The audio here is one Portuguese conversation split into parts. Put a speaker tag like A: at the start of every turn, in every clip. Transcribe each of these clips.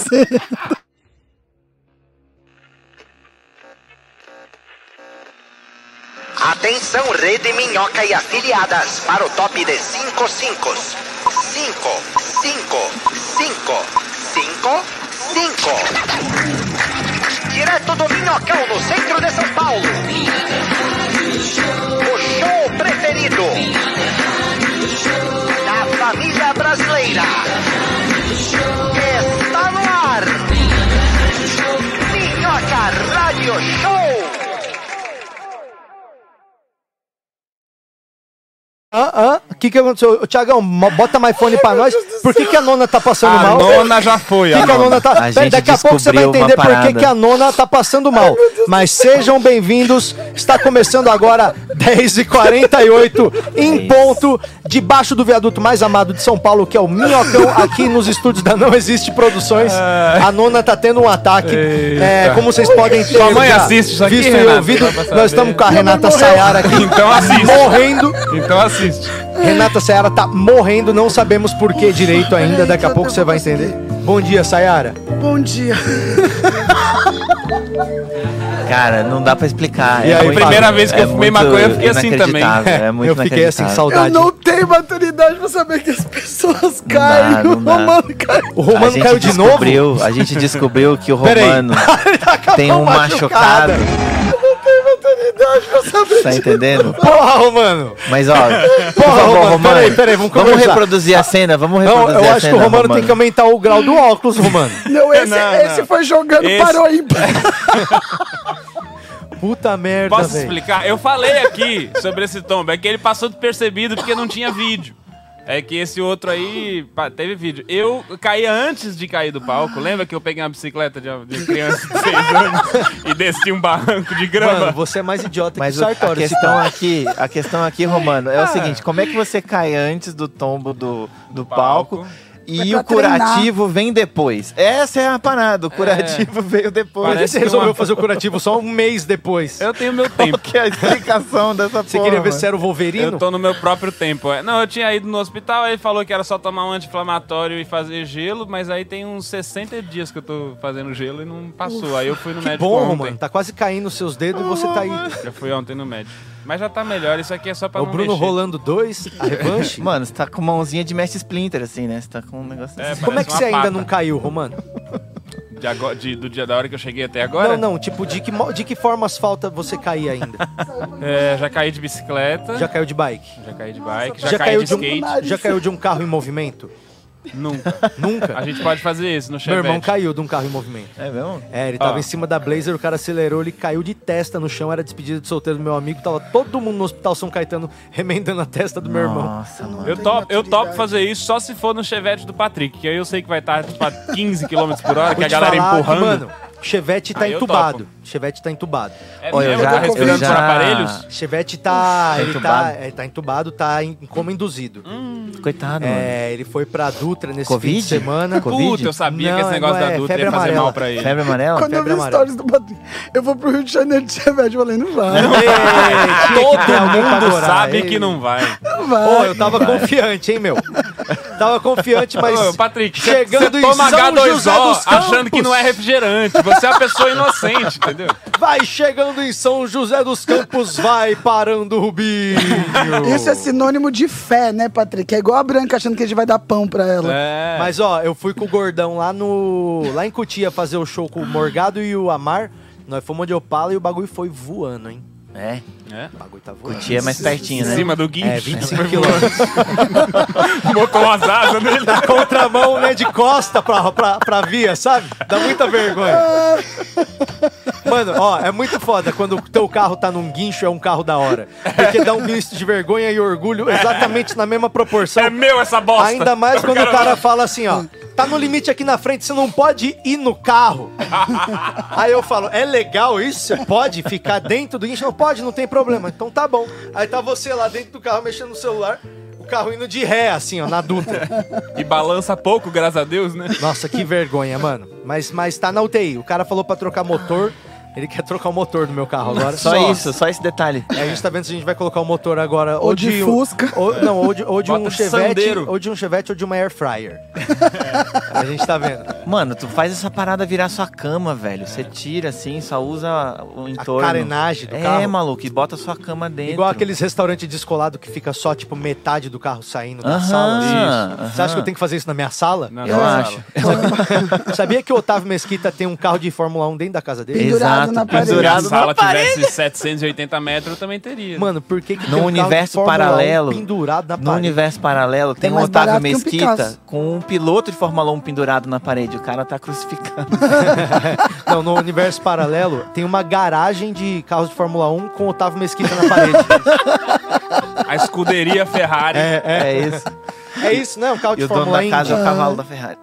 A: cedo.
B: Atenção, Rede Minhoca e afiliadas, para o top de 5 5 5 5 5 5 5 Direto do Minhocão, no centro de São Paulo. O show preferido da família brasileira. Está no ar. Minhoca Radio Show.
A: Ah, ah, o que que aconteceu? Ô, Tiagão, mo- bota mais fone pra nós. Por que que a nona tá passando
C: A
A: mal?
C: nona já foi,
A: Por que que
C: a
A: a
C: nona.
A: nona tá...
D: A gente
A: Daqui a pouco você vai
D: descobriu uma
A: entender por que
D: parada.
A: que a nona tá passando mal. Mas sejam bem-vindos. Está começando agora 10h48
D: É
A: em ponto, debaixo do viaduto mais amado de São Paulo, que é o Minhocão, aqui nos estúdios da Não Existe Produções. A nona tá tendo um ataque. É,
C: É. Eita.
A: como vocês podem ter
C: Sua mãe
A: já
C: assiste isso aqui,
A: visto e
C: Renata?
A: ouvido,
C: Vai pra
A: nós estamos
C: saber.
A: com a Renata Sayara aqui.
C: Então assiste.
A: Morrendo.
C: Então assiste.
A: Renata Sayara tá morrendo, não sabemos por que direito ainda, daqui a pouco você vai entender. Bom dia, Sayara.
E: Bom dia.
D: Cara, não dá pra explicar.
A: E aí,
D: muito-
C: primeira vez
A: é
C: que eu fumei
A: Ah,
D: muito
C: maconha, eu fiquei assim também.
D: inacreditável, É muito
A: Eu fiquei assim,
D: inacreditável.
E: Eu
A: saudade.
E: não tenho maturidade pra saber que as pessoas caem.
D: dá, não
E: o
D: dá.
E: Romano caiu.
A: O Romano
D: a gente
A: caiu de novo?
D: descobriu, A gente descobriu que o
A: Peraí.
D: Romano
E: Tá
D: tem um
A: machucada.
D: machucado,
E: Maturidade pra saber
D: tá
E: disso.
D: entendendo?
A: Porra, Romano!
D: Mas ó, por
A: Porra,
D: favor,
A: Romano,
D: Romano,
A: peraí, peraí, vamos conversar.
D: reproduzir a cena, vamos
A: Não,
D: reproduzir
A: eu
D: a
A: acho que
D: cena.
A: o Romano, tem que aumentar o grau do óculos, Romano.
E: Não, esse,
C: Não,
E: esse
C: não.
E: foi jogando,
C: Esse-
E: parou ímpar.
A: Puta merda,
C: Posso
A: velho.
C: explicar? Eu falei aqui sobre esse tombo, é que ele passou despercebido porque não tinha vídeo. É que esse outro aí pá, teve vídeo. Eu caía antes de cair do palco. Lembra que eu peguei uma bicicleta de, de criança de 6 anos e desci um barranco de grama?
A: Mano, você é mais idiota
D: Mas
A: que
D: o-
A: o
D: a
A: Sartori. tá-
D: questão aqui, a questão aqui, Romano,
A: Ah.
D: é o seguinte: como é que você cai antes do tombo do, do palco?
C: palco.
D: E
E: É
D: o
E: pra treinar.
D: curativo vem depois. Essa é a parada. O curativo veio depois.
C: Parece
A: Você resolveu fazer o curativo só um mês depois.
C: Eu tenho meu tempo.
A: tá
D: que é a explicação dessa
A: Você queria ver se era o Wolverine?
C: Eu tô no meu próprio tempo. é. Não, eu tinha ido no hospital, aí falou que era só tomar um anti-inflamatório e fazer gelo, mas aí tem uns 60 dias que eu tô fazendo gelo e não passou. aí eu fui no
A: Que
C: médico
A: bom,
C: ontem.
A: Romano. Tá quase caindo os seus dedos e você tá aí.
C: Eu fui ontem no médico. Mas já tá melhor, isso aqui é só pra
A: É o
C: não
A: Bruno
C: mexer.
A: rolando dois, a revanche.
D: Mano, você tá com mãozinha de mestre Splinter, assim, né? Você tá com um negócio
C: É,
D: assim.
A: Como é
C: parece
A: que
C: uma
A: você ainda
C: pata.
A: não caiu, Romano?
C: De agora- de- do dia da hora que eu cheguei até agora?
A: Não, não, tipo, de que, mo- de que formas falta você cair ainda?
C: É, já caí de bicicleta,
A: Já
C: já,
A: caiu de bike?
C: caí de bike, já,
A: Já
C: caí
A: caiu
C: de
A: de um-
C: skate.
E: Ah,
A: Já
E: isso.
A: caiu de um carro em movimento?
C: Nunca.
A: Nunca?
C: A gente pode fazer isso no
A: Meu
C: Chevette. Ah.
A: irmão caiu de um carro em movimento.
D: É mesmo?
A: É, ele tava
C: Ó.
A: em cima da Blazer, o cara acelerou, ele caiu de testa no chão, era despedida de solteiro do meu amigo, tava todo mundo no hospital São Caetano remendando a testa do meu irmão.
D: Nossa, mano.
C: Eu topo, eu topo fazer isso só se for no Chevette do Patrick, que aí eu sei que vai estar tipo, a 15 km por hora, que
A: Vou
C: a
A: te
C: galera
A: falar
C: empurrando.
A: que, mano, Chevette tá
C: Aí eu
A: entubado. Chevette tá entubado.
C: É
D: Olha, eu
C: mesmo?
D: já-
C: tá respirando
D: eu já-
C: por aparelhos?
A: Chevette tá. ele, tá
D: entubado?
A: ele tá entubado, tá em coma induzido.
C: Hum.
D: Coitado, mano.
A: É, ele foi pra Dutra nesse fim
D: Covid?
A: de semana.
D: Covid?
C: Puta, eu sabia
A: Não,
C: que esse negócio
A: não é,
C: da Dutra
A: febre
C: ia fazer
A: amarela.
C: mal pra ele.
D: Febre amarela?
E: Quando eu
A: febre
E: vi
A: amarela.
E: stories do Patrick, eu vou pro Rio de Janeiro de Chevette. Eu falei, não vai.
A: Ei, tinha que ter
C: Todo
A: alguém pra
C: mundo
A: adorar,
C: sabe
A: ei.
C: que não vai.
E: Não vai.
A: Pô, eu tava confiante, hein, meu? Tava confiante, mas.
C: Ô, Patrick, você
A: chegando em
C: toma
A: São
C: H2O
A: José dos Campos.
C: achando que não é refrigerante. Você é uma pessoa inocente, entendeu?
A: Vai chegando em São José dos Campos, vai parando o Rubinho.
E: Isso é sinônimo de fé, né, Patrick? É igual a Branca achando que a gente vai dar pão pra ela.
C: É.
A: Mas ó, eu fui com o Gordão lá no. lá em Cutia fazer o show com o Morgado e o Amar. Nós fomos de Opala e o bagulho foi voando, hein?
D: É.
C: É.
A: O bagulho tá voando.
D: Cutia é mais pertinho,
C: Em
D: né?
C: cima do guincho.
A: É, 25 quilômetros.
C: Botou umas asas nele.
A: Contramão, né? De costa pra, pra, pra via, sabe? Dá muita vergonha. Mano, ó, é muito foda quando o teu carro tá num guincho, é um carro da hora. Porque dá um misto de vergonha e orgulho exatamente na mesma proporção.
C: É meu essa bosta.
A: tá. Ainda mais quando o cara fala assim, ó. Tá no limite aqui na frente, você não pode ir no carro. Aí eu falo, é legal isso? Você pode ficar dentro do guincho? Não pode, não tem problema. Então tá bom. Aí tá você lá dentro do carro mexendo no celular, o carro indo de ré, assim, ó, na Dutra.
C: E balança pouco, graças a Deus, né?
A: Nossa, que vergonha, mano. Mas, mas tá na UTI. O cara falou pra trocar motor. Ele quer trocar o motor do meu carro agora.
D: Só, isso, só esse detalhe.
A: A gente tá vendo se a gente vai colocar o motor agora. um-
E: Ou de Fusca.
A: ou- não, ou de, ou de
C: Bota
A: um
C: um
A: Chevette.
C: Sandero.
A: Ou de um Chevette ou de uma Air Fryer.
D: É.
A: A gente tá vendo.
D: Mano, tu faz essa parada virar sua cama, velho.
A: É.
D: Você tira assim, só usa o entorno.
A: carenagem do
D: é,
A: carro.
D: É, maluco, e bota sua cama dentro.
A: Igual aqueles restaurantes descolados que fica só, tipo, metade do carro saindo da
D: Aham,
A: sala. assim.
D: isso.
A: Você acha que eu tenho que fazer isso na minha sala?
C: Não,
D: Eu
C: não, não.
D: acho.
A: Sabia que o Otávio Mesquita tem um carro de Fórmula 1 dentro da casa dele?
E: Pendurado
D: Exato,
E: na parede.
C: Se minha
D: pendurado na
C: sala
D: parede.
C: tivesse 780 metros, eu também teria.
A: Mano, por que, que
D: No
A: tem um
D: universo
A: carro de Fórmula 1
D: paralelo.
A: pendurado na
D: No
A: parede?
D: universo paralelo, tem
E: É
D: um
E: mais
D: Otávio
E: barato que um
D: Mesquita
E: Picasso.
D: com um piloto de Fórmula 1 pendurado na parede. O cara tá crucificando.
A: Não, no universo paralelo tem uma garagem de carros de Fórmula 1 com o Otávio Mesquita na parede.
C: A escuderia Ferrari.
D: É, isso.
A: é isso, né? Um carro
D: E
A: de
D: o dono
A: Fórmula 1.
D: da casa é o cavalo da Ferrari.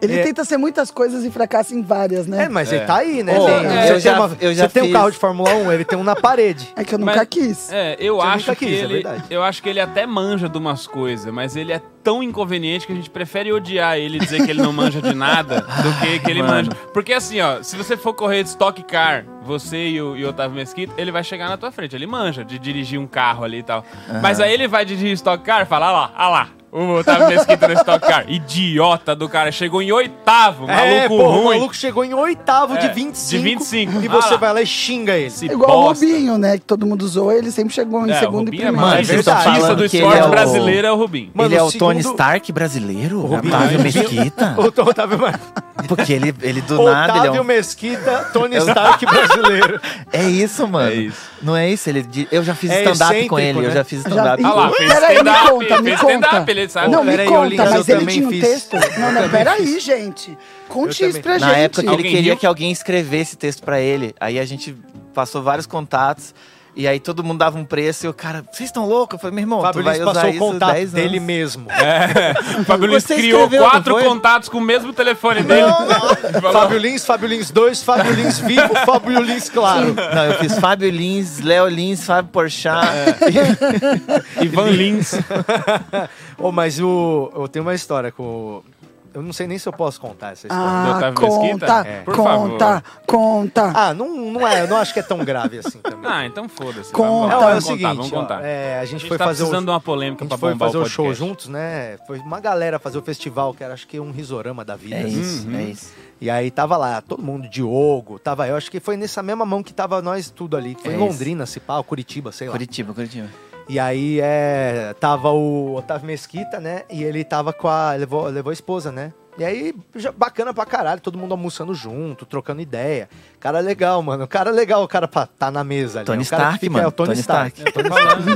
E: Ele
A: É.
E: tenta ser muitas coisas e fracassa em várias,
A: É,
E: né?
A: mas ele tá aí, né?
D: Ô,
A: Tem-
D: é, eu
A: você
D: já-
A: tem, uma-
D: eu já
A: você tem um
D: fiz.
A: carro de Fórmula 1, ele tem um na parede.
E: É, que eu
C: Mas-
E: nunca quis.
C: É, eu
A: Você
C: acho
A: nunca
C: que
A: quis, é
C: ele,
A: verdade.
C: eu acho que ele até manja de umas coisas, mas ele é tão inconveniente que a gente prefere odiar ele e dizer que ele não manja de nada do que que ele
D: Mano.
C: manja. Porque assim, ó, se você for correr de Stock Car, você e o, e o Otávio Mesquita, ele vai chegar na tua frente, ele manja de dirigir um carro ali e tal. Mas aí ele vai dirigir Stock Car, e fala, ah lá, ah lá. O Otávio Mesquita no Stock Car. Idiota do cara. Chegou em oitavo. Maluco
A: é, pô, o
C: ruim.
A: maluco chegou em oitavo
C: É,
A: de 25.
C: de 25.
A: E
C: Ah
A: você
C: lá.
A: vai lá e xinga ele.
C: Esse
E: É Igual
C: bosta.
E: o Rubinho, né? Que todo mundo zoa, ele sempre chegou em
C: É, o
E: segundo e
C: Rubinho é
E: primeiro.
A: mano,
C: mais
A: é verdade.
C: injustiça do
D: Falando que ele
C: esporte
D: é o-
C: brasileiro é o Rubinho.
A: Mano,
D: ele é o
A: segundo-
D: Tony Stark brasileiro?
A: Rubinho.
D: Otávio Mesquita?
A: O Otávio,
D: Porque ele, ele do nada, ele é
A: Otávio
D: um...
A: Mesquita, Tony Stark brasileiro.
D: É isso, mano.
C: É isso.
D: Não é isso? Ele, di- eu já fiz
A: É
D: stand-up
A: excêntrico,
D: com ele. Eu
A: né?
D: já fiz
E: Já-
D: stand-up.
E: Ih,
C: Ah lá, fez
E: peraí, me
C: stand-up,
E: conta, me
C: fez
E: conta.
C: stand-up, ele sabe.
E: Não, me
A: Peraí, eu li-
E: conta,
A: eu
E: mas ele
A: também
E: tinha um
A: fiz.
E: texto. Não, não, peraí, gente. Conte
A: Eu
E: isso
A: também-
E: pra
D: Na
E: gente.
D: época que ele
C: Alguém
D: queria
C: riu?
D: que alguém escrevesse texto pra ele. Aí a gente passou vários contatos. E aí todo mundo dava um preço. E o cara, vocês estão loucos? Eu falei, meu irmão,
A: Fábio
D: tu vai
A: Lins
D: usar
A: passou o
D: isso
A: contato
D: 10 anos.
A: dele mesmo.
C: É, O Fábio Luiz
D: Você
C: criou
D: escreveu, não
C: quatro
D: foi?
C: contatos com o mesmo telefone dele. Falou,
A: Fábio Lins, Fábio Lins 2, Fábio Lins vivo, Fábio Lins claro.
D: Não, eu fiz Fábio Lins, Léo Lins, Fábio Porchat.
A: É.
C: Ivan Lins.
A: Ô, mas o, eu tenho uma história com. o- Eu não sei nem se eu posso contar essa história.
C: Do
E: Ah,
C: Otávio Mesquita?
E: conta,
C: É. Por
E: conta, conta.
A: Ah, não, não é, eu não acho que é tão grave assim também.
C: Ah, então foda-se.
A: Não, é,
C: Vamos,
E: Conta. então
A: o
C: vamos
A: seguinte,
C: contar, vamos
A: ó,
C: contar.
A: é, a
C: a
A: gente
C: gente
A: foi
C: tá
A: fazer
C: precisando
A: um
C: de uma polêmica
A: a
C: pra
A: gente foi
C: bombar
A: fazer
C: o
A: o
C: podcast.
A: show juntos, né? Foi uma galera fazer o festival, que era acho que um risorama da vida.
D: É
A: assim.
D: isso,
C: Uhum.
D: é isso.
A: E aí tava lá, todo mundo, Diogo, tava eu, acho que foi nessa mesma mão que tava nós tudo ali. que Foi
D: É
A: em
D: isso.
A: Londrina, se pá, ou Curitiba, sei lá.
D: Curitiba, Curitiba.
A: E aí é, tava o Otávio Mesquita, né? E ele tava com a. levou, levou a esposa, né? E aí, já- bacana pra caralho, todo mundo almoçando junto, trocando ideia. Cara legal, mano. Cara legal, o cara pra tá na mesa ali.
D: Tony
A: O cara que
D: Stark, mano.
A: É o Tony,
D: Tony
A: Stark.
D: Stark.
C: Eu tô falando.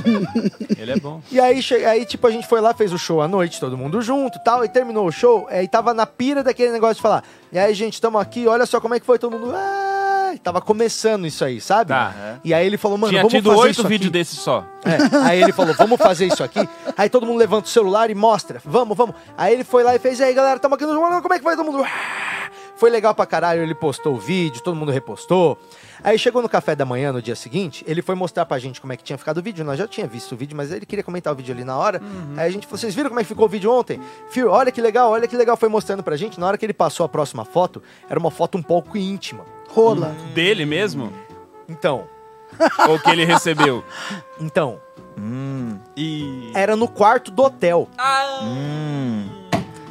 C: Ele é bom.
A: E aí, che- aí, tipo, a gente foi lá, fez o show à noite, todo mundo junto tal, e terminou o show, aí tava na pira daquele negócio de falar. E aí, gente, tamo aqui, olha só como é que foi todo mundo. "Ah", Tava começando isso aí, sabe?
C: Tá.
A: E aí ele falou, mano,
C: Tinha
A: vamos
C: tido
A: fazer
C: oito
A: isso aqui.
C: vídeos desses só.
A: É, Aí ele falou, vamos fazer isso aqui. Aí todo mundo levanta o celular e mostra, vamos, vamos. Aí ele foi lá e fez, e aí galera, tamo aqui no jornal, como é que vai todo mundo? "Ah". Foi legal pra caralho, ele postou o vídeo, todo mundo repostou. Aí chegou no café da manhã, no dia seguinte, ele foi mostrar pra gente como é que tinha ficado o vídeo. Nós já tinha visto o vídeo, mas ele queria comentar o vídeo ali na hora. Aí a gente falou, vocês viram como é que ficou o vídeo ontem? Fio, olha que legal, olha que legal. Foi mostrando pra gente. Na hora que ele passou a próxima foto, era uma foto um pouco íntima.
E: Rola.
C: Dele mesmo?
A: Então,
C: Ou que ele recebeu?
A: então,
C: E.
A: era no quarto do hotel.
D: Hum.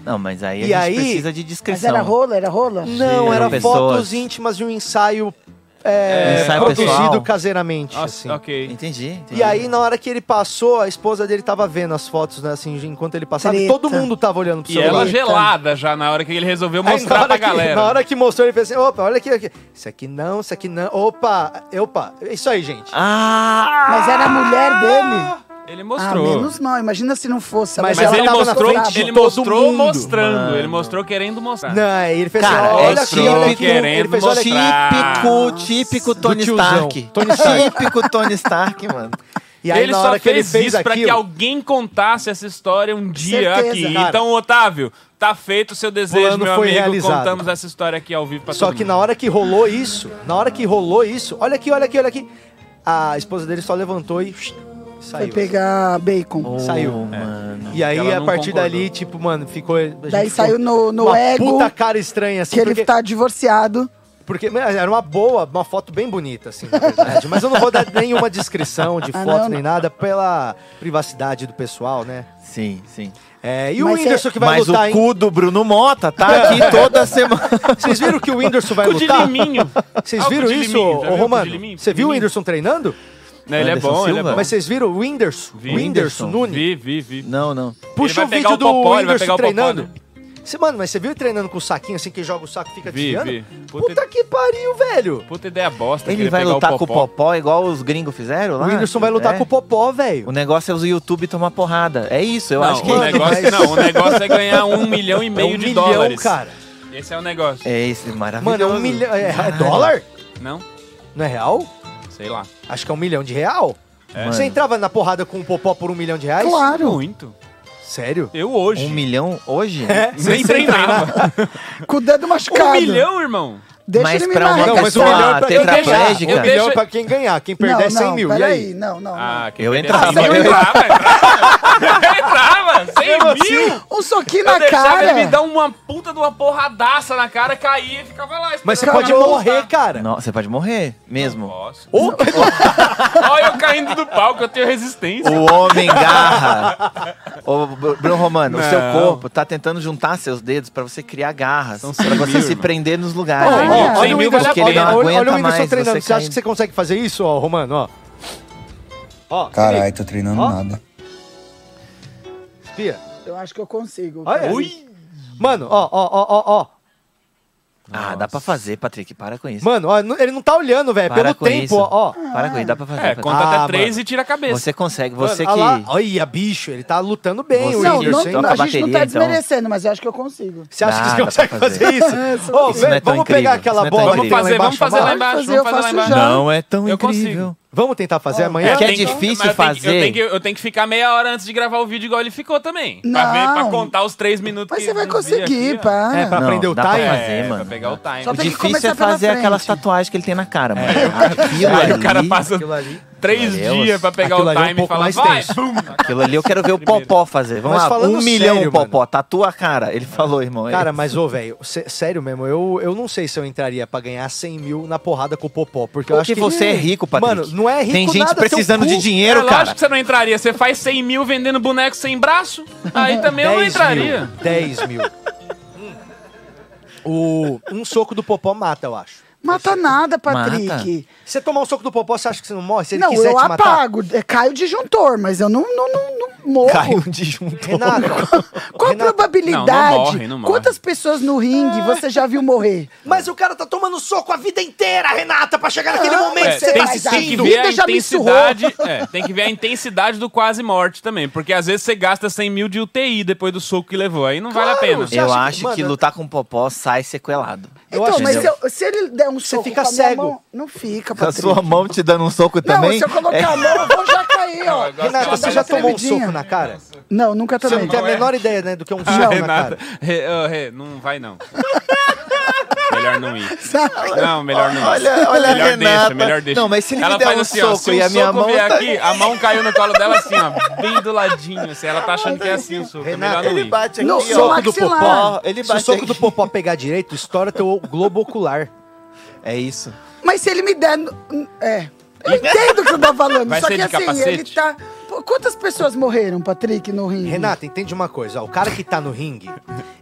D: Não, mas aí a
A: E
D: gente
A: aí-
D: precisa de
E: Mas
D: descrição.
E: era rola, era rola?
A: Não,
D: Eram
A: era
D: pessoas.
A: fotos íntimas de um ensaio, é,
D: Um ensaio
A: produzido
D: pessoal.
A: caseiramente. assim.
C: Nossa, ok.
D: Entendi, entendi.
A: E aí, na hora que ele passou, a esposa dele tava vendo as fotos, né, assim, enquanto ele passava. E
E: Treta.
A: todo mundo tava olhando pro
C: E
A: celular.
C: ela gelada já na hora que ele resolveu
A: Aí, na,
C: mostrar
A: hora
C: pra
A: que, na
C: galera.
A: hora que mostrou, ele fez assim: opa, olha aqui, olha aqui. Isso aqui não, isso aqui não. Opa, opa. É Isso aí, gente.
D: Ah!
E: Mas era a mulher dele?
C: Ele
E: Ah,
C: mostrou.
E: menos mal. Imagina se não fosse.
A: Mas
C: Mas
A: ela
C: ele
A: tava na
C: mostrou,
A: frente de
C: ele
A: todo
C: mostrou
A: mundo.
C: mostrando. Ele
D: Mano.
C: mostrou querendo mostrar.
A: Não, aí ele fez
D: Cara,
A: assim: olha
D: é
A: aqui, olha aqui.
C: querendo
A: Ele fez, olha aqui.
C: mostrar.
D: Típico, típico Tony
A: Ah, tiozão.
D: Stark.
A: Tony Stark.
D: Típico Tony Stark, mano.
A: E aí,
C: ele
A: na
C: só
A: hora
C: fez,
A: que ele fez
C: isso pra que
A: aquilo-
C: alguém contasse essa história um dia
E: Certeza,
C: aqui.
A: cara.
C: Então, Otávio, tá feito o seu desejo,
A: Fulano
C: meu
A: foi
C: amigo.
A: realizado.
C: Contamos essa história aqui ao vivo pra
A: Só
C: todo
A: que
C: mundo.
A: na hora que rolou isso, na hora que rolou isso, olha aqui, olha aqui, olha aqui. A esposa dele só levantou e shh,
E: Foi
A: saiu.
E: pegar bacon.
A: Saiu. É.
D: Oh, mano.
A: E aí,
C: Ela
A: a
C: não
A: partir
C: concordou.
A: dali, tipo, mano, ficou. a gente
E: Daí
A: ficou
E: saiu no, no
A: uma
E: ego
A: Puta cara estranha, assim.
E: que ele
A: porque-
E: tá divorciado.
A: Porque mas era uma boa, uma foto bem bonita, assim, na verdade. Mas eu não vou dar nenhuma descrição de
E: Ah,
A: foto
E: não,
A: nem nada pela privacidade do pessoal, né?
D: Sim, sim.
A: É, e o
E: Mas
A: Whindersson
E: é-
A: que vai
D: Mas
A: lutar,
D: o
A: hein?
D: cu do Bruno Mota tá aqui toda semana.
A: Vocês viram que o Whindersson vai
C: Cu de
A: lutar?
C: liminho.
A: Vocês
C: Ah, o
A: viram
C: cu de
A: isso,
C: liminho, já
A: ô
C: viu o cu
A: Romano?
C: de liminho?
A: Você viu o
C: Liminho.
A: Whindersson treinando?
C: Não, ele é
D: Anderson
C: bom, ele é
D: Silva?
C: bom.
A: Mas vocês viram o Whindersson?
C: Vi.
A: Whindersson Nunes?
C: Vi, vi, vi.
D: Não, não.
A: Puxa
C: Ele
A: o
C: vai pegar
A: vídeo
C: o
A: do
C: Popó, ele vai
A: Whindersson
C: pegar o Popó,
A: treinando.
C: né?
A: Você, mano, mas você viu ele treinando com o saquinho assim, que joga o saco e fica
C: Vi,
A: desviando?
C: vi. Puta-
A: Puta que pariu, velho!
C: Puta ideia bosta.
D: Ele
C: querer
D: vai
C: pegar
D: lutar com o Popó igual os gringos fizeram lá?
A: O Whindersson vai lutar
D: É.
A: com o Popó,
D: O
C: Um
A: velho.
D: negócio é o YouTube tomar porrada. É isso, eu
C: Não,
D: acho que
C: o
A: Mano,
C: negócio,
A: mas-
C: não, o negócio é ganhar um milhão e
A: É
C: meio
A: um
C: de
A: milhão,
C: dólares.
A: cara.
C: Esse é o negócio.
D: é esse maravilhoso.
A: Mano, é um milhão. É, é
D: Caralho.
A: dólar?
C: Não?
A: Não é real?
C: Sei lá.
A: Acho que é um milhão de real.
C: É.
D: Mano,
A: Você entrava na porrada com o Popó por um milhão de reais?
E: Claro.
C: Muito.
A: Sério?
C: Eu hoje.
D: um milhão hoje?
A: É.
C: Nem treinava.
E: Com o dedo
C: Um
E: machucado.
C: milhão, irmão.
E: Deixa
D: Mas
E: ele me
D: pra uma
E: marrecar.
D: Não,
C: um
D: mas o pessoa- milhão é pra quem ganhar. tetraplégica.
A: Um milhão é
C: Deixa-
A: pra quem ganhar. Quem
E: Não,
A: perder é 100
E: não,
A: mil. E
E: Peraí,
A: aí?
E: não, não.
C: Ah, quem
D: Eu
C: perder
D: entrava.
C: cem mil, Eu entrava. Eu entrava. 100 mil.
E: não. Um soquinho
C: Eu
E: na
C: deixava
E: cara.
C: ele me dar uma puta de uma porradaça na cara, caía e ficava lá.
A: Mas você
C: esperando
A: pode
C: eu voltar.
A: morrer, cara.
D: Não, você pode morrer mesmo.
C: Posso.
A: Ou
C: Olha eu caindo do palco, eu tenho resistência.
D: O homem garra. Ô, Br- Bruno Romano, o seu
C: Não.
D: corpo tá tentando juntar seus dedos pra você criar garras.
C: São
D: Pra
C: cem
D: você
C: mil,
D: se
C: irmão.
D: prender nos
A: Ó,
D: lugares.
A: ó,
C: Cem
A: olha
C: mil, cem
A: o
C: mil
A: Whindersson,
C: vale a pena.
A: olha-
D: Ele não
A: olha o
D: aguenta
A: Whindersson
D: mais
A: treinando.
D: você
A: Você acha que
D: caindo.
A: você consegue fazer isso, ó, Romano? Ó. Ó, se
F: Caralho,
A: liga,
F: tô treinando
A: Ó.
F: nada.
A: espia.
E: Eu acho que eu consigo.
A: Olha.
E: cara.
A: Ui. Mano, ó, ó, ó, ó, ó.
D: Ah, dá pra fazer, Patrick. Para com isso.
A: Mano, ó, n- ele não tá olhando, velho.
D: Para
A: Pelo
D: com
A: tempo,
D: isso.
A: ó. ó.
D: Para com isso, dá pra fazer.
C: É,
D: Patrick.
C: conta
A: Ah,
C: até três e tira a cabeça.
D: Você consegue, você
A: Mano,
D: que.
A: olha lá. Olha, bicho, ele tá lutando bem,
D: Você-
A: o
E: Não, não,
A: Whindersson.
D: Whindersson,
E: não,
A: hein?
D: toca
E: a gente não tá
D: bateria, então.
E: desmerecendo, mas eu acho que eu consigo.
A: Você acha que
D: Dá,
A: você
D: dá pra
A: consegue fazer
D: fazer.
A: isso? Ô,
D: Isso não
A: velho,
D: é tão
A: vamos pegar
D: incrível,
A: aquela
D: isso não é tão
A: bola.
C: Vamos
A: que tem lá
C: fazer, vamos
A: embaixo,
C: fazer
A: vamos
C: lá
A: lá?
C: embaixo.
E: fazer, eu
C: Vamos fazer lá
E: faço
C: embaixo.
E: já.
D: Não é tão
C: Eu
D: incrível.
A: Vamos tentar fazer
E: Ó,
A: amanhã?
D: é que é
C: Eu tenho
D: difícil
C: mas eu tenho que- Eu
D: fazer.
C: tenho, que, eu tenho que ficar meia hora antes de gravar o vídeo igual ele ficou também. Pra,
E: Não.
C: ver, pra contar os três minutos
E: Mas
C: que
E: você vai
C: eu vi
E: conseguir,
C: aqui, ó.
E: pá.
A: É, pra
D: Não,
A: aprender o
D: dá pra
A: time?
D: fazer.
C: É,
D: mano.
C: pra pegar o time.
E: Só
D: O
E: tem que
D: difícil
E: começar
D: é
E: pela
D: fazer
E: frente.
D: aquelas tatuagens que ele tem na cara, mano.
C: Aí
D: Aquilo
C: o cara
D: ali-
C: passa
A: Aquilo ali.
C: três
D: Meu Deus.
C: dias pra pegar
A: Aquilo
C: o
A: ali é um
C: time e
A: pouco
C: falar,
A: mais
C: vai,
A: tenso."
C: bum.
D: Aquilo ali eu quero ver o
C: Primeiro.
D: Popó fazer. Vamos
A: Mas
D: lá,
A: falando
D: um milhão
A: sério,
D: Popó. Tatua a cara. Ele falou, irmão.
A: Cara, mas, ô, velho, sé- sério mesmo, eu, eu não sei se eu entraria pra ganhar 100 mil na porrada com o Popó, porque eu acho
D: Porque
A: que...
D: você é rico, Patrick.
A: Mano, não é rico
D: Tem gente
A: nada, teu
D: precisando de
A: cu.
D: dinheiro,
C: é lógico
D: cara.
C: que você não entraria. Você faz 100 mil vendendo boneco sem braço, aí também eu não
A: 10
C: entraria.
A: Mil, 10 mil. O, um soco do Popó mata, eu acho.
E: Mata nada, Patrick.
A: Se você tomar um soco do Popó, você acha que você não morre? Se ele
E: Não,
A: quiser
E: eu
A: te matar...
E: apago. é, Cai o disjuntor, mas eu não, não, não, não morro.
D: Caiu de junto.
A: Renato, Ah.
E: Qual a
A: Renata-
E: probabilidade?
C: Não, não morre, não morre.
E: Quantas pessoas no ringue você já viu morrer?
A: mas o cara tá tomando soco a vida inteira, Renata, pra chegar naquele momento
C: É,
A: que você
C: tem,
A: tá
E: mas
C: que- tem que
A: assistindo.
C: ver a
E: vida já me surrou.
C: intensidade. é, tem que ver a intensidade do quase morte também. Porque às vezes você gasta 100 mil de UTI depois do soco que levou. Aí não vale a pena.
A: Você
D: Eu
A: acha que-
D: acho que
A: mano,
D: lutar com o Popó sai sequelado.
A: Eu
E: então,
A: acho
E: mas
A: que
E: se, eu- se ele der um soco
A: fica
E: com a minha
A: cego.
E: mão- não fica,
D: Com a
E: Patrick.
D: sua mão te dando um soco
E: não,
D: também.
E: se eu colocar
D: é-
E: a mão, eu vou já cair, ó.
C: agora- tá
A: Renata,
C: Ela
A: você
E: dá
A: já
E: uma
A: tomou um
E: tá tremidinha.
A: soco na cara?
E: Não, nunca
A: Você
E: também.
A: não tem a menor ideia, né, do que é um soco
C: Ah,
A: na
C: Renata,
A: cara.
C: Re- ô, Rê, não vai não. melhor não ir. Não, melhor não ir.
D: Olha, olha
C: melhor
D: a Renata.
C: deixa, melhor deixa.
D: Não, mas se ele
C: ela
D: me der
C: faz
D: um
C: assim, ó,
D: soco
C: se o
D: e a minha
C: soco
D: mão
C: vier
D: tá-
C: aqui, a mão caiu no colo dela assim, ó, bem do ladinho. Assim, ela tá achando que é assim o soco, é
A: Renata,
C: melhor não
D: Ele
C: ir.
D: bate aqui,
E: No
D: ó.
E: soco do maxilar.
D: Popó. Ele
A: Se o
D: bate
A: soco
D: aqui.
A: do Popó pegar direito, estoura teu globo ocular.
D: É isso.
E: Mas se ele me der. n- n- É. Eu entendo o que eu tô falando.
C: Vai
E: só
C: ser
E: que
C: de
E: assim,
C: capacete?
E: ele tá. Pô, quantas pessoas morreram, Patrick, no ringue?
A: Renata, entende uma coisa, ó, o cara que tá no ringue,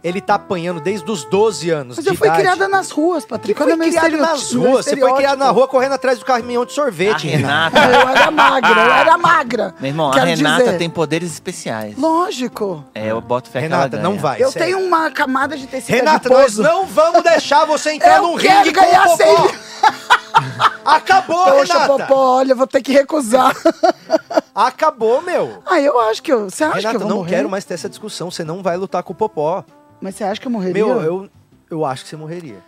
A: ele tá apanhando desde os 12 anos
E: Mas
A: de
E: eu fui
A: idade.
E: criada nas ruas, Patrick.
A: Foi
E: Olha meu
A: criado
E: estereoti-
A: nas
E: meu
A: ruas, você foi
E: estereótipo.
A: criado na rua correndo atrás do caminhão de
D: A
A: sorvete, Renata.
D: Ah, Renata.
E: Eu era magra, eu era magra.
D: Meu irmão,
E: Quero
D: a Renata
E: dizer.
D: tem poderes especiais.
E: Lógico.
D: É, eu boto fé que ela
A: Renata, não
D: ganha.
A: vai.
E: Eu
A: sério.
E: tenho uma camada de tecido
A: Ah, é- Renata, nós
E: adiposo.
A: não vamos deixar você entrar
E: Eu
A: num
E: quero
A: ringue com
E: ganhar
A: o Popó.
E: sempre.
A: Acabou,
E: Poxa,
A: Renata.
E: Popó, olha, eu vou ter que recusar.
A: Acabou, meu.
E: ah, eu acho que eu... Você acha que
A: Renata,
E: eu vou
A: não
E: morrer?
A: quero mais ter essa discussão. Você não vai lutar com o Popó.
E: Mas você acha que eu morreria?
A: Meu, eu, eu acho que você morreria.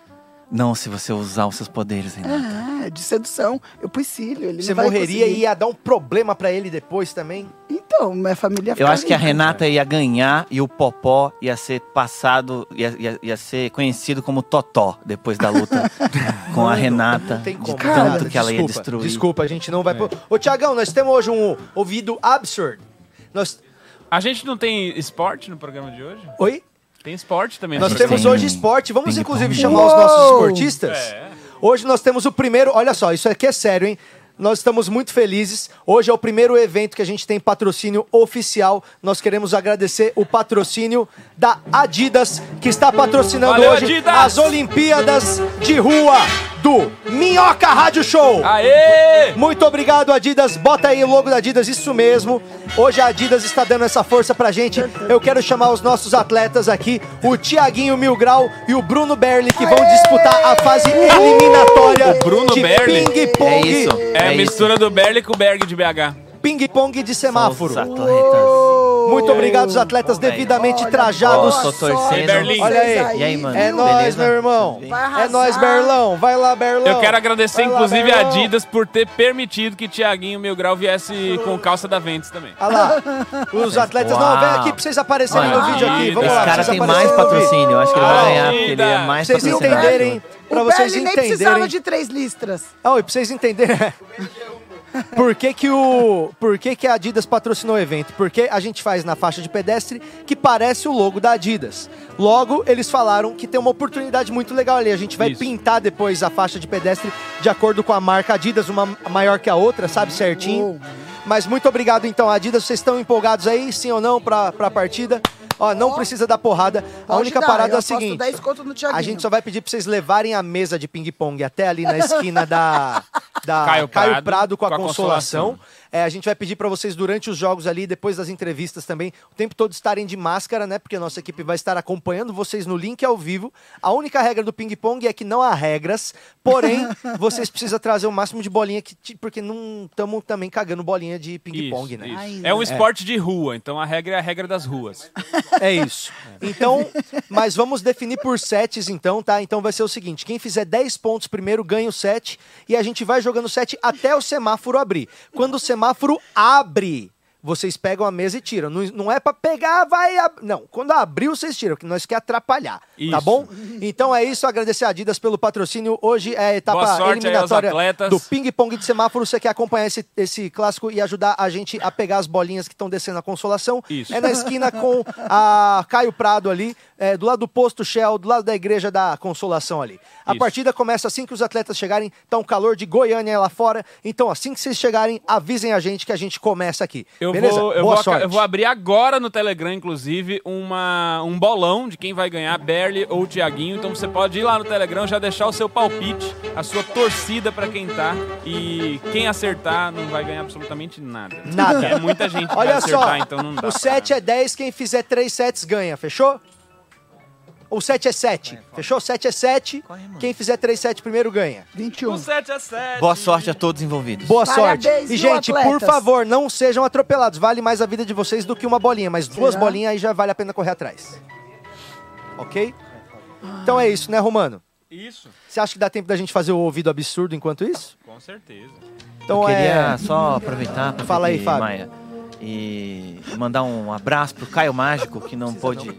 D: Não, se você usar os seus poderes,
A: Ah,
D: Renata.
E: É, de sedução. Eu pus cílio, ele
A: Você
E: não vai
A: morreria
E: conseguir.
A: e ia dar um problema pra ele depois também.
E: Então, minha família
D: Eu
E: fica
D: acho que a
E: rica.
D: Renata ia ganhar e o Popó ia ser passado, ia, ia, ia ser conhecido como Totó depois da luta com a Renata.
A: Não tem como.
D: de
E: Cara,
D: tanto que ela ia
A: desculpa,
D: destruir. É.
A: Desculpa, a gente não vai... pro- Ô, Tiagão, nós temos hoje um ouvido absurdo. Nós...
C: A gente não tem esporte no programa de hoje?
A: Oi?
C: Tem esporte também. né? no
A: Nós
D: Sim.
C: programa.
A: temos hoje esporte. Vamos,
D: Ping-pong.
A: inclusive, chamar os nossos
E: Uou!
A: esportistas.
C: É.
A: Hoje nós temos o primeiro. Olha só, isso aqui é sério, hein? Nós estamos muito felizes. Hoje é o primeiro evento que a gente tem patrocínio oficial. Nós queremos agradecer o patrocínio da Adidas, que está patrocinando
C: Valeu,
A: hoje
C: Adidas!
A: as Olimpíadas de Rua do Minhoca Rádio Show.
C: Aê!
D: É
A: Muito obrigado, Adidas. Bota aí o logo da Adidas, isso mesmo. Hoje a Adidas está dando essa força pra gente. Eu quero chamar os nossos atletas aqui, o Tiaguinho Milgrau e o Bruno Berli, que vão disputar a fase eliminatória
C: O Bruno
A: de
C: Berli?
D: É
A: ping-pong,
D: isso.
C: É, a
D: isso.
C: mistura do Berli com o Berg de BH.
A: ping-pong de semáforo.
D: Os atletas.
A: Muito obrigado, os atletas devidamente trajados.
D: Nossa, tô torcendo.
C: Berlim.
A: Olha aí.
D: E aí, mano?
A: É nóis,
D: Beleza?
A: meu irmão.
D: Tudo bem?
E: Vai
A: É nóis,
E: arrasar.
A: Berlão. Vai lá, Berlão.
C: Eu quero agradecer,
A: Vai lá,
C: inclusive, a
A: Berlão.
C: Adidas por ter permitido que Tiaguinho Milgrau viesse com calça da Ventes também.
A: Olha lá. Os atletas. Não,
D: Uau.
A: vem aqui pra vocês aparecerem no
C: Olha,
A: vídeo aqui. Vamos
C: Esse
A: lá.
D: Esse cara
A: vocês
D: tem
A: aparecerem
D: mais
A: no vídeo.
D: patrocínio. Eu acho que ele
C: Ah,
D: vai ganhar, porque ele é
C: vida.
A: Pra
D: mais
A: vocês
D: patrocinado.
A: entenderem, pra
E: o
A: vocês
E: Berli nem precisava
A: entenderem.
E: de três listras.
A: Não, e Ah, pra vocês entenderem. né? Por que, que o. Por que, que a Adidas patrocinou o evento? Porque a gente faz na faixa de pedestre que parece o logo da Adidas. Logo, eles falaram que tem uma oportunidade muito legal ali. A gente vai
C: Isso.
A: pintar depois a faixa de pedestre de acordo com a marca Adidas, uma maior que a outra, sabe certinho. Mas muito obrigado então, Adidas. Vocês estão empolgados aí, sim ou não, pra, pra partida? Ó, não precisa dar porrada. A
E: Pode
A: única
E: dar,
A: parada
E: eu
A: é a
E: aposto
A: seguinte.
E: 10 conto no Thiaguinho.
A: A gente só vai pedir pra vocês levarem a mesa de ping-pong até ali na esquina da, da Caio,
C: Caio
A: Prado,
C: Prado,
A: com a
C: com a
A: Consolação.
C: Consolação.
A: É, a gente vai pedir pra vocês durante os jogos ali, depois das entrevistas também, o tempo todo estarem de máscara, né? Porque a nossa equipe vai estar acompanhando vocês no link ao vivo. A única regra do ping-pong é que não há regras, porém, vocês precisam trazer o máximo de bolinha, que, ti- porque não estamos também cagando bolinha de ping-pong,
C: Isso,
A: né?
C: isso.
E: Ai,
C: É um esporte de rua, então a regra é a regra das ruas.
A: É isso. Então, mas vamos definir por sets então, tá? Então vai ser o seguinte, quem fizer 10 pontos primeiro ganha o set e a gente vai jogando o set até o semáforo abrir. Quando o semáforo abre, vocês pegam a mesa e tiram. Não, não é pra pegar, vai... ab- Não, quando abriu vocês tiram, que nós quer atrapalhar, tá
C: Isso.
A: bom? Então é isso, agradecer a Adidas pelo patrocínio. Hoje é a etapa
C: Boa sorte aí aos
A: eliminatória
C: atletas.
A: do ping-pong de semáforo. Você quer acompanhar esse, esse clássico e ajudar a gente a pegar as bolinhas que estão descendo a consolação?
C: Isso.
A: É na esquina com a Caio Prado ali, é, do lado do posto Shell, do lado da igreja da Consolação ali. A
C: Isso.
A: partida começa assim que os atletas chegarem, tá um calor de Goiânia lá fora. Então, assim que vocês chegarem, avisem a gente que a gente começa aqui.
C: Eu,
A: Beleza?
C: vou,
A: Boa
C: eu, vou, aca-
A: sorte.
C: eu vou abrir agora no Telegram, inclusive, uma, um bolão de quem vai ganhar, Berli ou Tiaguinho. Então você pode ir lá no Telegram, já deixar o seu palpite, a sua torcida pra quem tá. E quem acertar não vai ganhar absolutamente nada.
A: Nada.
C: É muita gente que vai
A: Olha só,
C: acertar, então não dá.
A: o 7 é 10, quem fizer 3 sets ganha, fechou? O 7 é 7, fechou? 7 é 7, quem fizer 3 sets primeiro ganha.
E: 21.
C: O 7 é 7.
D: Boa sorte a todos envolvidos.
A: Boa
E: Parabéns,
A: sorte. E,
E: viu,
A: gente, por
E: atletas?
A: favor, não sejam atropelados. Vale mais a vida de vocês do que uma bolinha, mas duas
E: Será?
A: bolinhas aí já vale a pena correr atrás. Ok? Então é isso, né, Romano?
C: Isso,
A: Você acha que dá tempo da gente fazer o ouvido absurdo enquanto isso?
C: com certeza.
A: Então
D: Eu queria
A: é.
D: só aproveitar pra
A: Fala aí,
D: pedir,
A: Fábio.
D: Maia, e mandar um abraço pro Caio Mágico, que não pôde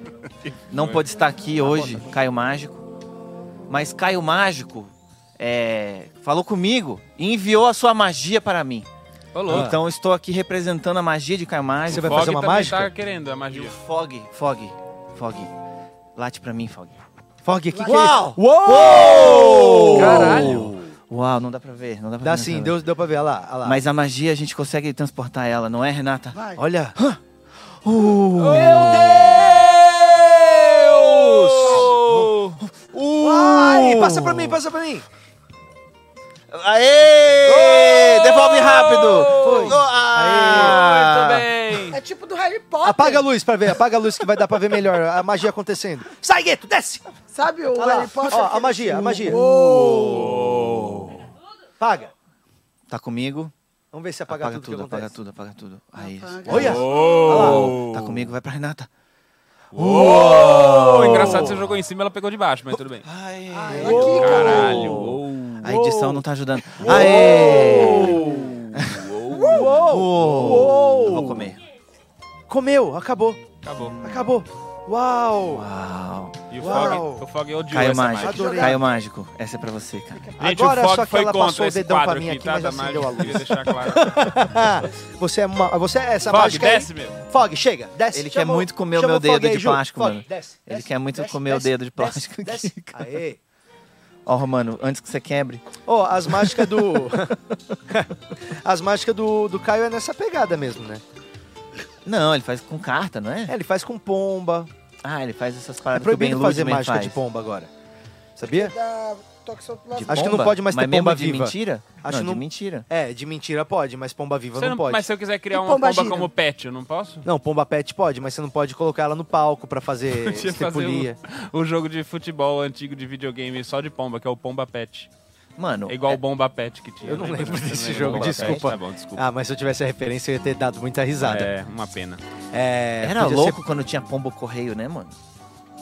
D: não Tá pôde estar aqui hoje, Caio Mágico. Mas Caio Mágico é, falou comigo e enviou a sua magia para mim.
C: Ô, louco.
D: Então estou aqui representando a magia de Caio
A: Você
D: Mágico.
A: vai
C: Fog
A: fazer uma
C: também
A: mágica?
C: tá querendo a magia.
D: Fog, Fog, Fog. Late pra mim, Fog.
A: Fog, que que
D: Uau!
A: é isso? Uou!
C: Caralho!
D: Uau, não dá pra ver, não dá pra
A: Dá
D: ver.
A: sim,
D: não dá pra
A: deu, deu pra ver, olha lá. Olha
D: ver.
A: lá.
D: Mas a magia a gente consegue transportar ela, não é, Renata?
E: Vai.
A: Olha.
C: Deus!
A: Ai, passa pra mim, passa pra mim.
D: Aê!
C: Oh!
D: Devolve rápido!
C: Foi.
D: Oh, ah!
C: Muito bem!
E: É tipo do Harry Potter.
A: Apaga a luz pra ver, apaga a luz que vai dar pra ver melhor a magia acontecendo. Sai, Gueto, desce!
E: Sabe o
A: Olha lá,
E: Harry Potter? tá
A: ó, a
E: aquele-
A: magia, a magia. Apaga.
D: Tá comigo?
A: Vamos ver se apaga,
D: Apaga
A: tudo, que
D: tudo, apaga
A: acontece.
D: tudo, apaga tudo. Aí.
E: Apaga.
A: Olha!
C: Oh!
D: Tá comigo, vai pra Renata.
C: Oh, engraçado que você jogou em cima e ela pegou de baixo, mas tudo bem.
D: Aê!
E: Aqui, cara.
C: Caralho!
D: A edição não tá ajudando. Aê!
A: Uou!
D: Uou! Eu vou comer.
A: Comeu, acabou,
C: Acabou.
A: acabou. Uau!
D: Uau!
C: E o
A: Uau.
C: Fog, o Fog odiou
D: Caio
C: essa
D: Mágico,
C: mágica.
E: Adorei.
D: Caio Mágico. Essa é pra você, cara.
C: Gente,
A: Agora
C: o Fog
A: só que
C: foi
A: ela
C: contra
A: passou o
C: esse
A: dedão pra
C: quadro
A: mim
C: aqui,
A: aqui,
C: tá?
A: mas
C: Da
A: já acendeu
C: mágica,
A: a luz.
C: queria deixar claro.
A: você é uma, você é essa
C: Fog,
A: mágica aí.
C: desce, meu.
A: Fog, chega, desce.
D: Ele
A: chama
D: quer
A: o-
D: muito comer o
A: chama
D: meu
A: Fog
D: dedo
A: aí,
D: de
A: Ju.
D: plástico,
A: Fog,
D: mano.
A: desce,
D: Ele
A: desce,
D: quer muito
A: desce,
D: comer o
A: desce,
D: dedo de
A: desce,
D: plástico
A: desce.
D: aqui, cara.
A: Aê.
D: Ó, Romano, antes que você quebre.
A: Ó, as mágicas do. as mágicas do, do Caio é nessa pegada mesmo, né?
D: Não, ele faz com carta, não é?
A: É, ele faz com pomba.
D: Ah, ele faz essas
A: É
D: paradas que o Ben
A: proibido fazer
D: Ludman
A: mágica
D: faz.
A: de pomba agora. Sabia?
E: Da toxoplasma.
A: Acho que não pode mais
D: Mas
A: ter
D: mesmo
A: pomba
D: de
A: viva.
D: mentira?
A: Acho
D: não,
A: não-
D: de mentira.
A: É, de mentira pode, mas pomba viva
C: Você
A: não,
C: não-
A: pode.
C: Mas se eu quiser criar
E: E
C: uma
E: pomba
C: pomba,
E: gira?
C: como pet, eu não posso?
A: Não, pomba pet pode, mas você não pode colocar ela no palco pra fazer
C: Podia fazer
A: estripulia.
C: o, o jogo de futebol antigo de videogame só de pomba, que é o Pomba Pet.
D: Mano,
C: É igual o Bomba Pet que tinha.
A: Eu não
C: né?
A: lembro
C: Você não
A: desse
C: lembra
A: jogo,
C: do Bomba Pet?
A: desculpa.
C: Tá bom, desculpa.
A: Ah, mas se eu tivesse a referência, eu ia ter dado muita risada.
C: É, uma pena.
A: É,
D: era
A: podia ser-
D: louco quando tinha pombo correio, né, mano?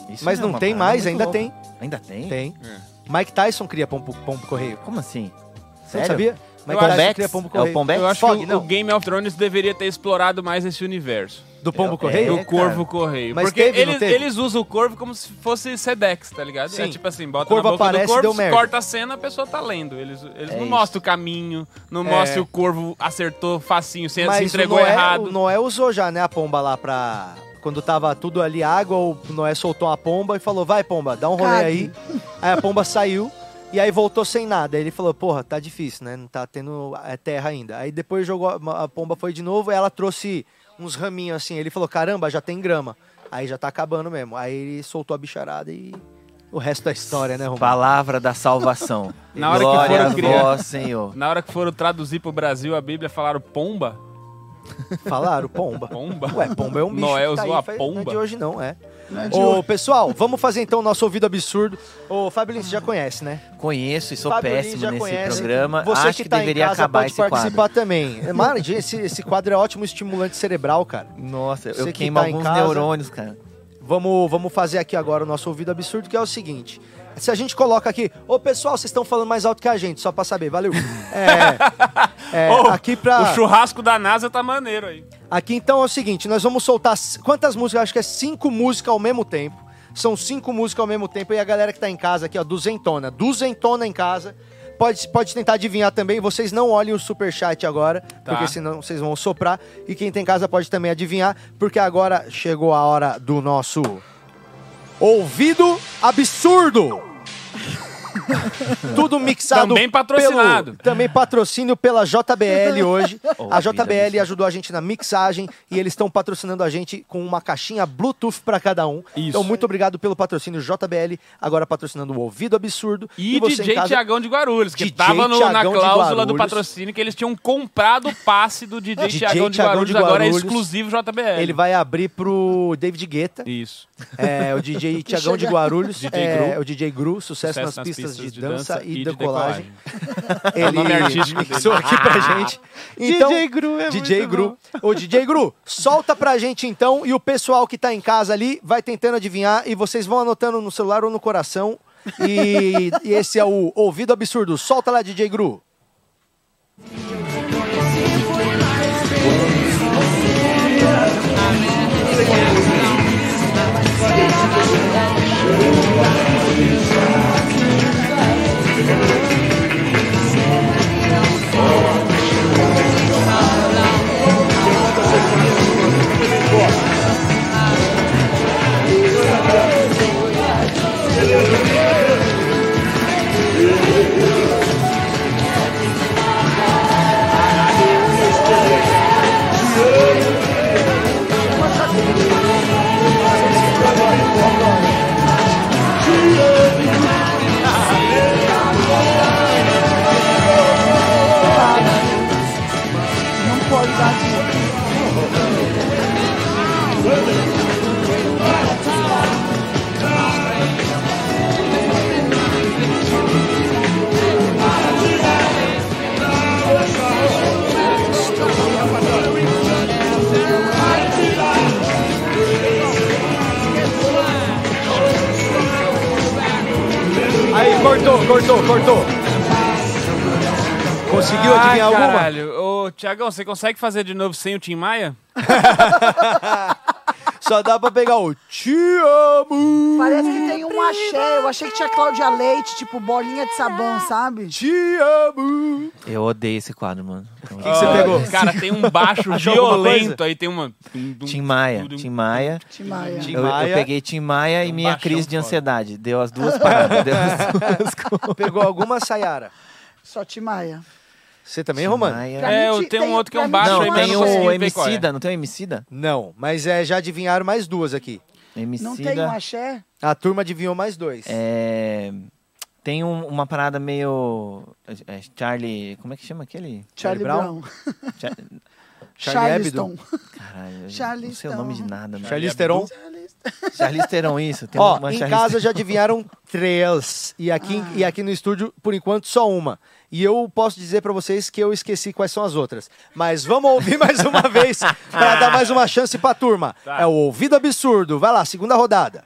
D: Isso
A: Mas
D: é
A: não
D: uma
A: tem
D: parada
A: mais,
D: muito
A: ainda
D: louca.
A: tem.
D: Ainda tem?
A: Tem.
C: É.
A: Mike Tyson cria pombo, pombo correio.
D: Como assim?
A: Você não
D: Sério?
A: sabia?
D: O
A: Mike Tyson
D: Pombex?
A: cria pombo
D: É
A: correio.
D: o Pombex?
C: Eu acho
A: Fog,
C: que o-
A: não.
C: o Game of Thrones deveria ter explorado mais esse universo.
A: Do pombo
D: É,
A: correio?
C: do
D: cara.
C: corvo correio.
A: Mas
C: Porque
A: teve, não
C: eles,
A: teve?
C: eles usam o corvo como se fosse Sedex, tá ligado?
A: Sim.
C: É tipo assim, bota
A: O corvo
C: na boca
A: aparece,
C: do corvo,
A: deu
C: se
A: merda.
C: corta a cena, a pessoa tá lendo. Eles, eles
D: É
C: não
D: isso.
C: mostram o caminho, não mostra se o corvo acertou facinho, se, se
A: É. Mas é
C: entregou
A: o Noé,
C: errado.
A: O Noé usou já, né, a pomba lá pra. Quando tava tudo ali água, o Noé soltou a pomba e falou: vai, pomba, dá um rolê
E: Cague.
A: aí. Aí a pomba saiu. E aí voltou sem nada. Aí ele falou, porra, tá difícil, né? Não tá tendo é, terra ainda. Aí depois jogou, a a pomba foi de novo, ela trouxe uns raminhos assim. Ele falou, caramba, já tem grama. Aí já tá acabando mesmo. Aí ele soltou a bicharada e o resto da história, né, Romão?
D: Palavra da salvação.
C: Na hora que
D: Glória
C: foram criar.
D: a vós, Senhor.
C: Na hora que foram traduzir pro Brasil a Bíblia, falaram pomba?
A: Falaram, pomba.
C: Pomba?
A: Ué, pomba é um bicho.
C: Noé
A: que tá
C: usou
A: aí,
C: a
A: faz- Não é
C: pomba?
A: de hoje não, é.
E: Não é de
A: Ô,
E: hoje.
A: pessoal, vamos fazer então o nosso ouvido absurdo. Ô, Fábio Lins, você já conhece, né?
D: Conheço e sou
A: Fábio Lins
D: péssimo
A: já
D: nesse
A: conhece.
D: programa.
A: Você
D: Acho que,
A: que tá
D: deveria
A: em casa
D: acabar
A: pode
D: esse
A: participar
D: quadro.
A: também. É, Mara, esse, esse quadro é ótimo estimulante cerebral, cara.
D: Nossa,
A: Você
D: eu
A: que
D: queimo
A: tá em
D: alguns
A: casa.
D: neurônios, cara.
A: Vamos, vamos fazer aqui agora o nosso ouvido absurdo, que é o seguinte. Se a gente coloca aqui, ô pessoal, vocês estão falando mais alto que a gente, só pra saber, valeu. É, é,
C: Ô,
A: aqui pra.
C: O churrasco da NASA tá maneiro aí.
A: Aqui então é o seguinte, nós vamos soltar c- quantas músicas? Acho que é cinco músicas ao mesmo tempo. São cinco músicas ao mesmo tempo e a galera que tá em casa aqui, ó, duzentona, duzentona em casa. Pode, pode tentar adivinhar também, vocês não olhem o superchat agora,
C: Tá.
A: porque senão vocês vão soprar. E quem tem em casa pode também adivinhar, porque agora chegou a hora do nosso ouvido absurdo. Tudo mixado.
C: Também patrocinado.
A: pelo- também patrocínio pela JBL hoje. A
D: Ouvido
A: JBL e ajudou a gente na mixagem e eles estão patrocinando a gente com uma caixinha Bluetooth para cada um.
C: Isso.
A: Então, muito obrigado pelo patrocínio JBL, agora patrocinando o Ouvido Absurdo.
C: E, DJ Tiagão de Guarulhos, que
A: DJ
C: tava no- na
A: Thiagão de
C: cláusula do
A: Guarulhos.
C: patrocínio que eles tinam comprado o passe do DJ,
A: DJ
C: Tiagão de
A: Thiagão
C: Guarulhos,
A: de
C: agora é
A: Guarulhos.
C: exclusivo JBL.
A: Ele vai abrir pro David Guetta,
C: Isso.
A: é, o DJ Tiagão de
E: chega-
A: Guarulhos,
C: DJ
A: é,
C: Gru.
A: o DJ Gru, sucesso,
C: Sucesso
A: nas, pistas, de dança, e,
C: de
A: decolagem.
C: o nome
A: Ele
C: artístico
A: mixou
C: dele.
A: aqui pra gente. Então,
D: DJ Gru é
A: DJ
D: muito
A: Gru. Ô, DJ Gru, solta pra gente então. E o pessoal que tá em casa ali vai tentando adivinhar. E vocês vão anotando no celular ou no coração. E, e esse é o Ouvido Absurdo. Solta lá, DJ Gru.
E: Não pode dar dinheiro.
A: Aí, cortou, cortou, cortou. Conseguiu
C: Ai,
A: adivinhar alguma?
C: caralho. Ô, Tiagão, você consegue fazer de novo sem o Tim Maia?
A: Só dá pra pegar o te amo,
E: Parece que tem um axé. Eu achei que tinha Cláudia Leite, tipo bolinha de sabão, sabe?
A: te amo.
D: Eu odeio esse quadro, mano. Eu
A: que você
C: Ah,
A: pegou?
C: Cara, tem um baixo
D: Achou alguma
C: violento
D: coisa?
C: aí, tem uma. um- Tim
D: Tim Maia, Tim Maia.
E: Tim Maia.
A: Tim
D: Eu, eu
A: Maia.
D: peguei Tim Maia e
C: Um
D: minha
C: baixão
D: crise de
C: foda.
D: ansiedade. Deu as duas paradas. deu as duas
A: Pegou alguma, Sayara?
E: Só Tim Maia.
A: Você também,
D: Tim
A: Romano?
D: Maia.
E: Pra
C: É,
E: mim
C: eu
E: ti-
C: tenho um
E: tem-
C: outro que é um
E: pra mim
C: baixo
E: tinha
D: Não,
C: aí,
E: um
C: mas
D: tem
C: eu não
E: axé.
D: o
C: consegui ver qual é.
D: Emicida, não tem o Emicida?
A: Não, mas é, já adivinharam mais duas aqui.
E: Não tem um
D: Emicida.
E: axé?
A: A turma adivinhou mais dois.
D: É, tem um- uma parada meio. é, Charlie. Como é que chama aquele?
A: Charlie
E: Charlie
A: Brown?
E: Brown.
D: Char-
A: Charlie
E: Charleston.
D: Caralho, É, eu
E: Charlie
D: não sei o nome de
E: Stone.
D: nada. né?
A: Charlize Theron.
D: Charlize Theron, isso. Tem
A: Ó,
D: uma
A: em
D: Charlize
A: casa já adivinharam três. E aqui, e aqui no estúdio, por enquanto, só uma. E eu posso dizer pra vocês que eu esqueci quais são as outras. Mas vamos ouvir mais uma vez pra dar mais uma chance pra turma.
C: Tá.
A: É o Ouvido Absurdo. Vai lá, segunda rodada.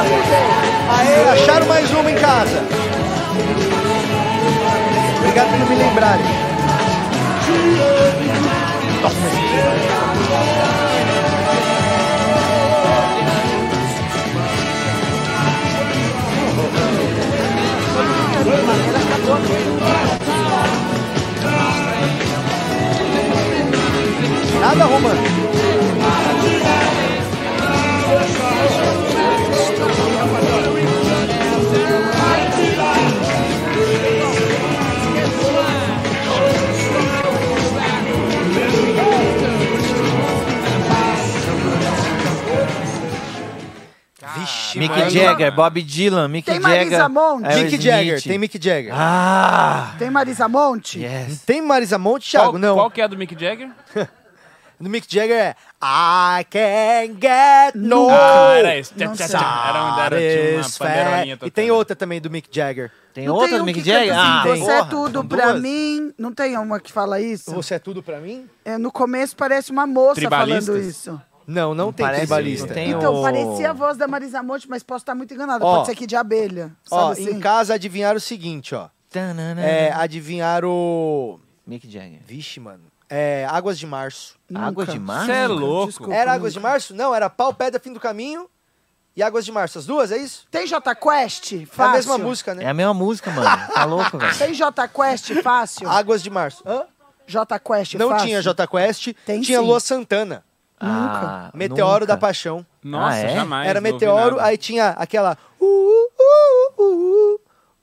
A: Aê, acharam mais uma em casa. Obrigado por me lembrarem. Nada, Romano. Vixe,
D: Mick
A: mano.
D: Jagger, Bob Dylan, Mick
E: Tem
D: Jagger.
E: Marisa Monte?
A: Mick
D: Aerosmith.
A: Jagger, tem Mick Jagger.
D: Ah!
E: Tem Marisa Monte?
D: Yes.
A: Tem Marisa Monte, Thiago?
C: Qual,
A: não.
C: qual que é a do Mick Jagger?
A: No Mick Jagger é I can get no
C: Ah, era esse. Tchá,
E: não
C: tchá, tchá. Era onde era tinha uma
A: satisfaction.
C: bandeirolinha
A: E
C: tocando.
A: tem outra também do Mick Jagger.
D: Tem
E: Não
D: outra
E: tem
D: do
E: um
D: Mick
E: que canta
D: Jagger?
E: assim,
D: Ah,
E: Você
D: porra.
E: é tudo
A: são
E: pra
A: duas.
E: mim. Não tem uma que fala isso?
A: Você é tudo pra mim?
E: É, no começo parece uma moça falando
C: Tribalistas?
E: isso.
A: Não, não, tem
D: parece,
A: tribalista.
D: não tem.
E: Então,
D: o-
E: parecia a voz da Marisa Monte, mas posso estar muito enganada.
A: Ó.
E: Pode ser aqui de abelha. Sabe
A: Ó,
E: assim?
A: em casa adivinharam o seguinte, ó.
D: Tanana.
A: É, adivinharam o...
D: Mick Jagger.
A: Vixe, mano. É, Águas de Março.
E: Nunca.
D: Água de mar?
C: Cê é louco.
E: Desculpa,
A: Era
E: nunca.
A: Águas de Março? Não, era Pau, Pedra, Fim do Caminho e Águas de Março. As duas, é isso?
E: Tem J Quest?
A: É
E: Fácil.
A: a mesma música,
D: É
A: né?
D: a mesma música, mano. Tá louco, velho.
E: Tem J Quest fácil?
A: Águas de Março. Hã?
E: J Quest
A: Não
E: É. fácil?
A: tinha Jota Quest,
E: Tem
A: tinha
E: sim.
A: Lua Santana.
D: Ah,
A: Meteoro
D: nunca.
A: da Paixão.
C: Nossa,
D: Ah, é?
C: jamais.
A: Era
C: não ouvi
A: meteoro,
C: nada.
A: aí tinha aquela. uh, uh, uh, uh, uh,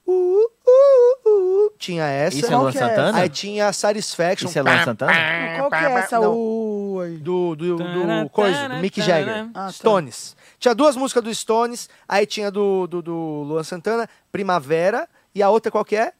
A: uh, uh, uh, uh. Tinha essa.
D: Isso é Luan
E: que é essa?
D: Santana?
A: Aí tinha Satisfaction
D: Isso é Luan Santana?
E: Qual que é essa?
A: Não.
E: O... Oi.
A: do, do, do
C: Tana,
A: coisa, do
C: tana,
A: Mick
C: tana.
A: Jagger.
E: Ah, tá.
A: Stones. Tinha duas músicas do Stones, aí tinha do, do, do Luan Santana, Primavera, e a outra qual que é?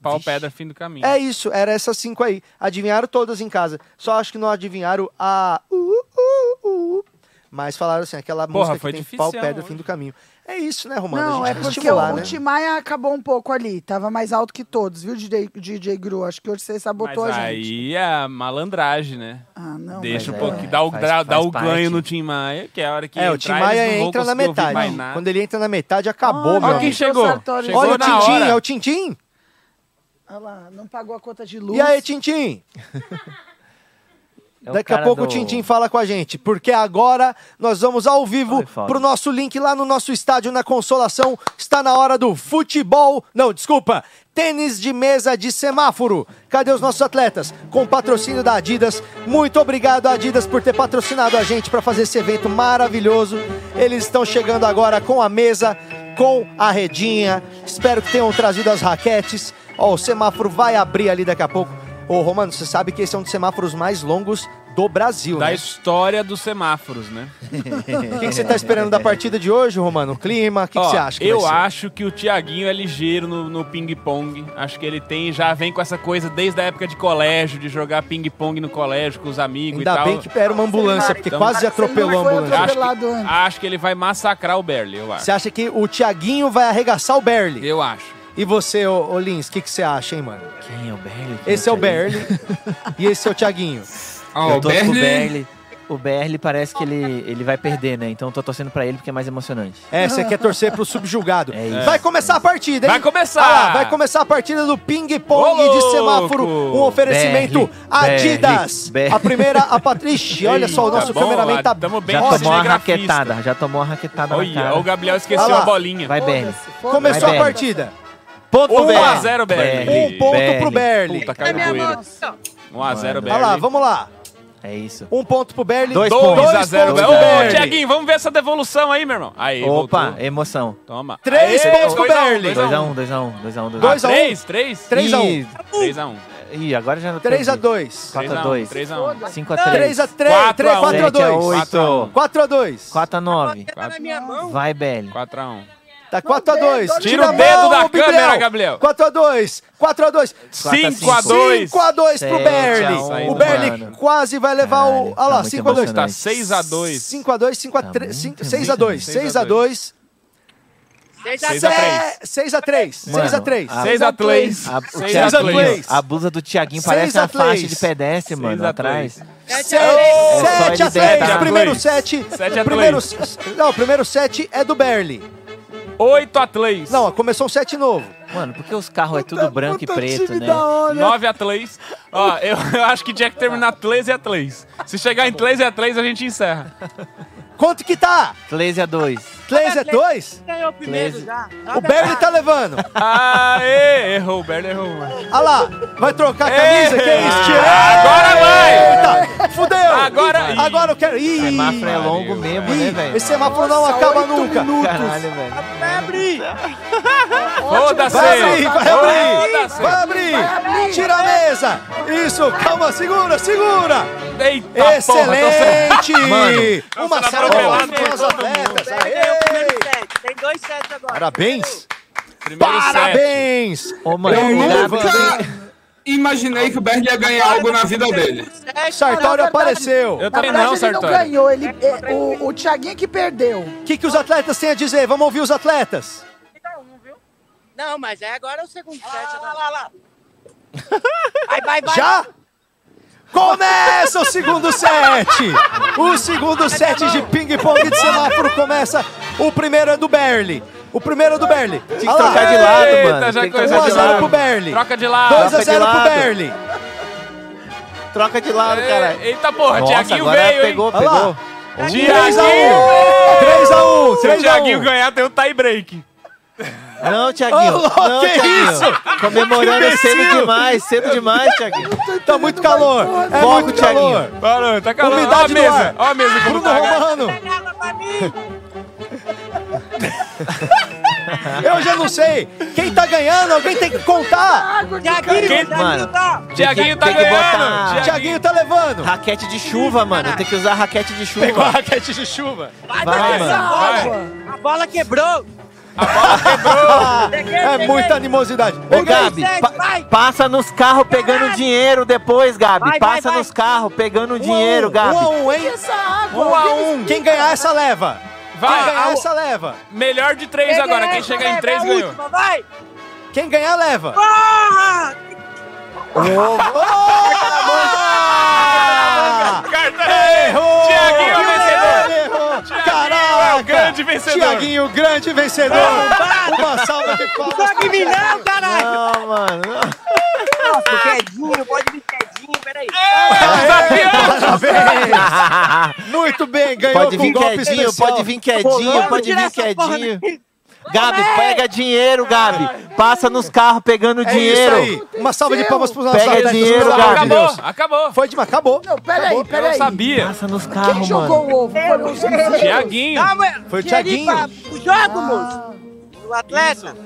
C: Pau, pedra, fim do caminho.
A: É isso, era essas cinco aí. Adivinharam todas em casa. Só acho que não adivinharam a. Uh, uh, uh. Mas falaram assim, aquela
C: Porra,
A: música
C: foi
A: que tem
C: dificião
A: pau, pedra,
C: hoje.
A: fim do caminho. É isso, né, Romano?
E: Não,
A: A
E: é
A: gente tem que
E: porque
A: estimular,
E: o
A: né?
E: Tim Maia acabou um pouco ali. Tava mais alto que todos, viu, DJ, DJ Gru? Acho que hoje você
C: Mas
E: sabotou a
C: aí
E: gente.
C: é a malandragem, né?
E: Ah, não.
C: Deixa
D: mas
C: um
D: é,
C: pouquinho, dá o,
D: faz-
C: gra- dá
D: faz
C: o ganho
D: parte.
C: no Tim Maia, que é a hora que
A: É, o Tim
C: entrar, eles
A: Maia
C: não vão
A: entra na
C: conseguir ouvir
A: metade.
C: mais nada.
A: Quando ele entra na metade, acabou, meu.
C: Olha
A: amigo.
C: quem chegou. Chegou
A: Olha o
C: na
A: Tintim,
C: hora.
A: é o Tintim.
E: Olha lá, não pagou a conta de luz.
A: E aí, Tintim?
D: É o
A: Daqui a
D: cara
A: pouco o
D: do-
A: Tintim fala com a gente, porque agora nós vamos ao vivo
D: Olha, Fábio.
A: pro nosso link lá no nosso estádio na Consolação. Está na hora do futebol, não, desculpa, tênis de mesa de semáforo. Cadê os nossos atletas? Com patrocínio da Adidas. Muito obrigado Adidas por ter patrocinado a gente para fazer esse evento maravilhoso. Eles estão chegando agora com a mesa, com a redinha. Espero que tenham trazido as raquetes. Ó, o semáforo vai abrir ali daqui a pouco. Ô, Romano, você sabe que esse é um dos semáforos mais longos do Brasil.
C: Da
A: né?
C: história dos semáforos, né?
A: O que que você tá esperando da partida de hoje, Romano? O clima? O que, que
C: Ó,
A: você acha? que
C: eu
A: vai ser?
C: acho que o Tiaguinho é ligeiro no, no ping-pong. Acho que ele tem, já vem com essa coisa desde a época de colégio, de jogar ping-pong no colégio com os amigos e
A: Ainda
C: tal.
A: bem que era uma ambulância, porque
C: Então-
A: quase atropelou a
E: Foi
A: ambulância.
C: acho, que,
E: atropelado antes.
C: acho que ele vai massacrar o Berli, eu acho.
A: Você acha que o Thiaguinho vai arregaçar o Berli?
C: Eu acho.
A: E você, ô, ô Lins, o que, que você acha, hein, mano?
D: Quem é o Berli? Quem
A: Esse é o
D: Thiaguinho?
A: Berli e esse é o Thiaguinho.
F: Ah,
D: eu
F: o
D: torço pro
F: Berli.
D: Berli. O Berli parece que ele, ele vai perder, né? Então eu tô torcendo pra ele porque é mais emocionante.
A: É, você quer torcer pro subjugado.
D: É isso.
A: Vai começar a partida, hein?
C: Vai começar!
A: Olha lá, vai começar a partida do ping-pong
C: Ô,
A: de semáforo.
C: louco!
A: Um oferecimento
D: Berli,
A: Adidas.
D: Berli, Berli.
A: A primeira, a Patrícia. Olha só, o
C: Eita,
A: nosso
C: bom,
A: cameraman tá...
C: tamo bem
D: já tomou uma
C: cinegrafista.
D: raquetada, já tomou uma raquetada na
C: Olha, o
D: cara.
C: Gabriel esqueceu
A: Olha lá.
C: a bolinha.
D: Vai, Berli.
E: Foda-se, foda-se.
A: Começou a
D: Berli.
A: partida. Ponto pro
C: 1 a
A: Berli.
C: 0 Berli.
A: Um ponto pro Berli.
C: Puta,
G: É
C: caiu
G: minha
C: no poeira.
G: moto.
C: 1x0 Berli.
A: Olha lá, vamos lá.
D: É isso.
A: Um ponto pro Berli.
D: Dois
A: pontos.
D: pontos.
C: 2x0
A: Dois
C: Berli.
A: pontos pro
C: Ô,
A: Berli. é
C: Tiaguinho, vamos ver essa devolução aí, meu irmão. Aí,
D: Opa,
C: voltou.
D: emoção.
C: Toma.
A: Três
C: Aê,
A: pontos pro
C: dois a um,
A: Berli.
C: dois a um.
D: 2x1, 2x1, 2x1,
A: Dois a um.
C: 3, 3?
A: 3 a 1.
C: 3x1.
D: Ih, agora já não
A: 3x2.
D: 4x2.
C: 3x1.
D: 5x3.
A: 3x3.
C: 4 a 1.
A: 4x2.
D: 8.
A: 4x2.
D: 4x9.
G: Tá
A: um.
G: na minha mão.
D: Vai, Belly.
C: 4x1.
A: Tá 4x2.
C: Tira o dedo da câmera, Gabriel.
A: 4x2. 4x2.
C: 5x2.
A: 5x2 pro
D: Sete
C: a um,
A: Berli. O
C: mano.
A: Berli quase vai levar
D: Caralho,
A: o. Olha lá,
D: tá muito
A: 5x2.
D: emocionante.
C: Tá 6x2.
A: 5x2, 5x3.
D: muito,
A: 6x2.
C: muito.
G: 6
A: 6x2.
C: Seis
A: É,
C: a três.
A: 6x3.
D: Mano,
A: 6x3.
D: a-
C: 6x3.
D: A, o
C: Seis
A: a
D: Thiaguinho,
A: dois.
D: a blusa do Tiaguinho
A: Seis
D: parece
A: a
D: uma faixa
A: três.
D: de pedestre,
C: Seis
D: mano,
C: a
D: atrás.
C: É,
A: Sete-
D: só
A: Sete a
D: ele deve
A: três,
D: dar.
A: primeiro
C: Dois.
A: set.
C: Sete a
A: Primeiro,
C: dois.
A: não, o primeiro set é do Berli.
C: 8x3.
A: Não, começou um set novo.
D: Mano, porque os carros é tudo
E: Puta-
D: branco e
E: puta
D: preto,
E: time
D: né?
E: da hora.
C: 9x3. Ó, eu, eu acho que tinha que terminar 13x3. Se chegar em 13x3, a gente encerra.
A: Quanto que tá?
D: 13x2.
A: 3 é 2?
G: Ganhou o primeiro
D: Treze.
G: já.
A: O Berli tá levando.
C: Aê! Errou, o Berli errou. mano.
A: Olha lá, vai trocar a camisa? Que é isso? Tira-
C: Agora vai!
A: Eita, fudeu!
C: Agora- Ih.
A: Agora eu quero. Ih,
D: Semáforo é
C: Ih,
D: longo
C: pariu,
D: mesmo, né,
A: ih,
D: velho?
A: esse semáforo não acaba nunca.
D: Caralho, velho.
C: Foda-se!
A: Vai abrir, vai abrir!
C: Foda-se!
A: Vai abrir! Tira a mesa! Isso, calma, segura, segura!
C: Eita
A: então Excelente!
C: Mano,
A: Uma
C: tá
A: salva de palmas
C: atropelando
A: para os
C: todo
A: atletas!
G: Berli ganhou o
A: Aê!
G: primeiro set. Tem dois sets agora.
A: Parabéns!
C: Primeiro set.
A: Parabéns!
D: Ô, mano,
A: Eu
D: o
A: nunca-
D: Gabi-
F: Imaginei que o Berli ia ganhar algo na vida dele.
G: Sete,
A: Sartório
E: Na verdade-
A: apareceu!
C: Eu
E: Na
C: também
E: verdade,
C: não,
E: ele
C: Sartori.
E: não ganhou. Ele, é, o, o Thiaguinho que perdeu.
A: O que, que os atletas têm a dizer? Vamos ouvir os atletas!
G: cada um, viu? Não, mas é agora é o segundo set. Olha lá, lá. Vai, vai, vai.
A: Já? Começa o segundo set! O segundo set de ping-pong de semáforo começa. O primeiro é do Berli. O primeiro é do Berli. Tinha
D: que trocar de lado.
C: Eita,
D: mano.
C: já
D: Tem que
C: coisa
D: trocar
C: de
D: de
A: 1x0
D: lado.
A: pro Berli.
C: Troca de lado.
D: Troca de
A: 2x0 pro
D: lado.
A: Berli.
D: Troca de
A: um,
D: lado,
C: É,
D: cara.
C: Eita porra,
D: Nossa,
C: Tiaguinho
D: agora
C: veio,
D: pegou,
C: hein?
A: Olha lá.
D: pegou.
A: 3x1! 3x1!
C: Se o
A: 3
C: Tiaguinho ganhar, tem um tie break.
D: Não, Thiaguinho.
A: Ô, louco,
D: não,
A: que
D: Thiaguinho.
A: isso? Que
D: Comemorando cedo
A: imbecil.
D: demais, cedo demais, Thiaguinho.
A: Tá muito calor. É
D: Foco,
A: muito
D: Thiaguinho.
A: calor.
C: Parou, tá calando. Ó a
A: Umidade no
C: mesa.
A: ar.
C: Ó a mesa como
A: Bruno
C: tá, cara.
A: Romano.
G: Pega água pra mim.
A: Eu já não sei. Quem tá ganhando, alguém tem que
D: Ah,
A: contar.
G: Tiaguinho,
D: Mano.
G: Tiaguinho, tá?
C: Tiaguinho tá
D: Tem que
C: ganhando.
D: botar-
A: Tiaguinho tá levando.
D: Raquete de chuva, mano. Tem que usar raquete de chuva.
A: Pegou a raquete de chuva.
G: Vai,
D: Vai,
G: vai,
D: mano,
G: vai. A bola quebrou. Peguei,
A: É
G: peguei.
A: muita animosidade.
D: Ô, Gabi,
G: Sete,
D: pa-
G: vai.
D: passa nos carros pegando dinheiro depois, Gabi.
G: Vai, vai,
D: passa
G: vai.
D: nos carros pegando
A: um,
D: dinheiro, Gabi.
A: Um a um, hein?
C: Um a um.
A: Quem ganhar essa leva. Quem
C: Vai,
A: ganhar
C: ao-
A: é essa leva.
C: melhor de três
G: Quem
C: agora.
G: ganhar,
C: Quem chegar em
G: leva
C: três
G: a
C: ganhou.
G: última, Vai.
A: Quem ganhar leva.
G: Porra!
A: Ah!
C: Cartão!
A: Errou!
C: Tiaguinho é o vencedor!
A: Errou!
C: é o
A: Caraca!
C: grande vencedor.
A: Tiaguinho, grande vencedor! Uma salva de palmas!
G: Joga em mim não, caralho.
D: Não, mano. não.
G: Brinquedinho, pode brinquedinho, peraí.
A: Parabéns! Muito bem, ganhou
D: Pode
A: com um
D: vir
A: golpe
D: quietinho,
A: especial.
D: pode vir quietinho,
G: Vamos
D: pode
G: tirar
D: vir
G: essa porra
D: quietinho. Gabi, pega dinheiro, Gabi. Passa nos carros pegando
A: É
D: dinheiro.
A: isso aí. Uma salva de palmas para os
D: Pega
A: atletas
D: dinheiro, Gabi.
C: Acabou,
A: maravilhosos.
C: acabou.
A: Foi demais, acabou.
E: Não, peraí,
C: Eu não
E: peraí.
C: sabia.
D: Passa nos
E: Quem
D: carros,
E: jogou
D: mano.
E: o ovo? Foram os outros.
C: Tiaguinho.
G: Dá uma-
A: Foi o
G: dinheirinho
A: Thiaguinho.
G: pra- pro jogo, moço. O atleta.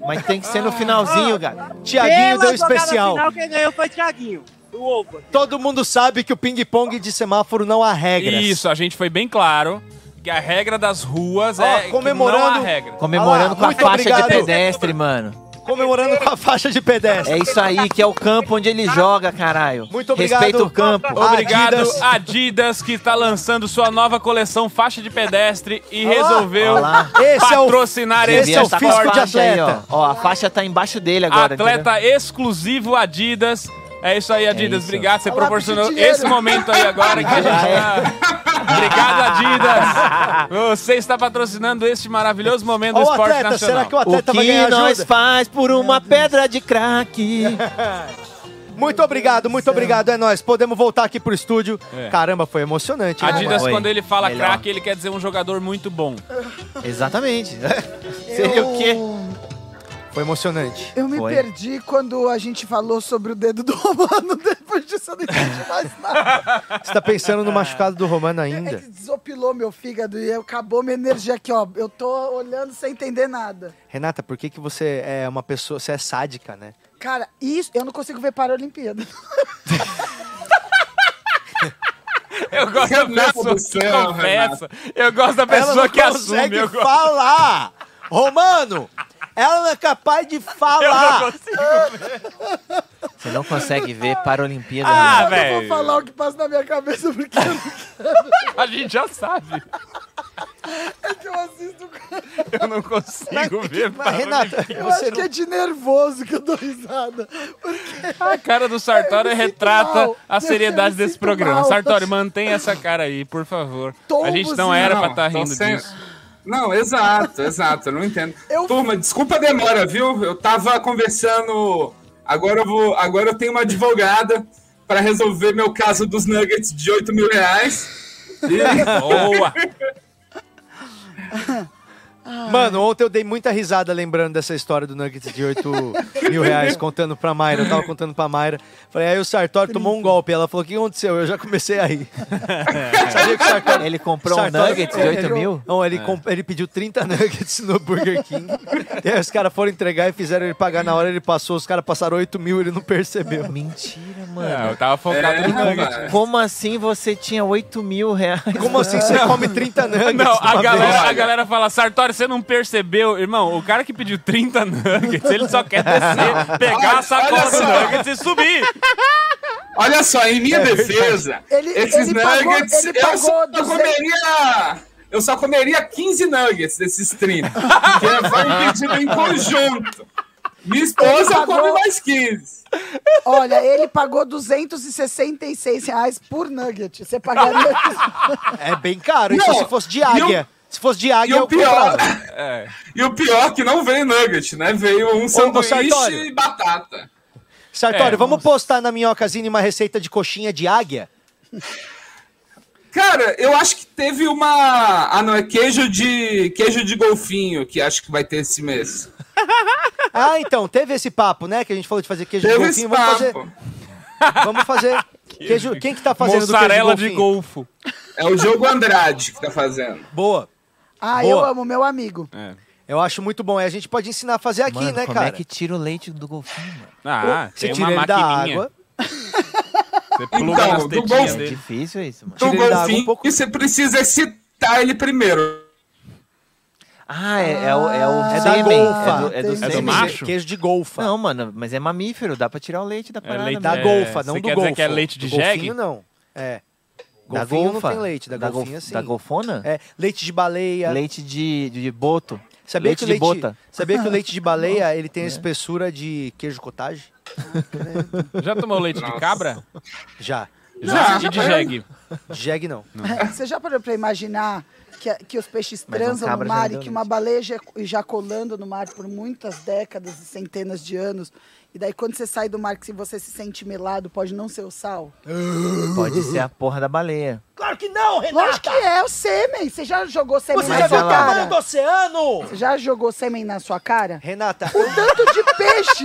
A: um-
D: Mas tem que ser no finalzinho, Gabi.
A: Tiaguinho
G: Pela
A: deu
G: jogada
A: especial.
G: Final, quem ganhou foi o Thiaguinho. O o ovo.
A: Todo mundo sabe que o ping-pong de semáforo não há regras.
C: Isso, a gente foi bem claro que a regra das ruas
A: Ó,
C: é comemorando... que
A: comemorando-
C: não há regra.
A: Ah
D: Comemorando
A: lá,
D: com a
A: muito
D: faixa
A: obrigado.
D: de pedestre, mano.
A: Comemorando com a faixa de pedestre.
D: É isso aí, que é o campo onde ele joga, caralho.
A: Muito obrigado.
D: Respeita o campo.
C: Obrigado,
A: Adidas.
C: Adidas. que está lançando sua nova coleção faixa de pedestre e
A: Olha lá.
C: resolveu
D: Olha lá.
A: Esse é o-
C: patrocinar
A: Esse
C: esse
A: é o
D: Tá com a
A: físico de
D: faixa aí, ó.
A: atleta.
D: Ó, a faixa tá embaixo dele agora.
C: atleta exclusivo Adidas. É isso aí, Adidas.
D: isso.
C: Obrigado, você
E: Olá,
C: proporcionou
E: Pichitinheiro.
C: esse momento aí agora que a gente
D: Já é.
C: tá... Obrigado, Adidas. Você está patrocinando este maravilhoso momento do
A: Olha o
C: esporte
A: atleta,
C: nacional.
A: será que o
D: entendeu? O
A: atleta vai
D: que
A: ganhar
D: nós
A: ajuda?
D: faz por uma pedra de craque?
A: Muito obrigado, muito obrigado, é nóis. Podemos voltar aqui pro estúdio.
C: É.
A: Caramba, foi emocionante. né, hein,
C: Adidas,
D: Oi.
C: quando ele fala
D: Melhor.
C: craque, ele quer dizer um jogador muito bom.
D: Exatamente. Seria o quê?
A: mano? Foi emocionante.
E: Eu me
D: Foi.
E: perdi quando a gente falou sobre o dedo do Romano. Depois disso eu não entendi mais nada.
A: Você tá pensando no machucado do Romano
E: É
A: ainda?
E: que desopilou meu fígado e acabou minha energia aqui, ó. Eu tô olhando sem entender nada.
A: Renata, por que, que você é uma pessoa. Você é sádica, né?
E: Cara, isso... Eu não consigo ver Paralimpíada.
C: Eu gosto da
F: Renato
C: pessoa
F: do
C: que
F: céu,
C: confessa. Eu gosto da
A: Ela
C: pessoa
A: não
C: que assume.
A: consegue
C: Eu gosto.
A: falar! Romano! Ela não é capaz de
C: Eu não
A: falar!
C: consigo.
D: Você não consegue ver Paralimpíada.
C: Ah,
D: né?
E: eu não vou
C: velho.
E: falar o que passa na minha cabeça porque eu não
C: A gente já sabe.
E: sei que eu assisto.
C: Eu não consigo ver.
A: Mas, Renata,
E: Eu
A: você
E: acho que é de nervoso que eu dou risada. Porque...
C: A cara do Sartório
E: Eu me sinto
C: retrata
E: mal.
C: a seriedade
E: Eu me
C: desse
E: sinto
C: programa.
E: mal.
C: Sartório, mantém essa cara aí, por favor. A
E: Tombos
C: gente não Tá
E: e-
C: era
F: Não,
C: pra estar
F: tô
C: rindo
F: sem-
C: disso.
F: Não, exato, exato, eu não entendo.
E: Eu-
F: Turma, desculpa a demora, viu? Eu tava conversando. Agora eu vou. Agora eu tenho uma advogada para resolver meu caso dos nuggets de 8 mil reais. E-
C: Boa!
A: Mano, ontem eu dei muita risada lembrando dessa história do Nuggets de 8 mil reais, contando pra Mayra. Eu tava contando pra Mayra. Falei, aí o Sartório tomou um golpe. Ela falou, o que aconteceu? Eu já comecei aí. Sabia que o Sartório...
D: Ele comprou um
A: Sartório-
D: nugget de 8 mil? É.
A: Não, ele, comp- ele pediu 30 nuggets no Burger King. e aí os caras foram entregar e fizeram ele pagar na hora, ele passou, os caras passaram 8 mil ele não percebeu.
D: Mentira,
C: Não,
D: mano.
C: eu tava focado
F: É,
C: no Nugget.
F: rapaz.
D: Como assim você tinha 8 mil reais?
A: Como assim você come 30 nuggets?
C: Não,
A: de uma
C: a galera, a
A: vez?
C: galera fala, Sartório, você não percebeu? Irmão, o cara que pediu 30 nuggets, ele só quer descer, pegar a sacola
F: olha
C: do
F: só.
C: nuggets e subir.
F: Olha só, em
C: É
F: minha defesa,
E: Ele-
F: esses
E: ele pagou-
F: nuggets.
E: ele
F: eu só
E: pagou 200
F: comeria. Eu só comeria 15 nuggets desses 30. que é- vai um pedido em conjunto. Minha
E: Ele
F: esposa
E: pagou-
F: come mais 15.
E: Olha, ele pagou 266 reais por nugget. Você pagaria isso?
A: É bem caro, isso
F: Não,
A: se fosse de
F: e o-
A: águia. Se fosse de
F: E
A: águia,
F: o
A: eu
F: pior.
A: comprava.
C: É.
F: E o pior que não veio nugget, né? Veio um sanduíche
A: Sartório.
F: e batata.
A: Sartório,
C: É,
A: vamos postar na Minhocazine uma receita de coxinha de águia?
F: Cara, eu acho que teve uma. Ah, não, é queijo de. queijo de golfinho, que acho que vai ter esse mês.
A: Ah, então, teve esse papo, né? Que a gente falou de fazer queijo de
F: Teve esse
A: golfinho. Vamos fazer,
F: papo.
A: vamos fazer queijo... Quem que tá fazendo do
C: Mussarela
A: queijo
C: de
A: golfinho?
C: golfo.
F: É o jogo Andrade que tá fazendo.
A: Boa.
E: Ah,
A: Boa.
E: eu amo meu amigo.
A: Eu acho muito bom. E a gente pode ensinar a fazer aqui,
D: Mano,
A: né,
D: como
A: cara?
D: é que tira o leite do golfinho, mano?
C: Ah,
A: Você
C: tem
A: tira
C: uma
A: ele da
C: maquininha.
A: água.
C: Você pluga
F: Então,
C: nas
F: do
C: tetinhas
F: golfe.
D: É
C: dele.
D: difícil isso, mano.
A: Tira
F: Do
A: ele da água um
F: golfinho,
A: pouco.
F: e você precisa excitar ele primeiro.
D: Ah, é, é o, é o
A: É da
D: sêmen.
A: golfa.
D: É do, é do
E: É
C: do
D: sêmen.
C: macho?
A: Queijo de golfa.
D: Não, mano, mas é mamífero, dá pra tirar o leite da
C: É
D: parada.
C: leite
D: mano.
A: Da
C: É,
A: golfa, não
C: você
A: do
C: quer
A: golfo.
C: dizer que é leite de
A: do golfinho,
C: jegue?
A: não. É.
D: Da
A: Golfinho
D: golfa?
A: não tem leite, da,
D: golf-
A: golfinha sim.
D: Da golfona?
A: É, leite de baleia.
D: Leite de, de, de boto.
A: Sabia
D: leite
A: que o
D: de
A: leite,
D: bota. É.
A: Sabia que o leite de baleia, ele tem a espessura de queijo cottage?
C: Já tomou leite de
F: Nossa.
C: cabra?
A: Já.
C: Já. E de jegue?
A: Jegue não.
E: Você já parou pra imaginar que, que os peixes
D: Mas um
E: transam no
D: cabra já
E: mar e
D: deu
E: que
D: leite.
E: uma baleia já- ejaculando no mar por muitas décadas e centenas de anos? E daí, quando você sai do mar, que se você se sente melado, pode não ser o sal?
D: Pode ser a porra da baleia.
A: Claro que não,
E: Lógico que é, o sêmen. Você já jogou sêmen
D: Você
E: na
D: já
E: sua
D: viu o tamanho
E: cara?
A: oceano?
E: Você já jogou sêmen na sua cara?
A: Renata,
E: O tanto de peixe!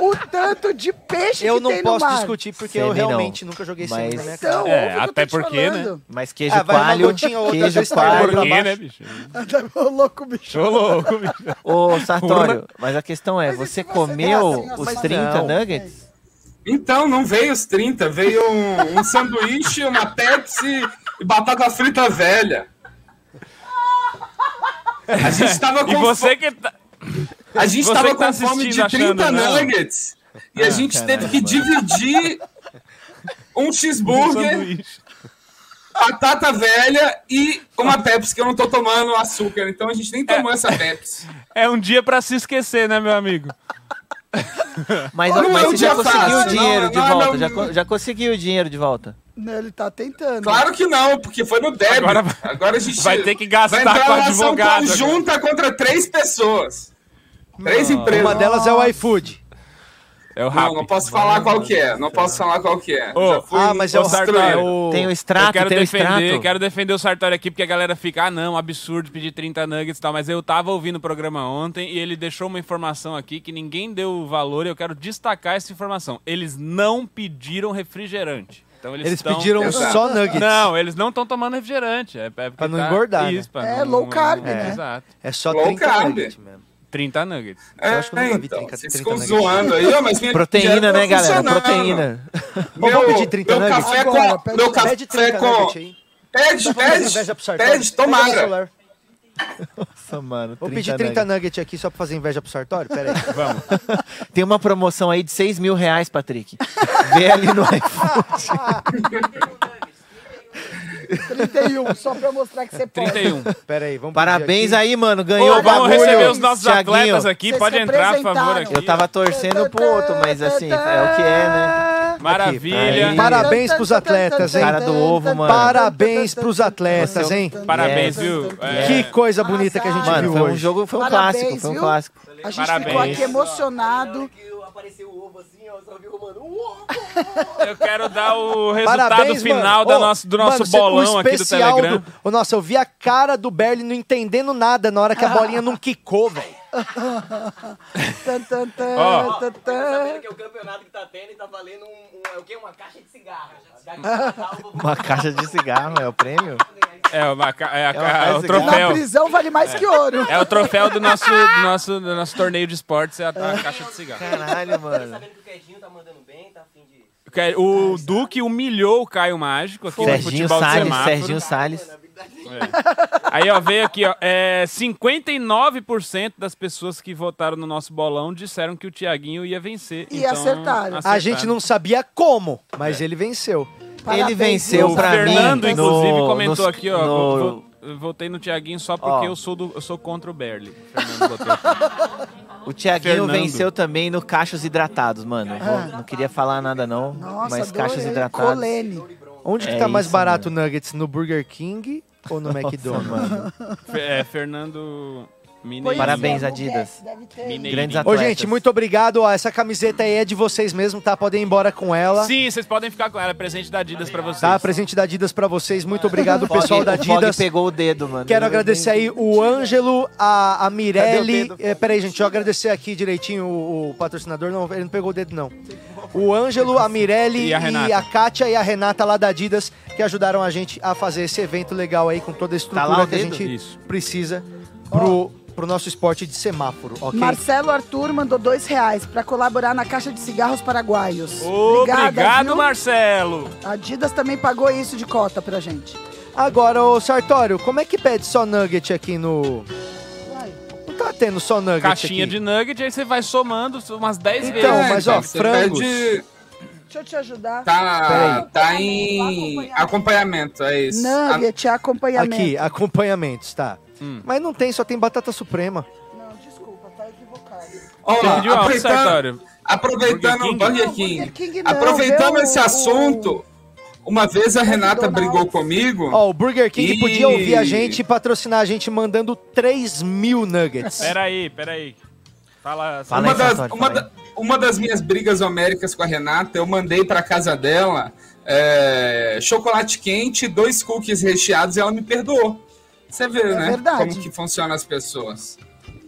E: O tanto de peixe
A: eu
E: que
A: não
E: tem no
A: posso
E: mar.
A: discutir porque
D: Sêmen
A: eu
D: não.
A: realmente nunca joguei sêmen
D: Mas-
A: na minha cara.
E: Então,
C: É,
E: ouve o que eu tô
C: até
E: te
C: porque, né?
E: falho.
D: Mas queijo
A: Ah, vai uma
D: coalho,
A: gotinha, outra, às
D: queijo
A: vezes tá
D: coalho.
A: pra
C: Porquê,
A: baixo.
C: né, bicho?
E: Ô, louco, bicho.
C: Ô, louco, bicho.
D: Ô, Sartório, mas a questão é,
E: Mas e
D: você
E: se você
D: comeu
E: pegasse
D: os
E: assim,
D: 30
A: não.
D: nuggets?
F: Então, não veio os 30, veio um, um sanduíche, uma Pepsi e batata frita velha. A gente tava
C: E
F: com
C: você que tá.
F: fo- a gente
C: você
F: tava
C: que tá
F: com fome de 30
C: assistindo achando, né? não.
F: nuggets e
A: Ah,
F: a gente teve que dividir um cheeseburger,
C: sanduíche.
F: batata velha e uma Pepsi, que eu não tô tomando açúcar, então a gente nem tomou essa Pepsi.
C: É um dia pra se esquecer, né, meu amigo?
D: Mas,
F: Não
D: mas
F: é um
D: você já
F: dia
D: conseguiu o
F: fácil,
D: dinheiro
F: não,
D: de
A: é
F: não,
D: volta.
F: não.
D: já, co- já conseguiu o dinheiro de volta.
E: Não, ele tá tentando.
F: Claro que não, porque foi no débito.
C: Agora
F: Agora,
C: vai-
F: a gente
C: vai ter que gastar
F: vai entrar
C: com
F: uma ação
C: advogado agora.
F: conjunta contra três pessoas. Três empresas.
A: Uma delas é o iFood.
C: É o
F: Não, não
C: rápido.
F: posso falar qual que é. Não posso falar qual que é.
C: Ô,
F: Já fui
A: Ah, mas é o,
F: construído.
A: é o...
D: Tem o
C: Eu
D: extrato,
C: quero
D: tem o
C: defender,
D: extrato.
C: quero defender o Sartori aqui, porque a galera fica, ah não, absurdo pedir 30 nuggets e tal, mas eu tava ouvindo o programa ontem e ele deixou uma informação aqui que ninguém deu valor e eu quero destacar essa informação. Eles não pediram refrigerante. Então eles,
A: Eles
C: tão-
A: pediram
F: Exato.
A: só nuggets.
C: Não, eles não estão tomando refrigerante. É, é porque
A: Pra não engordar, né?
C: Isso, pra
E: É,
C: não-
E: low
C: não-
E: carb,
C: não-
E: né?
C: Exato.
A: É só
F: Low
A: 30
F: carb.
A: nuggets mesmo.
C: 30 nuggets.
F: É,
A: Eu acho que eu nunca vi
F: então,
A: 30,
F: vocês
A: 30
F: ficam
A: nuggets.
F: zoando aí, ó, mas minha dieta
D: Proteína,
F: tá
D: né, galera?
F: funcionando.
D: Proteína.
A: Vamos
F: Meu-
A: pedir 30
F: meu
A: nuggets?
F: café
E: Agora,
F: com...
E: pede-
F: Meu café
A: Pede 30
F: com...
A: nuggets aí. Tá
F: Pede,
A: inveja pro
F: pede,
A: Sartori.
F: pede,
A: Pega meu
F: tomara.
A: celular.
D: Nossa, mano.
A: Vou pedir 30 nuggets aqui só pra fazer inveja pro Sartório? Pera aí.
C: Vamos.
D: Tem uma promoção aí de 6 mil reais, Patrick. Vê ali no iPhone.
E: 31, só pra mostrar que você pode.
C: 31.
A: Pera aí, vamos pedir
D: Parabéns
A: aqui.
D: aí, mano.
C: Ô,
D: Ganhou o
C: vamos
D: bagulho.
C: receber os nossos
D: Thiaguinho.
C: atletas aqui.
E: Vocês
C: Pode
E: se
C: entrar, por favor, aqui.
E: apresentaram.
D: Eu tava torcendo pro outro, mas assim, é o que é, né?
C: Maravilha.
D: Aqui.
A: Parabéns pros atletas, hein?
D: Cara do ovo, mano.
A: Parabéns pros atletas, hein?
D: Yes.
C: Parabéns, viu? É,
A: Que coisa bonita que a gente
D: Mano,
A: viu
D: foi um
A: hoje.
D: jogo, foi um
E: Parabéns,
D: clássico, foi um
E: viu?
D: clássico.
E: A gente ficou
C: Parabéns.
E: aqui emocionado.
C: eu quero dar o resultado
A: Parabéns,
C: final
A: mano.
C: da
A: Ô,
C: nosso, do nosso
A: mano, você- o
C: bolão aqui do
A: especial
C: Telegram.
A: do- Ô, nossa, eu vi a cara do Berli não entendendo nada na hora
D: Ah.
A: que a bolinha não quicou, velho.
E: Tan, tan, tan,
C: Ó.
E: tan, tan.
H: Porque o campeonato que tá tendo e tá valendo um, um- é o quê? Uma caixa de cigarro. Daqui
D: Uma caixa de cigarro, é o prêmio?
C: É, uma ca- é a ca-
D: uma
C: o
D: casa
E: Na
C: troféu.
E: prisão vale mais que ouro.
C: É o troféu do nosso, do nosso, do nosso torneio de esportes, é a, a caixa de cigarro.
D: Caralho, mano.
H: sabendo que o Quedinho tá mandando bem, tá afim de.
C: Que- O Duque humilhou o Caio Mágico aqui no
D: Serginho
C: futebol de
D: Salles,
C: semáforo.
D: Serginho Salles.
C: Aí, ó, veio aqui, ó. É, 59% das pessoas que votaram no nosso bolão disseram que o Tiaguinho ia vencer.
E: E
C: então,
E: acertaram.
A: A gente não sabia como, mas ele venceu.
D: tá- Ele
E: Parabéns,
D: venceu
C: O
D: pra
C: Fernando,
D: mim. no-
C: inclusive, comentou
D: nos-
C: aqui, ó.
D: no-
C: vo- vo- Votei no Tiaguinho só porque
D: Ó.
C: eu, sou do, eu sou contra o Berli. Fernando botou aqui.
D: O Thiaguinho
C: Fernando.
D: venceu também no Cachos Hidratados, mano. Eu vou- Não queria falar nada, não.
E: Nossa,
D: mas
E: adorei.
D: Cachos Hidratados.
E: Colene.
A: Onde que
D: É
A: tá mais
D: isso,
A: barato o Nuggets? No Burger King ou no McDonald's?
D: mano.
C: Fe- É, Fernando Mineiro.
E: Pois
D: Parabéns,
E: é,
D: Adidas.
E: deve ter.
D: Grandes
A: Ô,
D: atletas.
A: gente, muito obrigado. Ó, essa camiseta aí é de vocês mesmo, tá? Podem ir embora com ela.
C: Sim, vocês podem ficar com ela. É presente da Adidas pra vocês.
A: Tá? Presente da Adidas pra vocês. Muito obrigado,
D: Fog-
A: pessoal da
D: o Fog
A: Adidas.
D: pegou o dedo, mano.
A: Quero agradecer aí o Ângelo, a, a Mirelle.
D: Cadê o dedo?
A: É, peraí, gente, deixa eu agradecer aqui direitinho o, o patrocinador. Não, ele não pegou o dedo, não. O Ângelo, a Mirelle
C: E
A: e
C: a Renata.
A: a Kátia e a Renata lá da Adidas que ajudaram a gente a fazer esse evento legal aí com toda a estrutura
D: Tá lá o
A: que a
D: dedo?
A: gente
C: Isso.
A: precisa pro, pro nosso esporte de semáforo, ok?
E: Marcelo Arthur mandou dois reais pra colaborar na caixa de cigarros paraguaios.
C: Obrigado,
E: viu?
C: Marcelo.
E: A Adidas também pagou isso de cota pra gente.
A: Agora, ô Sartório, como é que pede só nugget aqui no.
E: Vai.
A: Não tá tendo só nugget
C: Caixinha
A: aqui.
C: de nugget, aí você vai somando umas 10
A: Então,
C: vezes.
A: mas, ó,
F: você
A: frangos.
F: pede-
E: Deixa eu te ajudar.
F: Tá,
E: Peraí.
F: tá em acompanhamento, é isso.
E: Nugget, acompanhamento.
A: Aqui, acompanhamentos, tá.
C: Hum.
A: Mas não tem, só tem batata suprema.
E: Não, desculpa, tá equivocado.
F: A- ó,
C: Você pediu aonde,
F: aproveitando,
C: Sartório?
F: aproveitando
C: Burger King?
F: o Burger
E: Não,
F: King,
A: é
E: Burger King não,
F: aproveitando
E: vê o-
F: esse assunto, uma vez a Renata brigou comigo.
A: Ó, o Burger King
F: Ih.
A: podia ouvir a gente e patrocinar a gente mandando 3 mil nuggets.
C: Peraí, peraí. Fala,
D: Fala
F: uma,
D: aí,
F: das,
D: Sartori,
F: uma,
D: fala
F: da- uma das minhas brigas homéricas com a Renata, eu mandei pra casa dela é, chocolate quente, dois cookies recheados e ela me perdoou. Você vê, né?
E: verdade.
F: Como que funcionam as pessoas.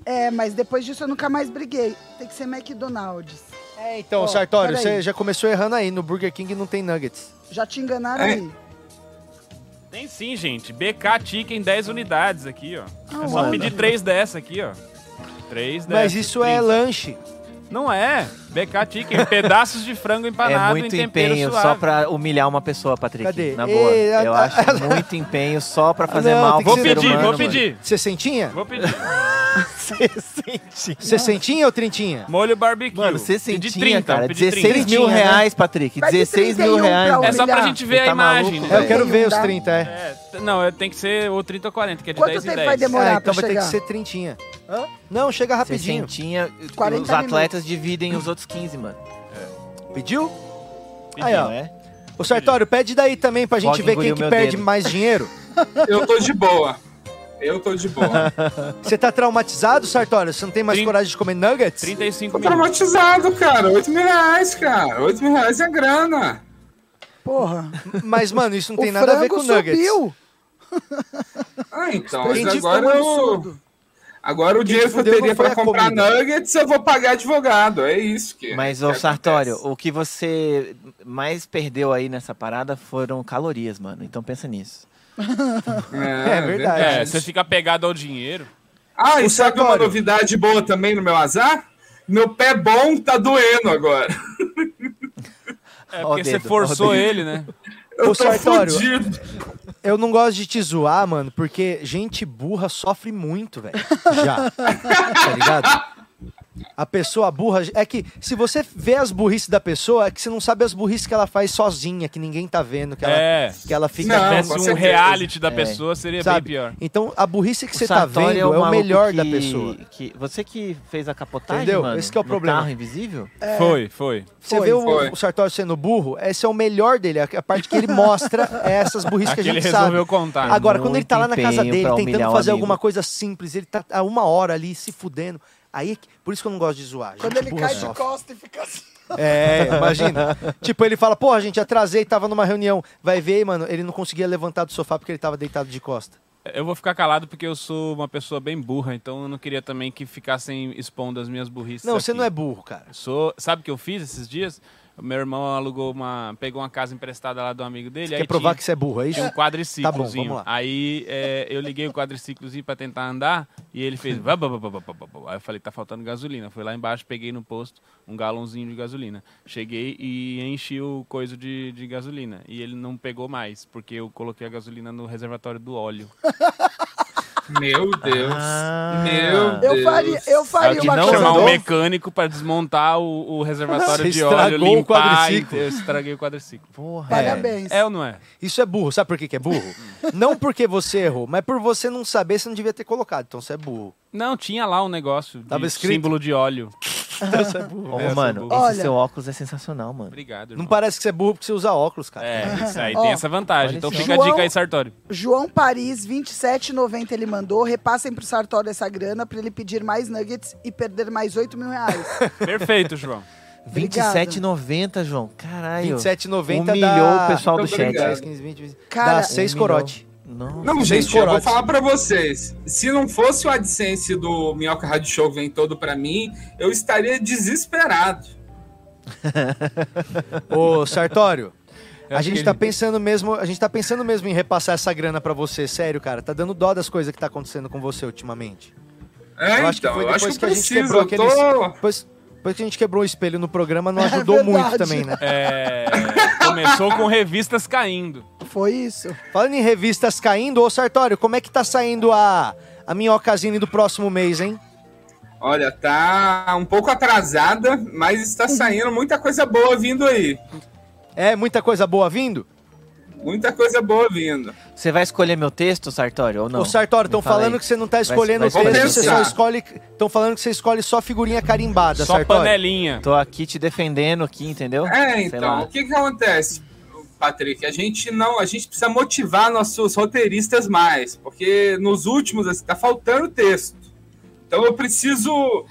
E: É, mas depois disso eu nunca mais briguei. Tem que ser McDonald's.
A: É, então,
E: Ó,
A: Sartório,
E: peraí.
A: você já começou errando aí. No Burger King não tem nuggets.
E: Já te enganaram
F: É.
E: aí.
C: Tem sim, gente. BK Chicken 10 unidades aqui, ó. É só
E: mano.
C: pedir 3 dessa aqui, ó. 3 dessa.
A: Mas isso é
C: 30.
A: lanche.
C: Não é. BK Chicken, pedaços de frango empanado
D: é muito
C: em tempero
D: empenho
C: suave.
D: só pra humilhar uma pessoa, Patrick.
A: Cadê?
D: Na boa.
A: Ei, a-
D: eu
A: a-
D: acho muito empenho só pra fazer
A: não,
D: mal
A: tem
C: Vou
A: que
D: pro ser
C: pedir,
D: humano,
C: vou
D: mano.
C: pedir.
A: Sessentinha?
C: Vou pedir.
A: Sessentinha ou trintinha?
C: Molho barbecue.
D: Mano, você
C: Pedi
D: sentia,
C: 30,
D: cara,
C: pedi
D: 16
A: 30.
D: mil
A: Né?
D: reais, Patrick.
E: Mas de
D: 16 mil
E: 31
D: reais.
E: pra
C: É só pra
E: Humilhar.
C: gente ver
D: Você
C: a
D: tá
C: imagem.
D: maluco,
C: né?
A: Eu quero ver os
E: Dá.
A: 30, é.
C: É, t- não, é- tem que ser o 30 ou 40, que é de
E: Quanto
C: 10 e
E: tempo
C: 10.
E: vai demorar
A: É, então vai
E: pra
A: ter
E: chegar?
A: que ser trintinha. Não, chega
D: Você
A: rapidinho.
D: sentia, os
E: 40
D: atletas dividem os outros 15, mano.
A: Pediu?
C: Pedi.
A: Aí, ó.
D: É?
A: O Sartório, pede daí também pra gente
D: Pode
A: ver quem
D: engolir o
A: que
D: meu
A: perde
D: dedo.
A: mais dinheiro.
F: Eu tô de boa. Eu tô de boa.
A: Você tá traumatizado, Sartório? Você não tem mais
C: Trin-
A: coragem de comer nuggets?
C: 35
F: Tô
C: mil.
F: traumatizado, cara. 8 mil reais, cara. 8 mil reais é grana.
E: Porra.
A: Mas, mano, isso não tem
E: o
A: nada a ver
E: frango
A: com nuggets.
E: subiu.
F: Ah, então.
A: Quem
F: Mas
A: disse
F: agora
E: Tá um
F: eu.
E: absurdo.
F: Agora o dinheiro que eu
A: fudeu não
F: teria
A: foi
F: pra
A: a
F: comprar
A: comida.
F: nuggets, eu vou pagar advogado. É isso que.
D: Mas,
F: que
D: ô
F: acontece.
D: Sartório, o que você mais perdeu aí nessa parada foram calorias, mano. Então pensa nisso.
F: É,
A: É verdade.
C: É, você fica apegado ao dinheiro.
F: Ah,
A: O
F: e sabe uma
A: Sartório.
F: novidade boa também no meu azar? Meu pé bom tá doendo agora.
C: É
D: Ó o
C: porque você
D: dedo, ó
C: forçou
D: o dedo.
C: ele, né?
F: Eu
A: Ô,
F: tô
A: Sartório.
F: fudido.
A: Eu não gosto de te zoar, mano, porque gente burra sofre muito, velho. Já. tá ligado? A pessoa burra. É que se você vê as burrices da pessoa, é que você não sabe as burrices que ela faz sozinha, que ninguém tá vendo, que,
C: É.
A: ela, que ela fica.
C: Se
F: Não,
C: tivesse
F: com
C: um
F: certeza.
C: reality
D: É.
C: da pessoa, seria bem
A: sabe?
C: pior.
A: Então a burrice que
D: O
A: você tá
D: Sartori
A: vendo é o
D: maluco
A: melhor da
D: que-
A: pessoa.
D: que- você que fez a capotagem,
A: Entendeu?
D: mano,
A: Esse que é o
D: no
A: problema.
D: carro invisível?
E: É.
C: Foi, foi.
A: Você vê
F: foi.
A: o, o Sartori sendo burro, esse é o melhor dele. A a parte que ele mostra é essas burrices que a
C: Aqui ele
A: gente sabe.
C: resolveu contar.
A: Agora, quando ele tá lá na
D: Muito
A: casa
D: empenho
A: dele,
D: pra humilhar
A: tentando
D: o
A: fazer
D: amigo.
A: alguma coisa simples, ele tá há uma hora ali se fudendo. Aí, é que- por isso que eu não gosto de zoar. gente,
E: Quando ele
A: burra
E: cai de
A: sofre.
E: costa e fica assim.
A: É, imagina. tipo, ele fala, porra, gente, atrasei, tava numa reunião. Vai ver, mano, ele não conseguia levantar do sofá porque ele tava deitado de costa.
C: Eu vou ficar calado porque eu sou uma pessoa bem burra, então eu não queria também que ficassem expondo as minhas burrices.
A: Não, você
C: aqui.
A: não é burro, cara.
C: Sou, sabe o que eu fiz esses dias? O meu irmão alugou uma, pegou uma casa emprestada lá do amigo dele. aí
A: Quer provar
C: tinha-
A: que você é burro, é isso?
C: Tinha um
A: Tá bom, vamos
C: quadriciclozinho.
A: lá.
C: aí é, eu liguei o quadriciclozinho pra tentar andar e ele fez. vá, vá, vá, vá, vá, vá, vá, vá. Aí eu falei, tá faltando gasolina. Fui lá embaixo, peguei no posto um galãozinho de gasolina. Cheguei e enchi o coisa de, de gasolina. E ele não pegou mais, porque eu coloquei a gasolina no reservatório do óleo.
F: Meu Deus.
D: Ah.
F: Meu Deus.
E: Eu faria, eu
C: Aí eu
E: faria
C: tive
E: uma
C: que
D: não
E: coisa.
C: chamar um
D: andou?
C: mecânico pra desmontar o, o reservatório
A: Você
C: de óleo,
A: estragou o
C: limpar.
A: quadriciclo.
C: Eu estraguei o quadriciclo.
D: Porra.
E: Parabéns.
C: É ou não é?
A: Isso é burro, sabe por que que é burro? não porque você errou, mas por você não saber, você não devia ter colocado. Então você é burro.
C: Não, tinha lá um negócio de
A: Tava escrito.
C: símbolo de óleo.
A: Então,
D: Ô,
C: É,
D: mano,
C: sou
D: esse
C: burro.
E: Olha.
D: seu óculos é sensacional, mano.
C: Obrigado,
A: Não
C: irmão.
A: parece que você é burro porque você usa óculos, cara.
C: É, isso aí
E: Ó,
C: tem essa vantagem.
D: olha
C: Então
D: só.
C: fica a
E: João-
C: dica aí, Sartório.
E: João Paris, 27,90 ele mandou. Repassem pro Sartório essa grana pra ele pedir mais nuggets e perder mais 8 mil reais.
C: Perfeito, João.
E: Obrigada.
D: 27,90,90, João. Caralho.
A: 27,90
D: Humilhou
A: dá-
D: o pessoal do
F: Muito
D: chat.
F: obrigado.
A: 10, 15, 20, 20.
E: Cara,
A: dá seis
D: Humilhou.
A: corote.
D: Nossa.
F: Não,
A: Seis
F: gente, eu vou
A: corotes.
F: falar pra vocês. Se não fosse o AdSense do Minhoca Rádio Show vem todo pra mim, eu estaria desesperado.
A: Ô, Sartório. A
C: acho
A: gente
C: que
A: tá
C: ele-
A: pensando mesmo, a gente tá pensando mesmo em repassar essa grana pra você, sério, cara. Tá dando dó das coisas que tá acontecendo com você ultimamente.
F: É,
A: eu acho
F: então,
A: que foi
F: eu acho
A: depois
F: que,
A: que, a gente
F: preciso.
A: quebrou
F: Eu
A: aquele,
F: tô...
A: depois, depois que a gente quebrou o espelho no programa, não ajudou
E: verdade.
A: muito também, né?
C: É, começou com revistas caindo.
E: Foi isso.
A: Falando em revistas caindo, ô Sartório, como é que tá saindo a a minhocazine do próximo mês, hein?
F: Olha, tá um pouco atrasada, mas está
A: Uhum.
F: saindo muita coisa boa vindo aí.
A: É muita coisa boa vindo?
F: Muita coisa boa vindo.
D: Você vai escolher meu texto, Sartório, ou não?
A: Ô Sartório, estão
D: Me fala
A: falando
D: aí.
A: que você não tá
D: Vai- vai
A: escolhendo o texto,
F: escolher
A: você
F: pensar.
A: só escolhe. Estão falando que você escolhe só figurinha carimbada,
C: Só
A: Sartório.
C: panelinha.
D: Tô aqui te defendendo aqui, entendeu?
F: É,
D: Sei
F: então,
D: lá.
F: o que que acontece, Patrick? A gente não, a gente precisa motivar nossos roteiristas mais, porque nos últimos assim, tá faltando texto. Então eu preciso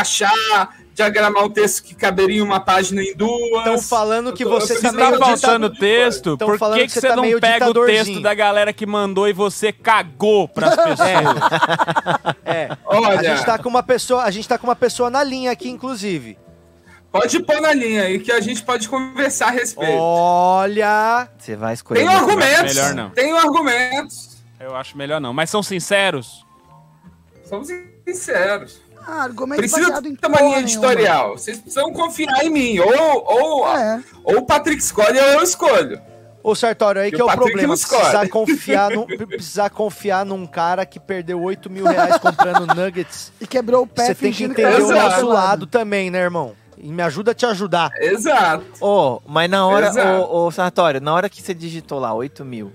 F: encaixar, diagramar um texto que caberia em uma página em duas.
A: Estão falando que
F: Eu tô- eu
A: você
F: tô
A: tá
C: Se
F: precisando
A: meio
C: tá
F: ditador.
C: faltando texto,
A: Tão
C: por
A: falando
C: que,
A: que
C: que
A: você
C: você
A: tá meio
C: não pega o
A: ditadorzinho.
C: texto da galera que mandou e você cagou pras pessoas?
A: É. A
F: Olha,
A: gente tá com uma pessoa, a gente tá com uma pessoa na linha aqui, inclusive.
F: pode pôr na linha aí que a gente pode conversar a respeito.
A: Olha,
D: Você vai escolher.
F: Tenho
D: meu texto.
F: argumentos.
C: Melhor não.
A: É.
F: Tenho argumentos.
C: Eu acho melhor não. Mas são sinceros?
F: Somos sinceros.
E: Ah, argumento
F: Precisa
E: baseado em
F: de mania
E: porra
F: editorial. Vocês precisam confiar em mim. Ou, ou,
E: nenhuma. É.
F: ou o Patrick escolhe ou eu escolho.
A: Ô, Sartório, aí
F: E
A: que,
F: o
A: é o
F: Patrick
A: problema.
F: não escolhe.
A: Precisar confiar, num, precisar confiar num cara que perdeu 8 mil reais comprando nuggets.
E: E quebrou o pé
A: Você tem que
E: fingindo tá
A: entender o
E: do
F: Exato.
A: nosso lado também, né, irmão? E me ajuda a te ajudar.
F: Exato.
D: Ô, mas na hora,
F: Exato.
D: ô, ô, Sartório, na hora que você digitou lá 8 mil,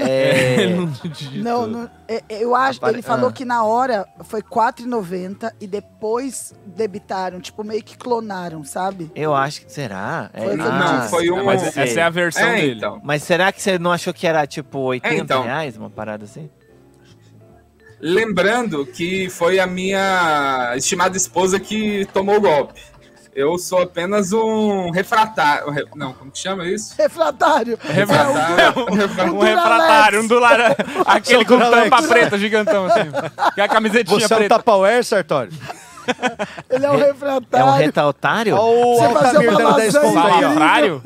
D: é,
E: Não, não- é- é, eu acho.
D: Apare-
E: Ele falou
D: Ah.
E: que na hora foi R$4,90 e depois debitaram, tipo, meio que clonaram, sabe?
D: eu acho que. Será? É,
E: Foi o que eu
D: ah,
E: disse.
F: Foi um-
D: mas,
C: Mas essa é a versão
F: É,
C: dele.
F: então.
D: mas será que você não achou que era tipo 80
F: É, então.
D: reais, uma parada assim?
F: Lembrando que foi a minha estimada esposa que tomou o golpe. Eu sou apenas um refratário. re- Não, como que chama isso?
E: Refratário.
F: É Refratário.
C: Um
E: Duralex.
C: refratário, um dular. Aquele com
A: Duralex.
C: tampa preta, gigantão, assim. Que é a camisetinha
A: Você é um
C: preta.
A: Tupperware, Sartório?
E: Ele é um
D: Re- É um
E: refratário.
D: retaltário?
A: Olha o
E: Você fazer
A: Altamir
E: uma
A: dando 10
E: lasanha.
A: conto aí, ó.
E: Fala.
C: Salafrário?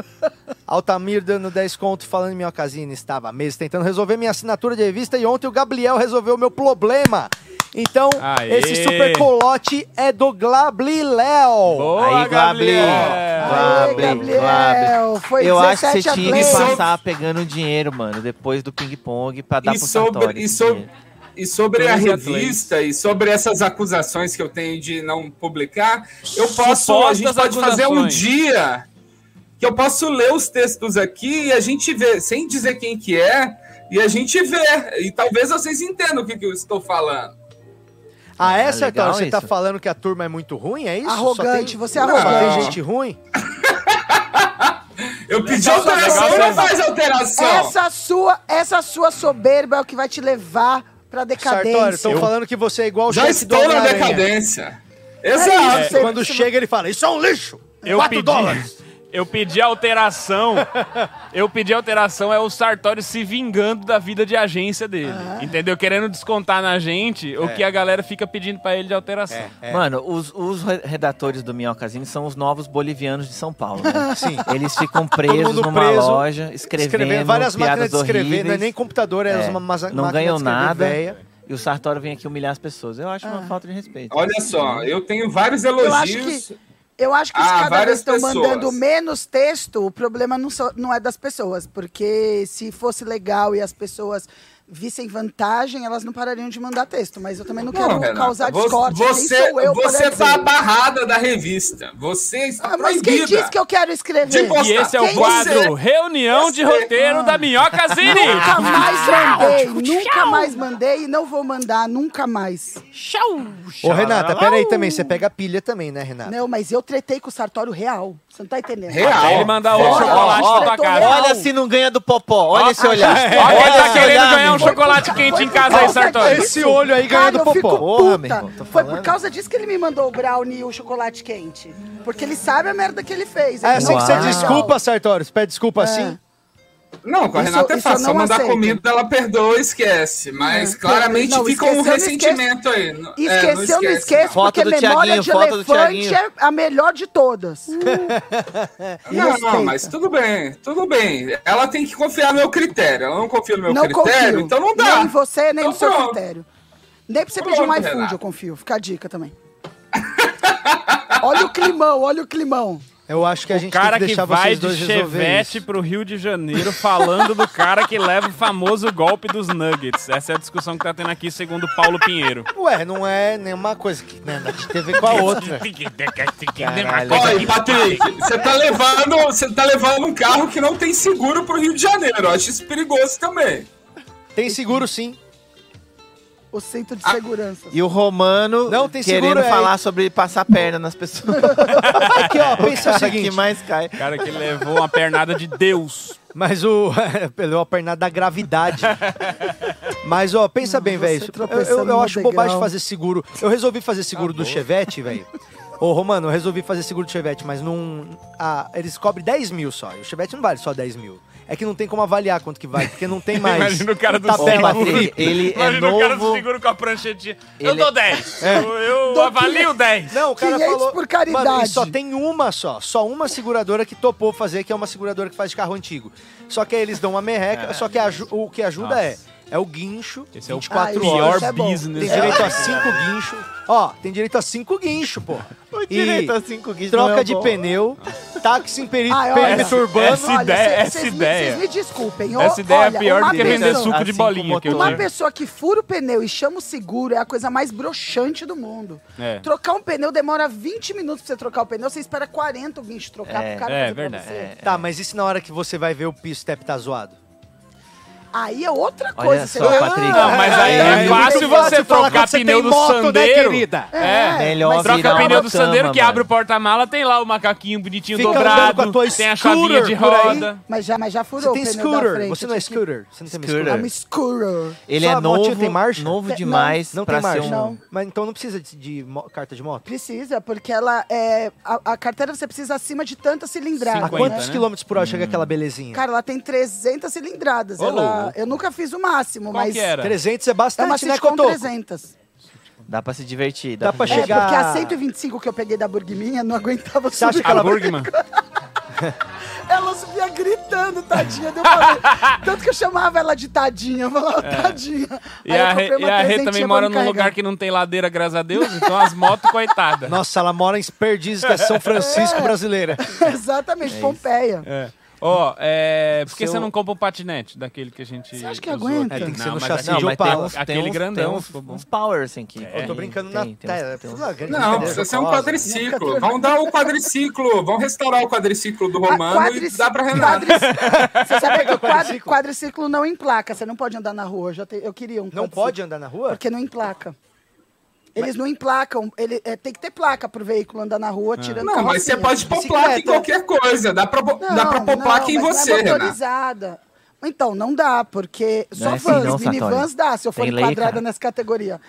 A: Altamir dando 10 conto, falando em minha casina. Estava à mesa tentando resolver minha assinatura de revista e ontem o Gabriel resolveu meu problema. Então,
C: Aê.
A: esse super colote é do Glabli Léo.
C: Boa,
D: Aí, Gabli.
E: Aê,
D: Glable,
E: Gabriel. Foi
D: eu acho que você
E: 17
D: tinha
E: a
D: que
F: dois.
E: 3.
F: Isso-
D: passar pegando dinheiro, mano, depois do ping-pong pra dar
F: E
D: pro
F: sobre,
D: Sartori.
F: e sobre, e sobre a
C: Dois atletas.
F: revista e sobre essas acusações que eu tenho de não publicar, eu posso. a gente
C: Supostas
F: pode fazer um
C: acusações.
F: dia que eu posso ler os textos aqui e a gente vê, sem dizer quem que é, e a gente vê. E talvez vocês entendam o que, que eu estou falando.
A: Ah,
D: Ah,
A: é, Sartório?
D: legal
A: Você tá
D: isso.
A: falando que a turma é muito ruim, é isso?
E: Arrogante,
A: Só tem-
E: você é
A: Só tem
E: arrogante.
A: gente ruim?
F: Eu pedi
C: Legal,
F: alteração,
C: legal,
F: não faz alteração.
E: Essa sua, essa sua soberba é o que vai te levar pra
A: Sartório,
E: decadência.
A: estão falando que você é igual o
F: Já
A: chefe do
F: estou na
A: Homem-Aranha. É
F: decadência.
E: isso,
F: Exato.
E: você-
A: Quando chega, ele fala, isso é um lixo!
C: Eu
A: 4
C: pedi,
A: dólares!
C: Eu pedi alteração. Eu pedi alteração, é o Sartório se vingando da vida de agência dele. Entendeu? Querendo descontar na gente o que a galera fica pedindo pra ele de alteração.
A: É.
D: Mano, os, os re- redatores do Minhocasine são os novos bolivianos de São Paulo, né? Sim. Eles ficam presos
A: mundo
D: numa
A: preso,
D: loja, escrevendo,
A: várias máquinas
D: piadas
A: de escrever, não é
D: horríveis,
A: nem computador, é,
D: É,
A: uma masa-
D: não
A: máquina
D: ganham
A: de escrever
D: nada.
A: velha. Ah.
D: E o Sartori vem aqui humilhar as pessoas. Eu acho uma falta de respeito.
F: Olha só, eu tenho vários
E: Eu acho
F: elogios.
E: que. Eu acho que os
F: Ah,
E: cada vez
F: várias
E: estão
F: pessoas.
E: mandando menos texto, o problema não, só- não é das pessoas, porque se fosse legal e as pessoas vissem vantagem, elas não parariam de mandar texto. Mas eu também não, quero
F: Renato,
E: causar
F: vo-
E: discórdia. quem
F: Você,
E: sou eu pra
F: você
E: dizer?
F: tá barrada da revista. Você está
E: Ah, mas quem
F: proibida.
E: disse que eu quero escrever?
F: De você-
C: E esse é o
E: Quem
C: quadro
F: você-
C: Reunião de
F: você-
C: Roteiro da Minhocasine.
E: Nunca mais mandei, nunca mais mandei e não vou mandar, nunca mais.
A: Ô, Renata, peraí também, você pega a pilha também, né, Renata?
E: Não, mas eu tretei com o Sartório real. Você não tá entendendo.
F: Real.
C: Aí ele mandar outro
E: Ó,
C: chocolate
E: ó,
C: pra
E: ó,
C: tua cara.
E: ó,
D: Olha se não ganha do Popó, Ah, olha esse olhar.
C: Ó, quem tá
D: esse
C: querendo
D: olhar,
F: É
C: ganhar um
D: meu irmão.
C: chocolate quente em casa aí,
E: Olha
C: Sartori.
E: isso.
A: Esse olho aí ganha
E: Cara,
A: do
E: eu fico
A: Popó.
E: puta.
D: Porra, meu irmão, tô
E: Foi
D: falando.
E: por causa disso que ele me mandou o brownie e o chocolate quente. Porque ele sabe a merda que ele fez.
A: É
E: Ele
A: assim que
E: não
A: você
E: tá legal.
A: desculpa, Sartório, você pede desculpa assim?
F: Não, com a
E: Isso-
F: Renata é
E: isso eu
F: fácil.
E: não
F: Só mandar
E: aceito.
F: comida, ela perdoa e esquece. Mas
E: Não,
F: claramente
E: não,
F: fica um
E: esqueceu, não
F: ressentimento aí. Não- é, não
E: Esqueceu, não
F: esquece,
E: esqueço,
D: não.
E: porque
D: Foto do
E: memória
D: Thiaguinho,
E: de
D: foto do
E: elefante é
D: Thiaguinho.
E: a melhor de todas.
F: Não, não,
E: Respeita.
F: mas tudo bem, tudo bem. Ela tem que confiar no meu critério. Ela não confia no meu
E: não
F: é critério,
E: confio.
F: então não dá.
E: Nem em você, nem
F: Então
E: no seu
F: pronto.
E: critério. Nem pra você
F: Pronto,
E: pedir um iFood,
F: Renato.
E: eu confio. Fica a dica também. olha o climão, olha o climão.
A: Eu acho que a gente
C: cara
A: tem que
C: que
A: deixar
C: vai
A: vocês
C: de
A: dois resolver
C: chevette
A: isso.
C: pro Rio de Janeiro falando do cara que leva o famoso golpe dos Nuggets. Essa é a discussão que tá tendo aqui, segundo Paulo Pinheiro.
A: Ué, não é nenhuma coisa que né, tem a ver com a outra. né?
F: Olha, Patrick, você tá levando, você tá levando um carro que não tem seguro pro Rio de Janeiro. Eu acho isso perigoso também.
A: Tem seguro sim.
E: O cinto
C: Ah,
E: de segurança.
D: E o Romano
A: Não, tem seguro
D: um querendo
A: aí.
D: falar sobre passar perna nas pessoas.
A: Aqui, ó, pensa o
D: Cara, que
A: seguinte.
D: mais cai.
C: cara que levou uma pernada de Deus.
A: Mas o. Pelo apernado da gravidade. Mas, ó, pensa bem,
E: você
A: velho. Eu,
E: tropeçando
A: eu- eu
E: no
A: acho bobagem
E: degrau.
A: fazer seguro. Eu resolvi
C: Tá
A: fazer seguro do Chevette, velho. Ô, Romano, eu resolvi fazer seguro do Chevette, mas não. Ah, eles cobrem 10 mil só. E o Chevette não vale só 10 mil. É que não tem como avaliar quanto que vale, porque não tem mais. Tá
C: Imagina o cara do
D: Ô,
A: tabela
D: Patrick,
A: Flip.
D: ele é
C: Imagina o cara do
D: novo.
C: seguro com a pranchetinha. Eu
D: Ele-
C: dou 10.
A: é.
C: Eu, eu
E: Dou
C: avalio 10.
A: Não, o cara
E: 500
A: falou.
E: é por caridade.
A: Mano, e só tem uma só. Só uma seguradora que topou fazer, que é uma seguradora que faz de carro antigo. Só que aí eles dão uma merreca, só que aju- o que ajuda é. É o guincho.
C: Esse é o
A: 24
E: Ah,
A: horas.
E: isso é bom.
C: business.
A: Tem direito a cinco guinchos. Ó, tem direito a cinco guinchos, pô.
D: O
A: direito a
G: assim,
D: 5 guias
G: é
A: Troca de pneu, táxi em peri-
E: Ai, Ah, olha,
A: perímetro
E: essa-
A: urbano.
C: essa ideia- essa
E: Vocês me,
C: ideia.
E: vocês me desculpem. Ô,
C: Essa ideia
E: olha,
C: é pior
E: uma
C: do que vender
E: pessoa-
C: suco né? de
D: assim
C: bolinha
D: como
C: que eu
E: Uma
D: motor.
C: tive.
E: pessoa que fura o pneu e chama o seguro é a coisa mais broxante do mundo.
C: É.
E: Trocar um pneu demora 20 minutos pra você trocar o pneu, você espera 40 o guincho trocar
D: É,
E: pro cara
C: é
E: fazer pra
C: verdade,
E: você.
D: é.
A: Tá, mas e se na hora que você vai ver o piso step tá zoado?
E: Aí é outra
D: Olha
E: coisa.
D: só,
E: você-
D: Patrick.
C: Não, mas aí é
A: Aí
C: fácil
A: muito
C: você
A: falar
C: trocar
A: quando você
C: pneu
A: tem
C: do
A: moto, né,
C: sandeiro.
A: querida?
C: É.
D: Melhor
E: mas
C: Troca
D: virar
C: o pneu do
D: uma
C: sandeiro
D: cama,
C: que abre o
D: mano.
C: porta-mala, tem lá o macaquinho bonitinho
A: Fica andando com a
C: dobrado,
A: tua
C: tem a
A: scooter
C: chavinha de
A: por aí.
C: roda.
E: Mas já, mas já furou
A: Você
E: o
A: tem
E: pneu da
A: scooter,
E: frente.
A: você não é
E: eu tive
A: scooter. Você não tem uma
D: Scooter.
E: que-
A: scooter.
E: I'm a scooter.
D: Ele
A: Sua
D: é
A: motinha
D: novo,
A: tem marcha?
D: novo
E: Não,
D: demais
A: Não
D: pra
A: tem
D: ser
A: marcha.
D: um...
E: Não.
A: Mas então não precisa de, de mo- carta de moto?
E: Precisa, porque ela é... A, a carteira você precisa acima de tantas cilindradas.
A: A
C: 50,
A: quantos
C: né?
A: quilômetros por hora chega aquela belezinha?
E: Cara, ela tem 300 cilindradas.
C: Ô,
E: Ela-
C: louco.
E: eu nunca fiz o máximo,
C: Qual
E: mas...
C: que era?
A: 300 é
E: É uma
A: bastante, né,
E: Citicon
A: Cotô?
E: 300.
D: Dá pra se divertir.
A: Dá pra
E: É,
A: chegar-
E: porque a 125 que eu peguei da Burguinha não aguentava
A: Você acha
E: subir.
A: que ela-
C: A Burgman.
E: Ela subia gritando, tadinha. daí Eu falei, tanto que eu chamava ela de tadinha. Eu falava, tadinha.
C: É. E a,
E: eu comprei
C: Rê-
E: uma
C: e a Rê
E: trezentinha
C: também
E: pra
C: mora
E: me
C: num lugar
E: carregar.
C: que não tem ladeira, graças a Deus, então as motos, coitada.
A: Nossa, ela mora em Perdizes, que é São Francisco brasileira.
E: Exatamente, Pompeia.
C: É. Ó, é. Por que
D: Seu-
C: você não compra um patinete daquele que a gente.
E: Você acha que
C: usou
E: aguenta?
A: É,
C: aqui?
A: tem que ser
C: Não,
A: no
C: mas
A: chassi
C: aquele-
A: de Opala. um,
C: aquele- Aquele
D: tem
C: grandão.
D: uns, uns powers assim que...
A: Eu tô brincando
D: tem-
A: na
D: tem uns-
A: tela. tá
D: tem uns-
A: Tudo uma grande
F: Não,
A: brincadeira,
F: precisa ser um
A: Cotó.
F: quadriciclo. Vão dar o quadriciclo, vão restaurar o quadriciclo do Romano e dá pra Renato.
E: quadric- Você sabe que o quadri-
A: Quadriciclo?
E: quadriciclo não emplaca. Você não pode andar na rua. Eu, já te- eu queria um
A: Não
E: quadriciclo,
A: pode andar na rua?
E: Porque não emplaca. Eles não emplacam. Ele, é, tem que ter placa pro veículo andar na rua, tirando
F: É. Não, mas você
E: carrocinha.
F: pode pôr placa em
E: assim, Bicicleta.
F: qualquer coisa. Dá pra, bo-
E: Não,
F: dá pra pôr
E: não,
F: placa em
E: mas
F: você,
E: não é
F: Renato.
E: motorizada. Então, não dá, porque só
D: Não é assim
E: vans,
D: não,
E: minivans
D: Sartori.
E: dá, se eu for
D: Tem lei,
E: enquadrada
D: cara.
E: nessa categoria.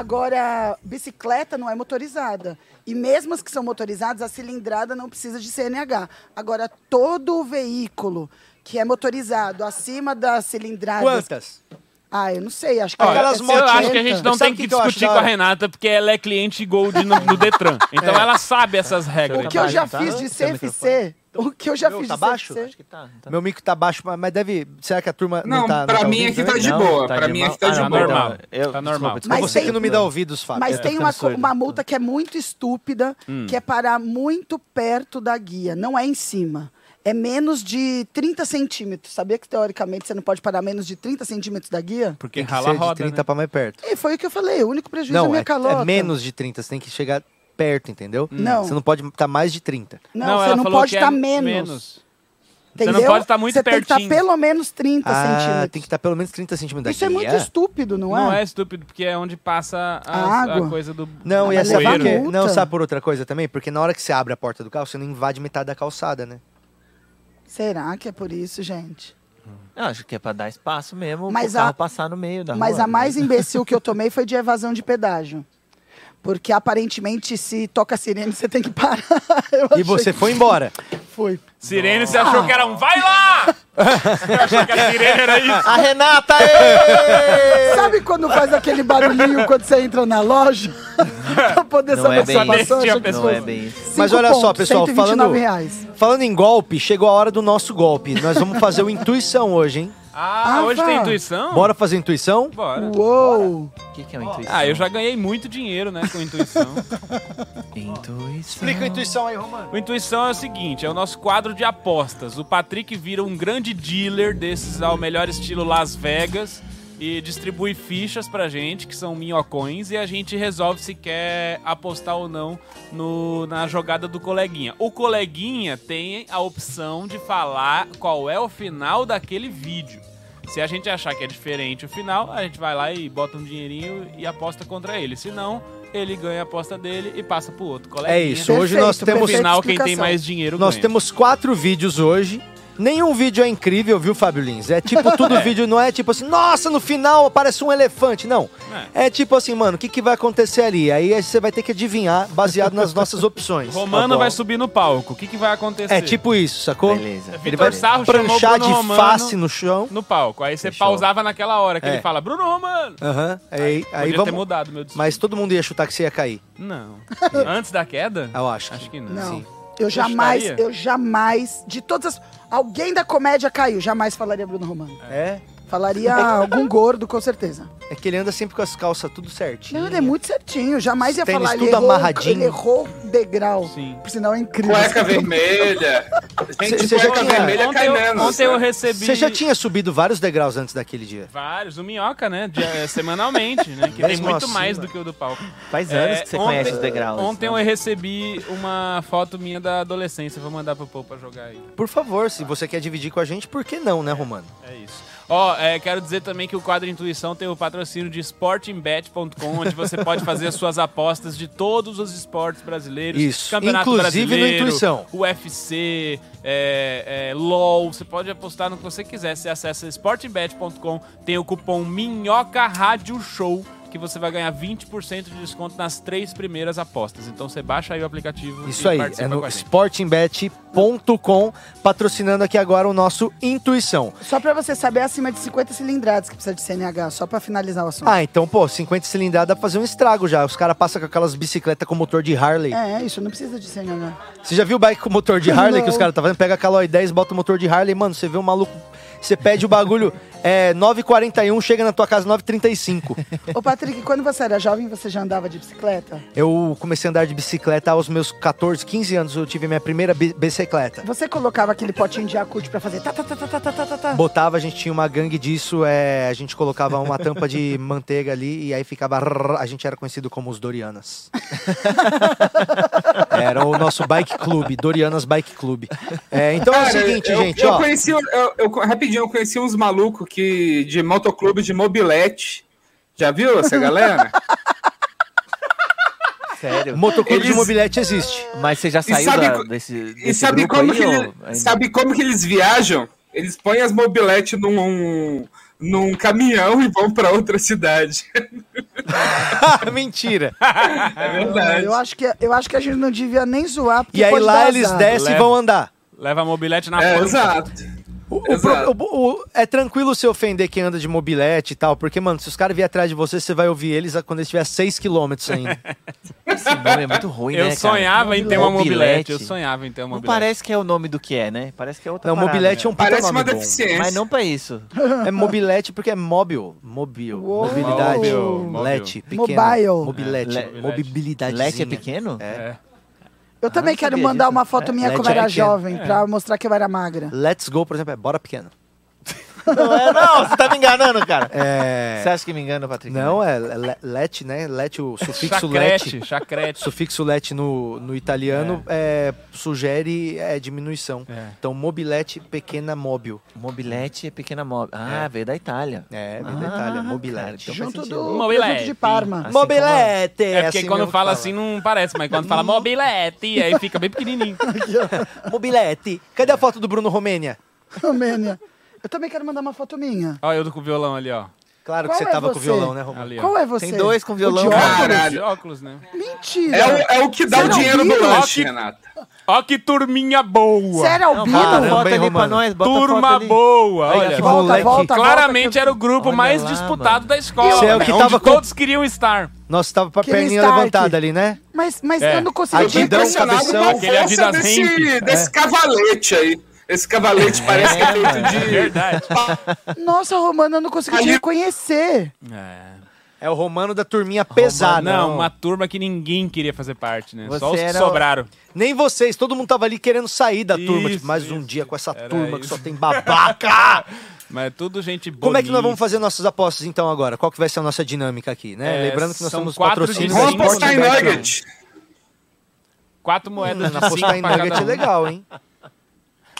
E: Agora, bicicleta não é motorizada. E mesmo as que são motorizadas, a cilindrada não precisa de CNH. Agora, todo o veículo que é motorizado acima da cilindrada...
A: Quantas?
E: Ah, eu não sei, acho que...
C: Olha,
A: Aquelas
E: é
C: eu
A: motos-
C: acho que a gente não
A: Sabe
C: tem
A: o
C: que,
A: que que eu acho
C: discutir
A: da
C: com a
A: hora?
C: Renata, porque ela é cliente gold no, no Detran. Então ela sabe essas regras.
E: O que eu já
D: Tá?
E: fiz de
D: Seu
E: CFC... O que eu já
A: Meu,
E: fiz
A: tá
E: de
A: baixo?
E: CFC...
D: Acho que tá. não tá.
A: Meu micro tá baixo, mas- mas deve... Será que a turma não,
F: Não,
A: tá não
F: pra
A: tá ouvindo
F: mim aqui
A: também?
F: tá de
D: Não,
F: boa.
D: tá
F: pra
D: de
F: mim
D: mal-
F: aqui tá
D: Ah,
F: de
D: não,
F: boa.
D: perdão.
C: Normal.
D: Eu-
C: Tá
D: desculpa,
C: normal.
D: desculpa,
E: Mas
A: Você que
E: tem-
A: não me dá ouvidos, Fábio.
E: Mas
D: É,
E: tem
D: tá
E: uma,
D: ficando surdo.
E: uma multa que é muito estúpida, que é parar muito perto da guia, não é em cima. É menos de 30 centímetros. Sabia que, teoricamente, você não pode parar menos de 30 centímetros da guia?
C: Porque
A: Tem que
C: rala a
A: ser de
C: roda.
A: 30
C: né?
A: pra mais perto.
E: E foi o que eu falei, o único prejuízo é a
A: Não,
E: minha
A: é,
E: calota.
A: é menos de 30, você tem que chegar perto, entendeu?
F: Hum.
E: Não.
A: Você não pode estar mais de 30.
E: Não, você
C: ela
E: não
C: falou
E: pode
C: que é
E: estar menos.
C: não
E: Entendeu?
C: pode estar muito
E: Você tem que estar
C: pertinho.
E: pelo menos 30
A: Ah,
E: centímetros.
A: tem que estar pelo menos 30 centímetros
E: Isso é
A: daqui.
E: muito estúpido, não,
C: Não
E: é?
C: é estúpido, porque é onde passa a,
E: A água.
C: a coisa do.
A: Não,
C: do
A: e
E: Mas
A: essa
E: levar
C: bueiro.
A: porque,
E: multa.
A: não sabe por outra coisa também, porque na hora que você abre a porta do carro, você não invade metade da calçada, né?
E: Será que é por isso, gente?
D: Eu acho que é pra dar espaço mesmo
E: Mas
D: pro carro
E: a-
D: passar no meio da
E: Mas
D: rua,
E: a
D: né?
E: mais imbecil que eu tomei foi de evasão de pedágio. Porque aparentemente, se toca a sirene, você tem que parar. Eu
A: E
E: achei
A: você
E: que
A: foi embora.
E: foi.
C: Sirene,
E: Ah.
C: você achou que era um. Vai lá! Eu achei que a sirene era isso.
D: A Renata! ê!
E: Sabe quando faz aquele barulhinho quando você entra na loja? pra poder
D: Não
E: saber
D: é
E: se
D: bem
E: passou,
D: isso.
E: achei que
D: Não
C: pessoa.
D: é bem isso.
A: Mas
E: Cinco
A: olha só,
E: pontos,
A: pessoal,
E: 129
A: falando-
E: Reais.
A: Falando em golpe, chegou a hora do nosso golpe. Nós vamos fazer o intuição hoje, hein?
C: Ah,
E: Ah,
C: hoje
E: vá.
C: tem intuição?
A: Bora fazer intuição?
C: Bora.
E: Uou!
D: O que, que é uma intuição?
C: Ah, eu já ganhei muito dinheiro, né, com intuição.
D: Intuição.
A: Explica a intuição aí, Romano.
C: O Intuição é o seguinte, é o nosso quadro de apostas. O Patrick vira um grande dealer desses ao melhor estilo Las Vegas e distribui fichas pra gente, que são minhocões, e a gente resolve se quer apostar ou não no- na jogada do coleguinha. O coleguinha tem a opção de falar qual é o final daquele vídeo. Se a gente achar que é diferente o final, a gente vai lá e bota um dinheirinho e aposta contra ele. Se não, ele ganha a aposta dele e passa pro outro coleguinha.
A: É isso, hoje nós
E: Perfeito,
A: temos
C: No
E: perfeito.
C: final, quem tem
E: explicação.
C: mais dinheiro
A: Nós
C: ganha.
A: temos quatro vídeos hoje. Nenhum vídeo é incrível, viu, Fábio Lins? É tipo, tudo vídeo não é tipo assim, nossa, no final aparece um elefante. Não. É tipo assim, mano, o que, que vai acontecer ali? Aí você vai ter que adivinhar baseado nas nossas opções.
C: Romano
A: Tá bom?
C: vai subir no palco. O que, que vai acontecer?
A: É tipo isso, sacou?
D: Beleza.
C: Vitor
A: vai
C: Sarro chamou
A: pranchar
C: Bruno
A: de
C: Romano
A: face no chão.
C: no palco. Aí você
D: Fechou.
C: pausava naquela hora que
A: É.
C: ele fala, Bruno Romano!
A: Aham. Aí, aí
C: Podia ter
A: vamos.
C: mudado meu destino.
A: Mas todo mundo ia chutar que você ia cair.
C: Não. Antes da queda?
A: Eu acho. que-
C: Acho que não.
E: Não.
A: Sim.
E: Eu jamais,
C: Gostaria?
E: eu jamais, de todas as. Alguém da comédia caiu, jamais falaria Bruno Romano.
A: É?
E: Falaria algum gordo, com certeza.
A: É que ele anda sempre com as calças tudo certinho.
E: Não, ele é muito certinho. Jamais ia
A: Tênis
E: falar.
A: tudo
E: ele errou,
A: amarradinho.
E: Ele errou o degrau.
C: Sim.
E: Por sinal, é incrível.
F: Cueca vermelha. Gente,
A: Cê- cê já
F: cueca
A: tinha-
F: vermelha
C: Ontem
F: cai
C: eu,
F: menos.
C: ontem eu recebi
A: Você já tinha subido vários degraus antes daquele dia.
C: vários, o Minhoca, né? de- eh, semanalmente, né? Que tem
A: Mesmo
C: muito
A: assim,
C: mais
A: mano.
C: do que o do palco.
D: Faz
C: É,
D: anos que você
C: ontem-
D: conhece os degraus.
C: Ontem
D: né?
C: eu recebi uma foto minha da adolescência. Vou mandar pro Paul pra jogar aí.
A: Por favor, se você quer dividir com a gente, por que não, né, Romano?
C: É isso. Ó, é, quero dizer também que o quadro Intuição tem o patrocínio de sportingbet.com, onde você pode fazer as suas apostas de todos os esportes brasileiros.
A: Isso.
C: Campeonato
A: Inclusive no
C: brasileiro,
A: Intuição.
C: UFC, é, é, LOL. Você pode apostar no que você quiser. Você acessa sportingbet.com, tem o cupom Minhoca Rádio Show. Que você vai ganhar 20% de desconto nas três primeiras apostas. Então você baixa aí o aplicativo
A: Isso
C: e
A: aí,
C: participa
A: é
C: com
A: no
C: a gente.
A: sportingbet.com, patrocinando aqui agora o nosso Intuição.
E: Só pra você saber, é acima de 50 cilindradas que precisa de CNH, só pra finalizar o assunto.
A: Ah, então, pô, 50 cilindradas dá pra fazer um estrago já. Os caras passam com aquelas bicicletas com motor de Harley.
E: É, é isso, não precisa de CNH.
A: Você já viu o bike com motor de Harley que os
E: Não.
A: caras tá fazendo? Pega a Caloi 10, bota o motor de Harley, mano, você vê um maluco. Você pede o bagulho, é 9h41, chega na tua casa 9h35.
E: Ô, Patrick, quando você era jovem, você já andava de bicicleta?
A: Eu comecei a andar de bicicleta aos meus 14, 15 anos. Eu tive minha primeira bi- bicicleta.
E: Você colocava aquele potinho de acute pra fazer tá, tá, tá, tá, tá, tá, tá, tá, tá.
A: Botava, a gente tinha uma gangue disso, é, a gente colocava uma tampa de manteiga ali e aí ficava. rrr, A gente era conhecido como os Dorianas. era o nosso bike clube, Dorianas Bike Clube. É, então é o
F: Cara,
A: seguinte,
F: eu-
A: gente,
F: eu
A: ó.
F: Conheci, um- eu, eu- rapidinho, eu conheci uns malucos que, de motoclube de mobilete. Já viu essa galera?
D: Sério.
A: Motoclube de
F: Eles-
A: mobilete existe.
D: Mas você já saiu
F: sabe
D: da-
F: co-
D: desse, desse
F: E sabe
D: grupo
F: como,
D: aí,
F: que
D: ou
F: ele-
D: ainda?
F: sabe como que eles viajam? Eles põem as mobiletes num, num caminhão e vão pra outra cidade.
A: Ah, Mentira.
F: É verdade.
E: Eu acho, que, eu acho que a gente não devia nem zoar, porque
A: E aí
E: pode
A: lá
E: dar
A: eles
E: azar.
A: descem e
D: né?
C: Leva.
A: vão andar.
C: Leva a mobilete na
F: É,
C: ponta.
F: exato.
A: Ah, O- o
F: Exato.
A: pro- o- o- é tranquilo se ofender quem anda de mobilete e tal, porque, mano, se os caras vier atrás de você, você vai ouvir eles quando eles tiver 6km ainda.
D: Esse nome é muito ruim,
C: Eu
D: né, cara?
C: sonhava em ter uma mobilete.
D: Mobilete.
C: Eu sonhava em ter
D: Não
C: uma mobilete.
D: parece que é o nome do que é, né? Parece que é outra
A: Não,
D: parada.
A: mobilete é um puta
F: Parece
A: nome
F: uma
A: bom.
F: deficiência.
D: Mas não pra isso.
A: É mobilete porque é móbil. Mobil.
E: Uou.
A: Mobilidade.
C: Móvel, móvel.
A: Lete, pequeno.
E: Mobile.
A: Mobilete.
D: É, le-
A: mobilidade.
D: Lete é pequeno?
C: É.
E: Eu também
D: não
E: quero
D: sabia
E: mandar
D: disso.
E: uma foto
A: É,
E: minha
A: LED
E: como era
A: pequeno.
E: jovem, pra mostrar que eu era magra.
A: Let's go, por exemplo, é bora pequeno.
D: Não é, não. Você tá me enganando, cara.
A: É.
D: Você acha que me engana, Patrick?
A: Não, é le- lete, né? Lete, o sufixo
C: Chacrete,
A: lete.
C: chacrete.
A: Sufixo lete no, no italiano é, sugere é, diminuição.
C: É.
A: Então, mobilete, pequena móbil.
D: Mobilete é pequena móvel. Ah, veio da Itália.
A: É, vem
D: Ah,
A: da Itália,
D: cara,
A: mobilete. Assim
D: então faz
E: Junto
D: sentido.
E: do
C: Mobilete.
E: presunto de Parma.
D: assim
A: mobilete!
C: É porque
A: assim
C: quando
A: mesmo que
C: fala, assim não parece, mas quando fala mobilete, aí fica bem pequenininho.
A: Mobilete. Cadê a foto do Bruno Romênia?
E: Romênia. Eu também quero mandar uma foto minha.
C: Olha eu com o violão ali, ó.
A: Claro
E: Qual
A: que você
E: é
A: tava com o
E: você?
A: violão, né, Romênia?
C: Ali, ó.
E: Qual é você?
D: Tem dois com violão.
E: O de óculos?
F: Caralho.
C: De óculos, né?
E: Mentira!
F: É o, é o que dá
E: Você
F: o
E: não
F: dinheiro
E: viu?
F: do lanche,
C: Ótimo.
F: Renata.
C: Ó que turminha boa!
E: Você
A: É
E: era albino?
D: Bota a
A: Caramba,
D: foto Ah,
A: hein,
D: ali pra
A: Romano?
D: nós. Bota a foto
C: Turma
D: ali.
C: boa!
D: Aí,
C: Olha,
A: que
E: volta,
A: moleque.
E: volta,
C: claramente
E: volta,
C: era o grupo
D: Olha
C: mais
D: lá,
C: disputado
D: mano.
C: da escola, né?
A: Isso é o que
C: onde
A: tava com-
C: todos queriam estar.
A: Nós tava com a
E: Que ele
A: perninha
E: está aqui.
A: levantada ali, né?
E: Mas, mas
C: É.
E: eu não consegui...
F: Eu tô
A: Adidão,
F: impressionado
A: cabeção,
F: com a
C: aquele
F: força
C: Adidas
F: desse,
C: Hemp.
A: É.
F: desse cavalete aí. Esse cavalete parece que é feito de...
C: Verdade.
E: Nossa, Romana, eu não consegui te
F: Ali-
E: reconhecer.
C: É.
A: É o romano da turminha pesada.
C: não, uma turma que ninguém queria fazer parte, né? Só
D: Você
C: os que
D: era o-
C: sobraram.
A: Nem vocês, todo mundo tava ali querendo sair da turma.
C: Isso,
A: Tipo, mais um
C: isso,
A: dia com essa
C: era
A: turma que
C: isso.
A: só tem babaca!
C: Mas tudo gente boa.
A: Como é que nós vamos fazer nossas apostas então agora? Qual que vai ser a nossa dinâmica aqui, né?
C: É,
A: Lembrando que nós
C: são
A: temos
C: quatro
A: patrocínio
C: de
A: da
C: cinco.
F: Vamos apostar em
A: Sportbet.
F: Nugget.
C: Quatro
A: Hum,
C: moedas de cinco
A: Apostar em
C: pra
A: Nugget
C: cada
A: é
C: um.
A: legal, hein?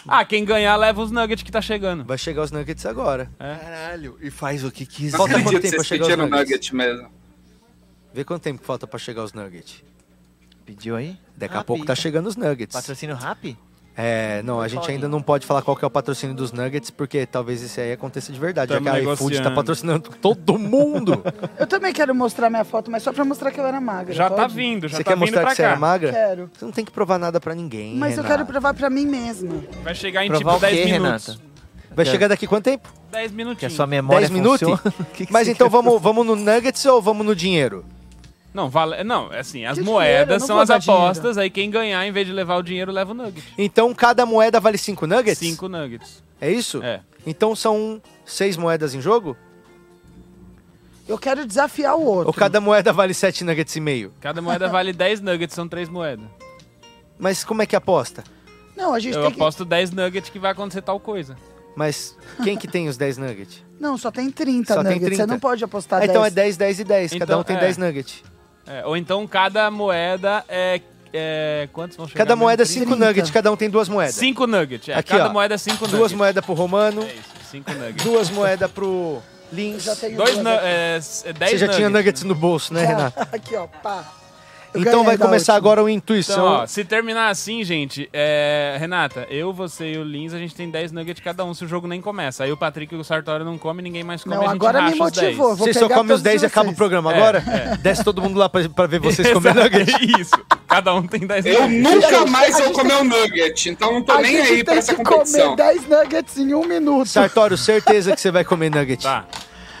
C: Ah, quem ganhar leva os nuggets que tá chegando.
A: Vai chegar os Nuggets agora.
D: Caralho. E faz o que quiser.
F: Não
A: Falta quanto
F: acredito
A: tempo pra
F: que vocês
A: chegar aos
F: pediram
A: Nuggets?
F: Nugget mesmo.
A: Vê quanto tempo falta pra chegar os Nuggets.
D: Pediu aí?
A: Daqui a
C: Ah,
D: Rappi.
A: pouco tá chegando os Nuggets.
D: Patrocínio Rap?
A: É, não, a gente ainda não pode falar qual que é o patrocínio dos Nuggets, porque talvez isso aí aconteça de verdade,
C: Tamo
A: já que a iFood tá
C: negociando.
A: patrocinando todo mundo.
E: Eu também quero mostrar minha foto, mas só pra mostrar que eu era magra.
C: Já tá
E: pode?
C: vindo, já
A: Você
C: tá
A: quer
C: vindo
A: mostrar
C: pra
A: que você é
C: cá. É.
A: era magra?
E: Quero.
A: Você não tem que provar nada pra ninguém.
E: Mas eu
A: Renata.
E: quero provar pra mim mesma.
C: Vai chegar em
D: Provar
C: tipo
D: o quê,
C: 10 minutos.
D: Renata?
A: Vai
D: Quero.
A: chegar daqui quanto tempo?
C: 10
D: Que a
C: minutinhos.
D: sua memória
A: 10 minutos?
D: funciona? O que que
A: é Mas
D: você
A: então
D: quer?
A: vamos, vamos no Nuggets ou vamos no dinheiro?
C: Não, vale... não, é assim, as
E: Que dinheiro?
C: moedas
E: Eu não
C: são
E: vou
C: as
E: dar dinheiro.
C: apostas, aí quem ganhar, em vez de levar o dinheiro, leva o nugget.
A: Então cada moeda vale 5 Nuggets?
C: 5 nuggets.
A: É isso?
C: É.
A: Então são seis moedas em jogo?
E: Eu quero desafiar o outro.
A: Ou cada moeda vale sete nuggets e meio?
C: Cada moeda vale 10 nuggets, são três moedas.
A: Mas como é que aposta?
E: Não, a gente
C: Eu
E: tem que...
C: aposto 10 nuggets que vai acontecer tal coisa.
A: Mas quem que tem os 10 nuggets?
E: Não, só tem 30
A: Só tem
E: nuggets. Você
A: 30.
E: não pode apostar
A: Ah, então é 10,
E: 10.
A: 10 e 10. Cada
C: Então,
A: um tem
C: é.
A: 10 nuggets.
C: É, ou então cada moeda é. é quantos vão chegar?
A: Cada moeda é
E: 30.
A: 5 nuggets, cada um tem duas moedas.
C: 5 nuggets. É,
A: Aqui,
C: cada
A: ó.
C: moeda é 5 nuggets.
A: Duas moedas pro Romano,
C: É isso, 5 nuggets.
A: duas moedas pro Lins.
E: Já tenho
C: Dois
E: duas
C: nu-
E: aqui.
C: é, s- é, dez
A: Você já tinha nuggets
C: né?
A: no bolso, né, Renato?
E: Aqui, ó, pá. Eu
A: Então
E: ganhei
A: vai
E: da
A: começar
E: última.
A: agora o Intuição.
C: Então, ó, se terminar assim, gente, é, Renata, eu, você e o Lins, a gente tem 10 nuggets cada um se o jogo nem começa. Aí o Patrick e o Sartori não comem, ninguém mais come,
E: Não,
C: a gente
E: agora
C: racha
E: me motivou.
C: os
E: Vou
A: vocês só
E: pegar
A: comem os
E: todos
A: 10 e acaba o
E: vocês.
A: programa
C: É,
A: agora? Desce todo mundo lá pra, pra ver
C: 10.
A: vocês comendo nuggets.
C: Isso, cada um tem 10
F: Eu
C: nuggets.
A: tá
F: nunca
E: gente-
F: mais
E: a
F: vou
E: gente
F: comer um nugget, então não tô
E: a
F: nem
E: gente
F: aí pra
E: tem
F: essa
E: que comer
F: competição.
E: 10 nuggets em um minuto.
A: Sartório, certeza que você vai comer nugget.
C: Tá.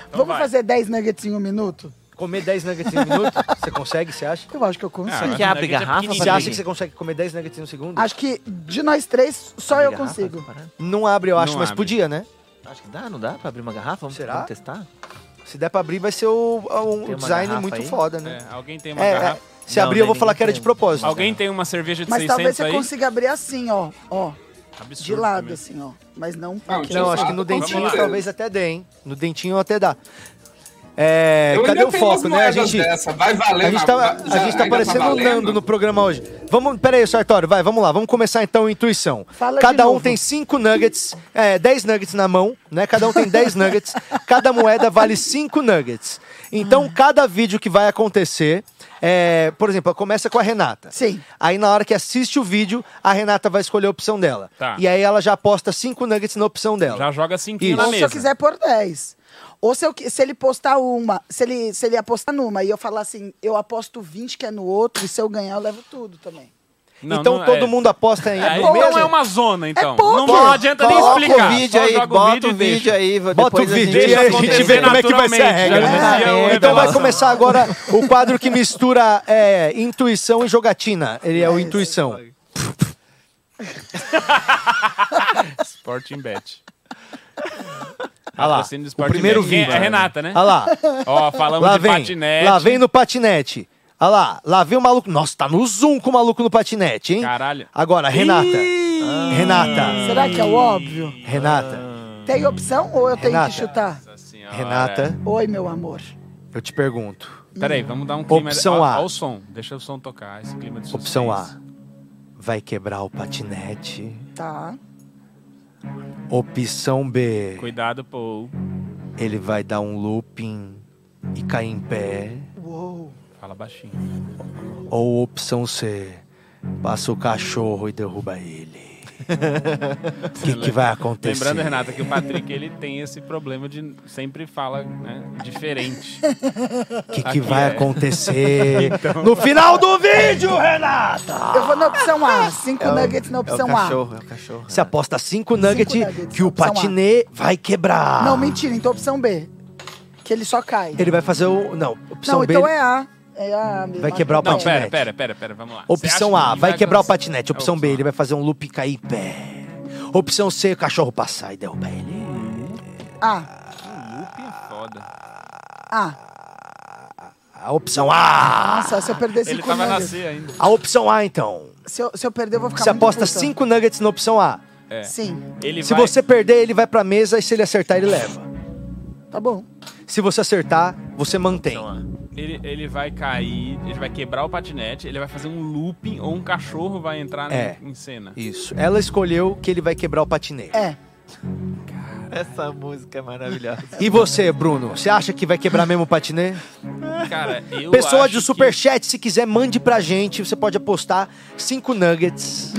C: Então
E: Vamos
C: vai.
E: fazer 10 nuggets em um minuto?
A: Comer 10 nuggets em um minuto? Você consegue, você acha?
E: Eu acho que eu consigo.
D: Você
C: mas
D: que abre
C: nugget é
D: garrafa,
C: pequenininho.
A: Você
D: Patrick?
A: acha que você consegue comer 10 nuggets em um segundo?
E: Acho que de nós três, só Ah, eu
D: Abrir garrafa, tipo,
E: consigo.
D: essa parada?
A: Não abre, eu acho,
C: Não
A: mas
C: abre.
A: podia, né?
D: Acho que dá, não dá pra abrir uma garrafa? Vamos,
A: Será?
D: vamos testar?
A: Se der pra abrir, vai ser o, um
D: Tem uma
A: design
D: garrafa
A: muito
D: aí?
A: foda, né?
C: É, alguém tem uma
A: É, é,
C: garrafa?
A: se
D: Não,
A: abrir, eu
D: né,
A: vou falar
D: ninguém
A: que era de
D: tem.
A: propósito.
C: Alguém tem uma cerveja de
E: Mas
C: 600
E: talvez você
C: aí?
E: consiga abrir assim, ó. Ó,
C: Absurdo
E: de lado,
C: também.
E: assim, ó. Mas não
F: Não,
E: porque...
A: Não, tipo, acho que no
F: Vamos
A: dentinho
F: lá.
A: talvez até dê, hein? No dentinho até dá. É,
F: Eu
A: cadê
F: ainda
A: o
F: tenho umas
A: foco, né? A
F: moedas
A: gente,
F: dessa, vai valer
A: a gente
F: na-
A: tá,
F: já-
A: a gente
F: ainda
A: tá parecendo o
F: valendo?
A: Nando no programa hoje. Vamos, pera aí, Sartório, vai, vamos lá. Vamos começar então a intuição.
E: Fala
A: Cada
E: de
A: um
E: novo.
A: tem cinco nuggets, é, 10 nuggets na mão, né? Cada um tem 10 nuggets. Cada moeda vale cinco nuggets.
E: Ah.
A: Então, cada vídeo que vai acontecer, é, por exemplo, começa com a Renata.
E: Sim.
A: Aí na hora que assiste o vídeo, a Renata vai escolher a opção dela.
C: Tá.
A: E aí ela já aposta cinco nuggets na opção dela.
C: Já joga 5
A: Isso.
C: na
E: Ou
C: mesa.
E: se eu quiser pôr 10. Ou se, eu, qui- se ele postar uma, se ele, se ele apostar numa e eu falar assim, eu aposto 20 que é no outro, e se eu ganhar, eu levo tudo também.
C: Não,
A: então
C: não
A: todo
C: é.
A: mundo aposta em
C: Aí
A: no mesmo?
C: não é uma zona, então.
E: pouco.
C: não, não adianta nem
D: Coloca
C: explicar.
D: o vídeo
C: Só
D: aí,
C: joga
D: bota o
C: e deixa.
D: vídeo aí. depois
A: Bota o
D: a gente
A: vídeo aí,
D: vê
A: a
D: como
A: gente
D: é
A: vê
D: que
A: como é que vai ser a
C: naturalmente,
A: regra.
C: já
A: né?
C: inicia o
A: Então vai
C: revelação.
A: começar agora o quadro que mistura é, intuição e jogatina. Ele é o intuição.
C: Sporting Bet.
A: Olha lá,
C: Patrocínio do
A: o
C: Sporting
A: primeiro
C: Bet. Quem é?
A: vídeo.
C: É Renata, né?
A: Olha lá,
C: Ó, falamos
A: lá
C: de
A: vem.
C: patinete.
A: Lá vem no patinete. Olha lá, lá vem o maluco. Nossa, tá no zoom com o maluco no patinete, hein?
C: Caralho.
A: Agora, Renata. Renata.
E: Será que é o óbvio?
A: Renata.
E: Tem opção ou eu tenho
A: Renata.
E: que chutar?
C: Senhora.
A: Renata,
E: Oi, meu amor.
A: eu te pergunto.
C: Peraí, vamos dar um clima.
A: Opção
C: ó,
A: A.
C: ó o som. Deixa o som tocar, esse clima de
A: Opção
C: suspense.
A: A. Vai quebrar o patinete.
E: Tá.
A: Opção B.
C: Cuidado, pô.
A: Ele vai dar um looping e cair em pé.
E: Uou.
C: Fala baixinho.
A: Ou opção C. Passa o cachorro e derruba ele. O que, que vai acontecer?
C: Lembrando, Renata, que o Patrick, ele tem esse problema de sempre fala, né, diferente.
A: O que,
C: aqui
A: que vai
C: é. Então.
A: acontecer no final do vídeo, Renata?
E: Eu vou na opção A. Cinco nuggets na
D: É o
E: opção
D: cachorro, é o cachorro.
A: Você aposta 5 nuggets
E: nuggets,
A: que o
E: opção A.
A: patinê vai quebrar.
E: A. Não, mentira, então opção B. Que ele só cai.
A: Ah. Ele vai fazer o. Não, opção
E: Não,
A: B.
E: então é A. É A mesmo.
A: Vai quebrar o
C: Não,
A: patinete.
C: pera, pera, pera, pera, vamos lá.
A: Opção A, vai quebrar o
C: É
A: patinete. Opção B, ele
C: ele
A: vai fazer um loop e cair em pé. Opção C, o cachorro passar e derrubar ele.
E: A.
C: vai... é Foda.
E: A.
A: A opção A.
E: Nossa, se eu perder
C: Ele
E: cinco
C: tava
A: é-
C: na
E: nuggets.
C: C ainda.
A: A opção A, então.
E: Se eu, se eu perder, eu vou ficar
A: Você
E: muito
A: aposta
E: puta.
A: 5 nuggets na opção A.
C: É.
E: Sim.
C: Ele
A: Se
C: vai-
A: você perder, ele vai pra mesa e se ele acertar, ele leva.
E: Tá bom.
A: Se você acertar, você mantém.
C: Ele, ele vai cair, ele vai quebrar o patinete, ele vai fazer um looping ou um cachorro vai entrar
A: É.
C: em, em cena.
A: Isso. Ela escolheu que ele vai quebrar o patinete.
E: É.
D: Essa música é maravilhosa.
A: E você, Bruno? Você acha que vai quebrar mesmo o patinete?
C: Cara, eu
A: Pessoal
C: acho
A: de Superchat, se quiser, mande pra gente. Você pode apostar 5 nuggets.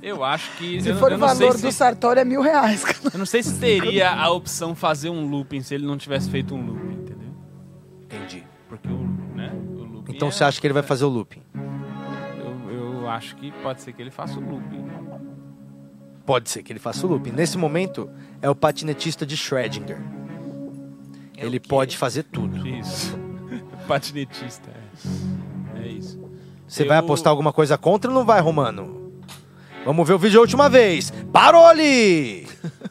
C: que- eu acho que
E: Se
C: eu,
E: for
C: eu
E: o
C: não sei
E: valor do
C: se,
E: Sartório, é mil reais. cara.
C: eu não sei se teria a opção fazer um looping se ele não tivesse feito um looping, entendeu?
A: Entendi.
C: Porque o, né, o looping
A: Então
C: é-
A: você acha que ele vai fazer o looping?
C: eu, eu acho que pode ser que ele faça o looping.
A: Pode ser que ele faça o looping. Nesse momento, é o patinetista de Schrödinger.
C: É
A: ele pode fazer tudo.
C: Isso. Patinetista. É, é isso.
A: Você
C: Eu-
A: vai apostar alguma coisa contra ou não vai, Romano? Vamos ver o vídeo a última vez. Parole!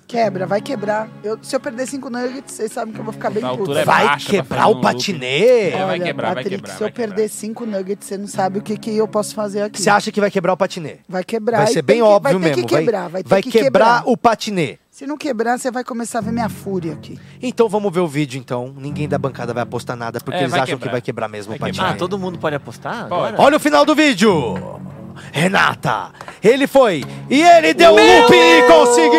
E: Quebra, vai quebrar. Eu- se eu perder cinco nuggets, vocês sabem que eu vou ficar bem
C: A
E: puto.
C: altura é
A: Vai
C: baixa pra
A: quebrar
C: fazer um
A: o
C: loop.
A: patinê?
C: É, vai
E: Olha,
C: quebrar, vai
E: Patrick,
C: quebrar,
E: se eu
C: vai quebrar.
E: perder cinco nuggets, você não sabe o que, que eu posso fazer aqui.
A: Você acha que vai quebrar o patinê?
E: Vai quebrar.
A: vai
E: e
A: ser
E: tem
A: bem
E: que-
A: óbvio
E: vai ter
A: mesmo.
E: Que quebrar, vai,
A: vai,
E: ter
A: vai
E: que
A: quebrar, o patinê.
E: Se não quebrar, você vai começar a ver minha fúria aqui.
A: Então vamos ver o vídeo, então. Ninguém da bancada vai apostar nada, porque
C: É,
A: eles
C: vai
A: acham
C: quebrar.
A: que vai quebrar mesmo o
C: Vai
A: patinê.
C: quebrar.
D: Ah, todo mundo pode apostar?
C: Pode.
D: agora?
A: Olha o final do vídeo. Renata, ele foi e ele deu um loop e conseguiu!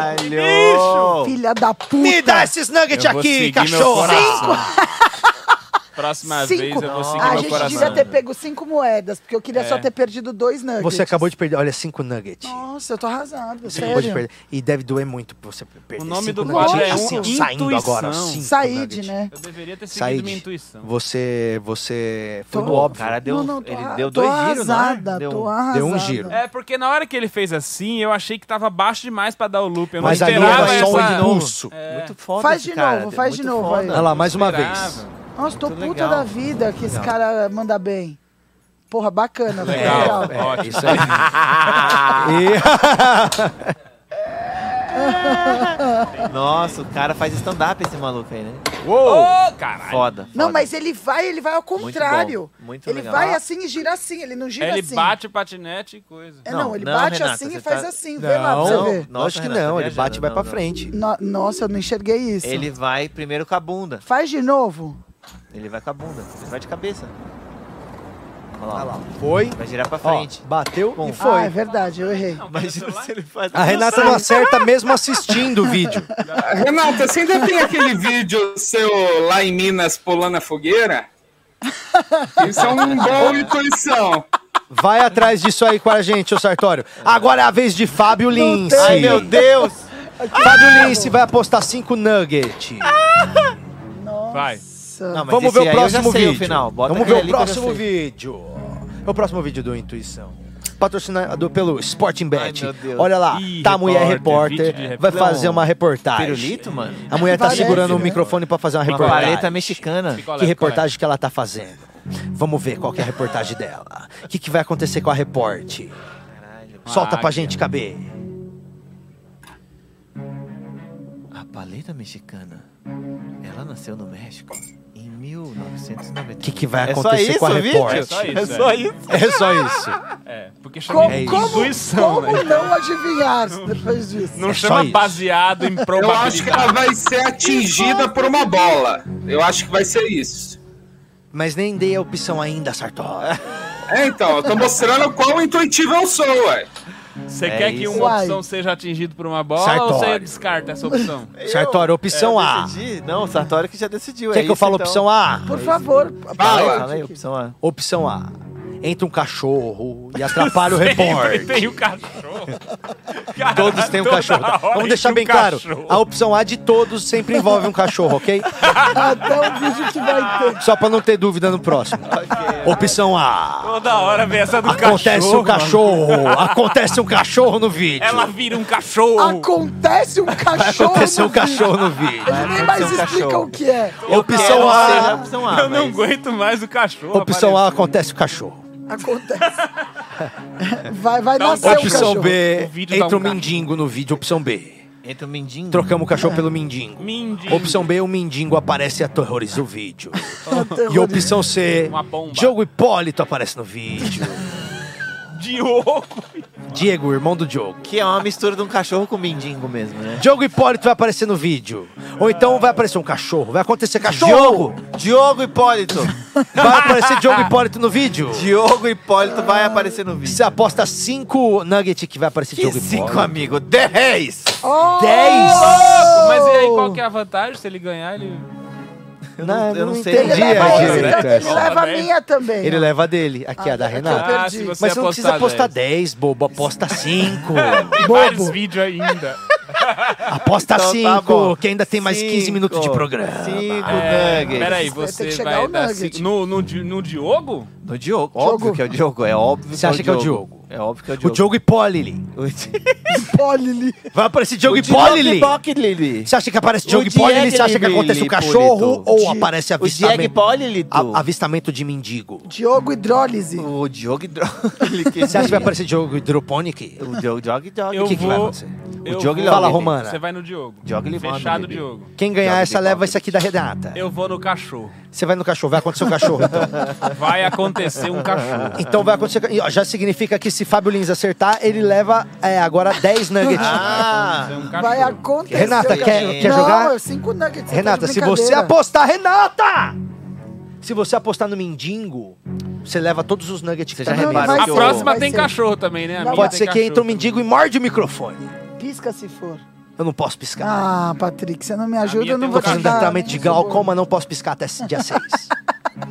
D: Caralho!
E: Filha da puta.
A: Oh. Me dá esses nuggets
C: Eu vou
A: aqui,
C: seguir
A: cachorro!
C: meu coração. Próxima vez
E: Cinco.
C: eu vou seguir
E: A
C: meu
E: gente
C: coração.
E: devia ter pego cinco moedas, porque eu queria só ter perdido dois nuggets.
A: É. Você acabou de perder, olha, cinco nuggets.
E: Nossa, eu tô arrasado,
A: Você
E: sério.
A: acabou de perder. E deve doer muito pra você perder.
C: O nome
A: cinco
C: do
A: nuggets.
E: quadro é
A: assim, ó,
C: um-
A: saindo agora.
C: Intuição.
A: Cinco
E: Said,
A: nuggets.
E: né?
C: Eu deveria ter seguido
A: Said,
C: minha intuição.
A: você, você foi
E: Tô-
A: no
D: O
A: óbvio.
D: cara deu, um-
E: Não, não, tô
D: ele
E: arra-
D: deu dois
E: tô
D: giros, né?
E: arrasada,
D: Deu
E: tô
D: um-
E: arrasada.
A: deu um giro.
C: É, porque na hora que ele fez assim, eu achei que tava baixo demais pra dar o loop. Eu não
A: Mas ali
C: esperava
A: era só um
C: essa...
A: impulso.
D: Muito foda
E: Faz
D: esse
E: de
D: cara,
E: novo,
D: deu
E: faz de
D: muito
E: novo,
D: foda.
E: aí.
A: Olha lá, mais uma
C: Esperava.
A: vez.
E: Nossa, tô
D: Muito
E: puta
D: legal.
E: da vida que esse cara manda bem. Porra, bacana. foi
C: Legal,
A: É,
C: ótimo.
A: isso aí. E-
D: Nossa, o cara faz stand-up esse maluco aí, né?
C: Ô, caralho.
D: Foda.
E: Não,
D: foda.
E: mas ele vai, ele vai ao contrário.
D: bom, muito
E: ele
D: legal.
E: vai assim e gira assim, ele não gira
C: Ele
E: assim.
C: bate o patinete e coisa.
E: É, não,
D: Não,
E: ele
D: não,
E: bate
D: Renata,
E: assim
D: você
E: e faz
D: tá-
E: assim, vê lá pra
A: Não,
E: você ver.
D: Nossa,
A: lógico que
D: Renata,
A: não.
D: tá
A: Ele bate e vai
D: viajando, não,
A: pra frente.
E: No- nossa, eu não enxerguei isso.
D: Ele vai primeiro com a bunda.
E: Faz de novo.
D: Ele vai com a bunda. Ele vai de cabeça. Olha lá.
A: Foi.
D: Vai girar pra
A: Ó,
D: frente.
A: bateu
D: Bom.
A: e
E: Ah, é
A: foi.
E: verdade, eu errei.
D: Imagina se ele faz.
A: A Renata não acerta mesmo assistindo o vídeo.
F: Renata, você ainda tem aquele vídeo seu lá em Minas pulando a fogueira? Isso é um bom intuição.
A: Vai atrás disso aí com a gente, ô Sartório. Agora é a vez de Fábio Lins.
D: Ai, meu Deus!
A: Fábio Lins vai apostar cinco nuggets.
C: Vai.
E: Nossa.
D: Não, Ah, mas
A: Vamos
D: esse
A: ver o
D: aí eu já
A: próximo
D: sei
A: vídeo.
D: O final. Bota
A: Vamos ver o
D: aquele ali que eu
A: próximo
D: sei.
A: vídeo. É o próximo vídeo do Intuição. Patrocinado pelo Sporting Bet.
D: Ai, meu Deus.
A: Olha lá,
C: Ih,
A: tá a mulher
C: repórter,
A: repórter,
C: vídeo de
A: vai
C: repórter.
A: fazer uma reportagem.
D: Pirulito, mano?
A: A mulher tá
E: Parece,
A: segurando o
E: né?
A: microfone pra fazer uma
D: Uma
A: reportagem.
D: paleta mexicana.
A: Que reportagem que ela tá fazendo? Vamos ver qual que é a reportagem dela. O que, que vai acontecer com a repórter?
D: Caralho.
A: Solta pra
C: águia.
A: gente, KB.
D: A paleta mexicana. Ela nasceu no México em 1990.
A: O que, que vai acontecer com a
D: É
A: repórter?
D: só isso.
C: É
D: É
C: só
D: só isso.
A: É só isso.
C: É, porque
E: Como,
C: chama
A: É isso.
E: como-
C: intuição,
E: como
C: né?
E: não adivinhar depois disso?
C: Não
A: É só
C: chama
A: isso.
C: baseado em
F: Eu acho que
C: probabilidade.
F: ela vai ser atingida por uma bola. Eu acho que vai ser isso.
A: Mas nem dei a opção ainda, Sartori.
F: É, então, eu tô mostrando o quão intuitivo eu sou, ué.
C: Você
D: É
C: quer que
D: isso.
C: uma
E: Uai.
C: opção seja atingida por uma bola
A: Sartório.
C: ou você descarta essa opção?
A: Sartori, opção A.
D: É, Decidi? Não, o Sartori que já decidiu.
A: Quer
D: é
A: que eu
D: isso,
A: falo
D: então.
A: opção A?
E: Por favor,
F: Fala.
D: Fala aí, opção A.
A: Opção A. Entra um cachorro e atrapalha o repórter.
D: um
C: Tem o cachorro. Cara,
A: Todos têm um
C: toda
A: cachorro.
C: hora
A: Vamos deixar
C: tem um
A: bem claro.
C: cachorro.
A: A opção A de todos sempre envolve um cachorro, ok?
E: até o vídeo que vai ter.
A: Só pra não ter dúvida no próximo. Opção A.
C: Toda hora vem essa do
A: Acontece
C: cachorro.
A: um cachorro. Acontece um cachorro no vídeo.
C: Ela tá vira um cachorro.
E: Acontece um cachorro.
A: Acontece um
E: no vídeo.
A: cachorro no vídeo.
E: Ele nem
D: Aconteceu
E: mais
D: um
E: explica
D: cachorro.
E: o que é.
A: Opção
D: Quer que seja
A: A.
D: opção A.
C: Eu não
D: mas-
C: aguento mais o cachorro.
A: Ah, Opção A.
C: aparecendo.
A: Acontece o cachorro.
E: Acontece. Vai, vai
C: Dá um-
E: nascer um
A: Opção
E: cachorro.
A: B.
C: O vídeo dá
A: Entra
C: um
A: um mendigo no vídeo. Opção B.
D: Entra o Mindinho.
A: Trocamos o cachorro pelo mendigo.
C: Mindinho.
A: Opção B, o mendigo aparece e aterroriza o vídeo.
E: Aterroriza.
A: E opção C,
C: Uma bomba.
A: Diogo Hipólito aparece no vídeo.
C: Diogo.
A: Diego, irmão do Diogo.
D: Que é uma mistura de um cachorro com mindingo mesmo, né?
A: Diogo Hipólito vai aparecer no vídeo. Ou então vai aparecer um cachorro. Vai acontecer cachorro.
D: Diogo! Diogo Hipólito!
A: Vai aparecer Diogo Hipólito no vídeo.
D: Diogo Hipólito vai aparecer no vídeo.
A: Você aposta 5 nuggets que vai aparecer
D: Que
A: Diogo
D: cinco,
A: Hipólito.
D: amigo? Dez!
E: Oh!
A: 10!
C: Mas e aí, qual que é a vantagem? Se ele ganhar, ele...
A: Eu não,
D: eu não sei.
E: Ele
A: entendi
E: leva,
A: a
E: esse,
A: direita.
E: ele leva a
C: Também.
E: minha também.
A: Ele leva a dele. Aqui,
E: Ah,
A: a da
E: é que eu
A: Renata.
E: perdi.
C: Ah, se você
A: Mas você não precisa apostar
C: 10.
A: 10, bobo. Aposta 5.
C: Tem vários vídeos ainda.
A: Aposta
D: um. Então tá
A: 5,
D: bom.
A: que ainda tem mais 15
D: Cinco.
A: minutos de programa.
D: Cinco
C: É,
D: nuggets.
C: peraí,
E: Vai ter que
C: você
E: chegar
C: vai
E: o
C: dar
E: nugget.
C: cinco- no, no, Di- no Diogo?
D: No Diogo. Óbvio que é o Diogo. É óbvio
A: Você acha que é o Diogo?
D: É óbvio que é o
A: O
D: Diogo.
A: Diogo Hipólili.
E: Polili.
A: Vai aparecer Diogo
D: Diogo
A: Hipólili.
D: Bock Lili.
A: Você acha que aparece Diogo
D: O Diego
A: Hipólili? Você acha que
D: Lili,
A: acontece o
D: Polito.
A: cachorro ou
D: Di-
A: aparece
D: O Diego
A: avistamento,
D: Hipólito.
A: a- avistamento de mendigo?
E: Diogo Hidrólise.
D: O Diogo Drog.
A: Você acha que vai aparecer Diogo Hidroponic?
D: O Diogo Drog Drog.
C: Eu
D: O que, que vai
C: vou-
D: acontecer?
C: Eu
D: O Diogo
C: vou-
A: Fala,
D: Lili.
A: Romano. Romana.
C: Você vai no Diogo.
D: Diogo Limão,
C: Fechado,
D: Bibi.
C: Diogo.
A: Quem ganhar
D: Diogo
A: essa
D: Hipólili.
A: leva esse aqui da Renata.
C: Eu vou no cachorro.
A: Você vai no cachorro, vai acontecer o cachorro então.
C: Vai acontecer um cachorro.
A: Então vai acontecer. e, ó, Já significa que se Fábio Lins acertar, ele leva é, agora 10 nuggets.
D: Ah,
C: Vai acontecer um cachorro.
E: Vai acontecer.
A: Renata, quer- quer
E: não,
A: jogar?
E: é cinco nuggets. você tá
A: Renata,
E: de
A: se você
E: brincadeira.
A: apostar, Renata! Se você apostar no mendigo, você leva todos os nuggets que
D: Você
A: tá
D: já
A: na
D: reparou
A: mesa.
C: A
D: que eu-
C: próxima
E: Vai
C: tem
E: ser.
C: cachorro também, né? A
E: Não,
C: minha
A: Pode
C: tem
A: ser que entre um
C: cachorro
A: mendigo e morde o microfone.
E: Pisca se for.
A: Eu não posso piscar.
E: Ah, Patrick, você não me ajuda,
C: minha
E: eu não
C: tem
E: vou
A: Tô
C: um
E: te
A: fazendo
E: dar.
A: tratamento de glaucoma, não posso piscar até esse dia 6.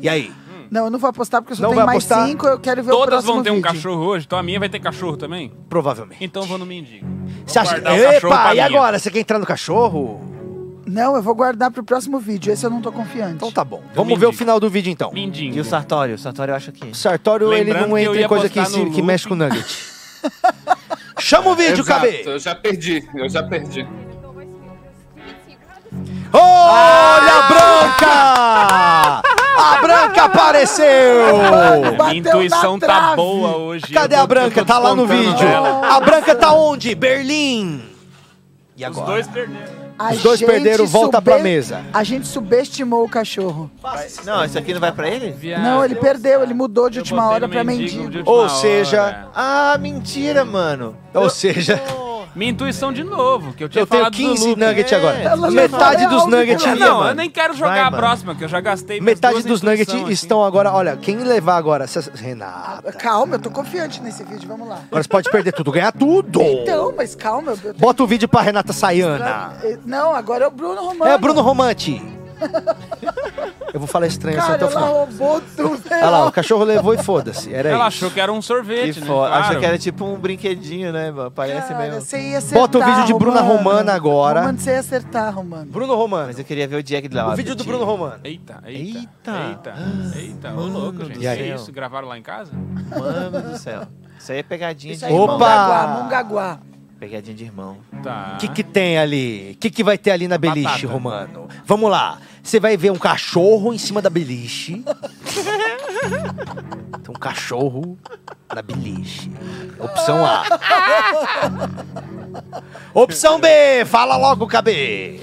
A: E aí?
E: Não, eu não vou apostar porque eu só
A: Não
E: tenho
A: vai
E: mais
A: apostar?
E: cinco. Eu quero ver o
C: Todas
E: próximo
C: vão ter um
E: vídeo.
C: cachorro hoje, então a minha vai ter cachorro também?
A: Provavelmente.
C: Então eu vou no mendigo. Vou
A: Você acha...
C: guardar o cachorro
A: Epa,
C: pra
A: e
C: minha.
A: agora? Você quer entrar no cachorro?
E: Não, eu vou guardar pro próximo vídeo. Esse eu não tô confiante.
A: Então tá bom. Vamos
C: mendigo.
A: ver o final do vídeo então.
C: Mendigo.
D: E o Sartório? O Sartório eu acho que.
A: O Sartório, ele
C: Lembrando
A: não
C: que eu
A: entra em
C: ia
A: coisa que,
C: apostar no
A: se- que
C: Luffy.
A: mexe com o Nugget. Chama o vídeo,
F: Exato,
A: KB!
F: Eu já perdi, eu já perdi.
C: Ah!
A: Olha a branca! A branca apareceu!
E: Bateu
C: Minha intuição
E: na
C: tá
E: trave.
C: boa hoje.
A: Cadê
C: Eu tô-
A: a branca?
C: eu tô
A: Tá lá no
C: descontando
A: vídeo.
C: nela.
A: A branca tá onde? Berlim. E
C: Os
A: agora?
C: dois perderam.
E: A
A: Os dois
E: gente
A: perderam, volta pra
E: sube-
A: mesa.
E: A gente subestimou o cachorro.
D: Não, isso aqui não vai pra ele?
C: Viado.
E: não, ele perdeu, ele mudou
C: Ah,
E: de
C: Eu
E: última
C: botei
E: hora
C: no
E: pra
C: mendigo
E: mendigo.
C: de última
A: Ou
C: hora.
A: seja,
D: Ah, mentira, mano.
A: ou seja,
C: Minha intuição de novo, que eu tinha
A: eu tenho
C: falado do
A: 15
C: Luffy.
A: nuggets
D: É,
A: agora.
E: ela já
A: Metade
E: falou,
A: dos
E: é óbvio
A: nuggets
E: que
A: ia,
E: ela-
C: Não, eu
A: mano.
C: nem quero jogar
D: Vai,
C: a
D: mano.
C: próxima, que eu já gastei minhas
A: Metade
C: duas assim.
A: dos nuggets
C: intuição aqui.
A: estão agora. Olha, quem levar agora? essas- Renata.
E: Ah, Calma, eu tô confiante nesse vídeo, vamos lá.
A: Agora você pode perder tudo, ganhar tudo.
E: Então, mas calma. Eu... eu-
A: Bota o vídeo pra Renata Sayana.
E: Não, agora é o Bruno Romano.
A: É, Bruno Romante. Eu vou falar estranho assim até
E: Cara,
A: o
E: ela
A: final.
E: roubou tudo.
A: Olha lá, o cachorro levou e foda-se.
C: Ela
A: Era isso.
C: achou que era um sorvete,
D: Que
C: né?
D: foda.
C: Claro.
D: Achei que era tipo um brinquedinho, né? mano? Parece
E: Cara,
D: mesmo.
E: você ia acertar,
A: Bota o vídeo de Bruna
E: Romano.
A: Romana agora.
E: Romano, você ia acertar, Romano.
A: Bruno Romano.
D: Mas eu queria ver o Jack lá.
A: O vídeo do Bruno Romano.
C: Eita, eita,
D: Eita.
C: eita, eita. Ô,
D: Mano
C: louco,
D: do
C: gente.
A: céu.
C: Que isso? Gravaram lá em casa?
D: Mano do céu. Isso aí é pegadinha
E: Isso
D: de
E: aí,
D: irmão.
A: Opa!
E: Mongaguá, Mongaguá.
D: Pegadinha de irmão.
C: Tá.
A: O que, que tem ali? O que, que vai ter ali na beliche,
C: Batata.
A: Romano? Vamos lá. Você vai ver um cachorro em cima da beliche. Tem um cachorro na beliche. Opção A. Opção B. Fala logo, KB.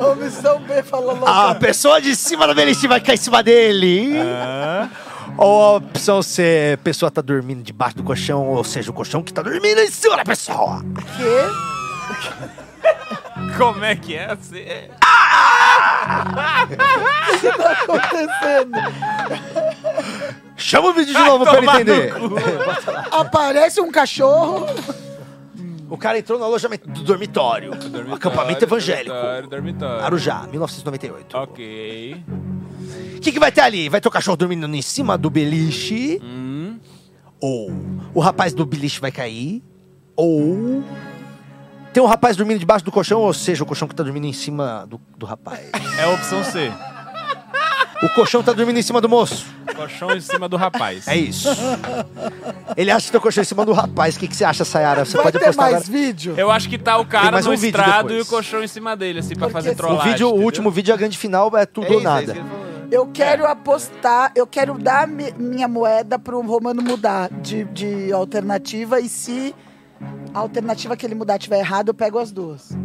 E: Omissão B falou logo.
A: A pessoa de cima da beliche vai cair em cima dele. Ah. Ou a opção C. A pessoa tá dormindo debaixo do colchão, ou seja, o colchão que tá dormindo em cima da pessoa.
E: quê?
C: Como é que é? Cê-
A: Chama o vídeo de novo pra ele
C: tomar no
A: entender.
E: Aparece um cachorro.
A: O cara entrou no alojamento do dormitório. acampamento evangélico.
C: Dormitório, dormitório.
A: Arujá, 1998.
C: Ok.
A: O que, que vai ter ali? Vai ter o cachorro dormindo em cima do beliche?
C: Hum.
A: Ou o rapaz do beliche vai cair? Ou tem um rapaz dormindo debaixo do colchão, ou seja, o colchão que tá dormindo em cima do, do rapaz.
C: É a opção C.
A: O colchão tá dormindo em cima do moço.
C: Colchão em cima do rapaz.
A: É isso. Ele acha que tem o colchão é em cima do rapaz. O que, que você acha, Sayara? Você
E: Vai
A: pode
E: ter
A: apostar
E: mais
A: agora?
E: vídeo?
C: Eu acho que tá o
A: Tem
C: cara
A: mais
C: no
A: um vídeo
C: estrado e
A: depois.
C: o colchão em cima dele, assim, pra
E: Porque
C: fazer
E: se-
A: O,
C: trollagem.
A: vídeo, o
C: entendeu?
A: último vídeo, a grande final é tudo
D: É
A: ou
D: isso, é
A: nada.
D: isso que ele falou.
E: Eu quero apostar, eu quero dar mi- minha moeda pro Romano mudar de, de alternativa e se a alternativa que ele mudar tiver errado, eu pego as duas.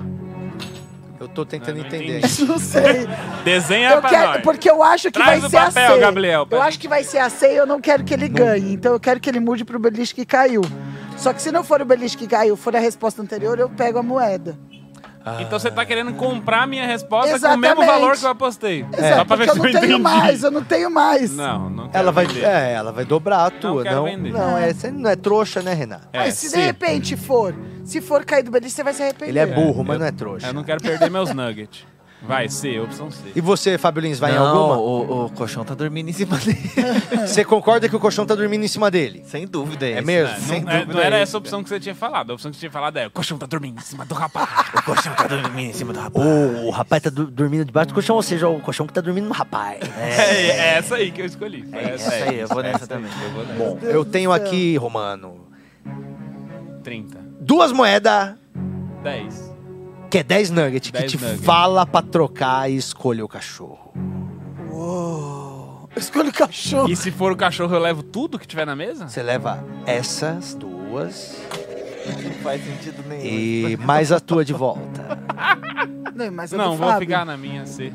A: Eu tô tentando
C: Eu não
A: entender.
C: entendi.
E: Não sei.
C: Desenha
E: Eu
C: É pra
E: quero,
C: nós.
E: porque eu acho que
C: Traz
E: vai
C: o
E: ser a
C: papel,
E: ceia.
C: Gabriel, pra
E: Eu
C: gente.
E: acho que vai ser a ceia e eu não quero que ele ganhe. Então eu quero que ele mude pro beliche que caiu. Só que se não for o beliche que caiu, for a resposta anterior, eu pego a moeda.
C: Então você tá querendo comprar a minha resposta com o mesmo
E: Exatamente.
C: valor que eu apostei.
E: Exato,
C: É. Só pra ver se
E: porque eu não
C: eu
E: tenho
C: entendi.
E: mais, eu não tenho mais.
C: Não, não quero
A: Ela vai,
C: vender.
A: é, ela vai dobrar a tua,
C: quero
A: não?
C: vender.
A: Não, é, você não é trouxa, né, Renato?
C: É,
E: Mas se
C: sim.
E: de repente for, se for cair do beliche, você vai se arrepender.
A: Ele é burro, mas
C: eu-
A: não é trouxa.
C: Eu não quero perder meus nuggets. Vai, C, opção C.
A: E você, Fábio Lins, vai
D: Não,
A: em alguma?
D: O, o colchão tá dormindo em cima dele.
A: Você concorda que o colchão tá dormindo em cima dele?
D: Sem dúvida,
A: É
D: esse.
A: mesmo?
C: Não,
A: Sem
C: não é-
A: dúvida
C: não era
A: é
C: essa a opção que você tinha falado. A opção que você tinha falado é o colchão tá dormindo em cima do rapaz.
D: O colchão tá dormindo em cima do rapaz.
I: O rapaz tá du- dormindo debaixo do colchão, ou seja, o colchão que tá dormindo no rapaz.
C: É,
A: né?
C: é essa aí que eu escolhi. Foi
D: Essa aí,
C: é
D: eu vou nessa também.
A: Bom, eu tenho aqui, Romano,
C: 30.
A: duas moedas,
C: 10.
A: que é 10 nuggets, que
C: 10
A: te
C: nuggets.
A: fala pra trocar e escolha o cachorro.
E: Escolhe o cachorro.
C: E se for o cachorro, eu levo tudo que tiver na mesa?
A: Você leva essas duas
D: Não faz sentido nenhum.
A: e mais a tua de volta.
E: Não, mas é
C: Não,
E: do
C: vou
E: Fábio.
C: ficar na minha C.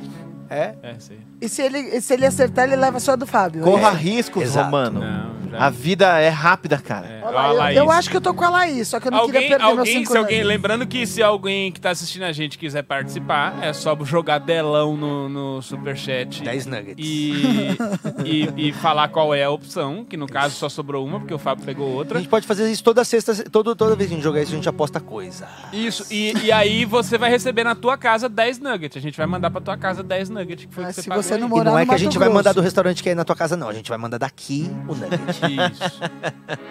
A: É?
C: É, C.
E: E se ele, e se ele acertar, ele leva só a do Fábio.
D: Corra riscos,
A: Exato.
D: Romano.
C: É. Não, já.
D: A vida é rápida, cara.
C: É,
E: Olha lá,
C: a
E: eu-
C: Laís.
E: eu, acho que eu tô com a Laís, só que eu não queria
C: Alguém,
E: perder meus
C: alguém,
E: cinco
C: se alguém,
E: anos.
C: lembrando que se alguém que tá assistindo a gente quiser participar, é só jogar delão no, no superchat
A: 10 nuggets.
C: e, e, e falar qual é a opção, que no caso só sobrou uma, porque o Fábio pegou
A: A
C: outra.
A: gente pode fazer isso toda sexta, todo, toda vez que a gente jogar isso, a gente aposta coisa.
C: Isso, e, e aí você vai receber na tua casa 10 nuggets. A gente vai mandar pra tua casa 10 nuggets, que foi o
E: Mas
C: que você
E: Ah, se
C: pagou
E: você
C: aí.
E: não
A: E
E: morar
A: não
E: no
A: é que a
E: Mato
A: gente vai
E: Grosso.
A: mandar do restaurante que é aí na tua casa, não. A gente vai mandar daqui o nugget.
C: Isso.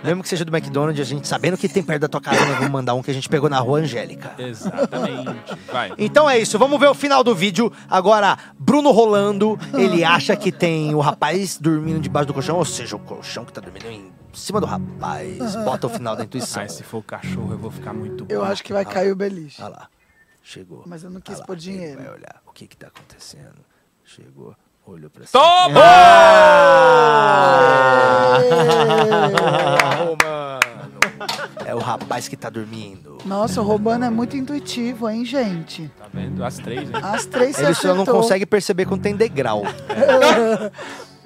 A: Mesmo que seja do McDonald's, a gente sabendo que tem perto da tua casa, nós vamos mandar um que a gente pegou na rua Angélica.
C: Exatamente. Vai.
A: Então é isso, vamos ver o final do vídeo. Agora, Bruno rolando, ele
E: Ah.
A: acha que tem o rapaz dormindo debaixo do colchão, ou seja, o colchão que tá dormindo em cima do rapaz.
E: Ah.
A: Bota o final da intuição.
C: Ai, se for o cachorro, eu vou ficar muito
E: Eu acho que vai cair o beliche.
A: Olha lá, chegou.
E: Mas eu não quis
A: Olha lá,
E: pôr
A: ele
E: dinheiro.
A: Vai olhar o que que tá acontecendo. Chegou, olhou pra cima.
E: É.
C: Ah.
E: É. Ê!
A: Ô, mano. É o rapaz que tá dormindo.
E: Nossa, o Romano é muito intuitivo, hein, gente?
C: Tá vendo? As três, né?
E: As três você
A: Ele só não
E: acertou. É.
A: consegue perceber quando tem degrau.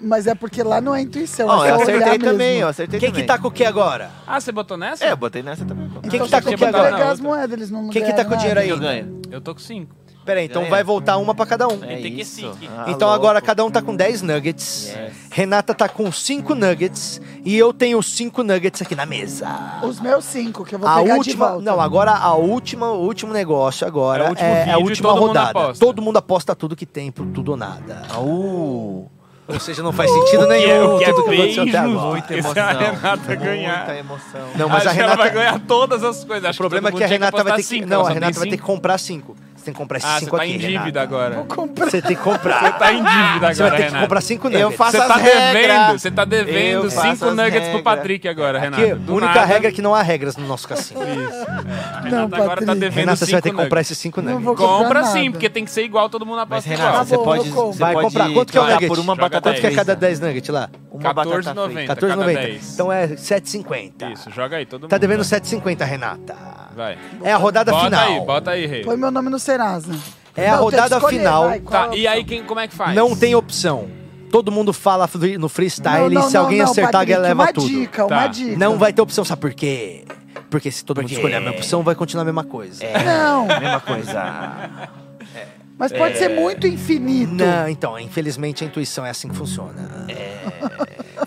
E: Mas é porque lá não é intuição,
D: Ó,
E: é
D: eu
E: só olhar
D: acertei
E: mesmo.
D: também, eu acertei
A: Quem que
D: também.
A: tá com o que agora?
C: Ah, você botou nessa?
D: É, eu botei nessa também. pô.
E: Então
A: que tá
E: você
A: com
E: tem
A: quem agora?
E: entregar as
C: Outra.
E: moedas, eles não
A: Quem que tá
E: ganharam
A: com o dinheiro
E: nada.
A: aí?
D: Eu ganho.
C: Eu tô com cinco.
A: Peraí, então vai voltar uma pra cada um.
D: É
C: Tem que
D: isso.
C: sim.
D: Ah,
A: Então
D: louco.
A: agora cada um tá com 10 nuggets.
D: Yes.
A: Renata tá com 5 nuggets e eu tenho 5 nuggets aqui na mesa.
E: Os meus cinco, que eu vou
A: A
E: pegar de
A: última,
E: volta.
A: não, agora a última, o último negócio agora
C: É
A: é, a
C: o último vídeo e
A: última
C: todo mundo
A: rodada.
C: aposta.
A: Todo mundo aposta tudo que tem pro tudo ou nada. Ou seja, não faz sentido
C: Que é,
A: nenhum
C: o que é
A: tudo que
C: bem
A: aconteceu até
C: injusto,
A: agora.
C: porque se a
D: emoção.
C: Renata ganhar...
D: Muita emoção.
A: Não, mas
C: acho
A: a
C: que ela vai
A: Renata,
C: ganhar todas as coisas.
A: o problema é que a Renata vai ter que, não, a Renata vai ter que comprar 5. Você tem que comprar esses
C: Ah, você
A: 5
C: tá
A: aqui,
C: em
A: Renata.
C: dívida agora.
A: Você tem que comprar.
C: Tá em dívida
A: Você vai
C: agora,
A: ter que comprar
C: Renata.
A: 5
D: Eu
A: nuggets.
D: faço
C: Você tá
D: as regras.
C: devendo, você tá devendo
D: Eu faço
C: cinco
D: as
C: nuggets pro
D: regras.
C: Patrick agora, Renata.
A: Aqui, a
C: Do
A: única
C: nada.
A: regra é que não há regras no nosso cassino.
C: A
E: Não,
C: Renata agora tá
E: Patrick.
C: devendo
A: Renata, você vai ter que
C: cinco
A: comprar
C: nuggets.
A: esses 5
E: Não
A: nuggets.
E: vou comprar
C: Compra
E: nada.
C: sim, porque tem que ser igual, todo mundo
D: Mas,
C: aposta
D: Renata,
E: Tá
C: igual.
D: você
E: bom,
D: pode.
E: eu compro.
D: Você
A: Vai
D: pode
A: comprar. Quanto que é o
D: trocar
A: nugget?
D: por uma
C: Joga
D: batata
A: Quanto que é
D: frita.
E: né?
A: cada 10 nuggets lá?
D: Uma batata frita.
C: 14,90.
A: 14,90.
C: 10.
A: Então é 7,50.
C: Isso, joga aí, todo mundo.
A: Tá devendo 7,50, Renata.
C: Vai.
A: É a rodada
C: Bota
A: final.
C: aí, bota aí, Rei.
E: Põe meu nome no Serasa.
A: É a
E: Não, tem que
A: rodada
E: escolher,
A: final.
E: vai, qual
C: Tá,
E: é
C: e
E: a
C: aí
E: opção?
C: quem, como é que faz?
A: Não tem opção. Todo mundo fala free- no freestyle
E: Não,
A: e
E: não,
A: Tá, se alguém
E: não, não,
A: acertar,
E: Patrick,
A: alguém leva
E: uma
A: tudo.
E: dica,
C: Tá.
E: uma dica.
A: Não vai ter opção, sabe por quê? Porque se todo
D: Porque-
A: mundo escolher a mesma opção, vai continuar a mesma coisa.
E: Não,
D: Mesma coisa.
E: mas pode
C: É.
E: ser muito infinito.
A: Não, então, infelizmente a intuição é assim que funciona.
E: É.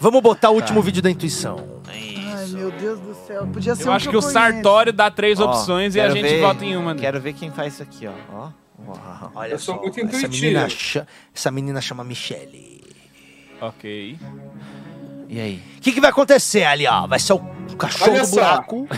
A: Vamos botar o último vídeo da intuição.
E: Ai, meu Deus do céu. Podia ser
C: Eu
E: um
C: acho que o
E: conheço.
C: Sartório dá três
D: Ó,
C: opções e a
D: quero
C: gente
D: ver-
C: vota em uma. né?
D: Quero ver quem faz isso aqui, ó. Ó. Uau.
A: Olha
F: Eu sou
A: só,
F: muito
A: essa
F: intuitivo.
A: menina, cha- essa menina chama Michelle.
C: Ok.
D: E aí?
A: O que, que vai acontecer ali, ó? Vai ser o cachorro
F: Olha
A: do
F: só.
A: buraco.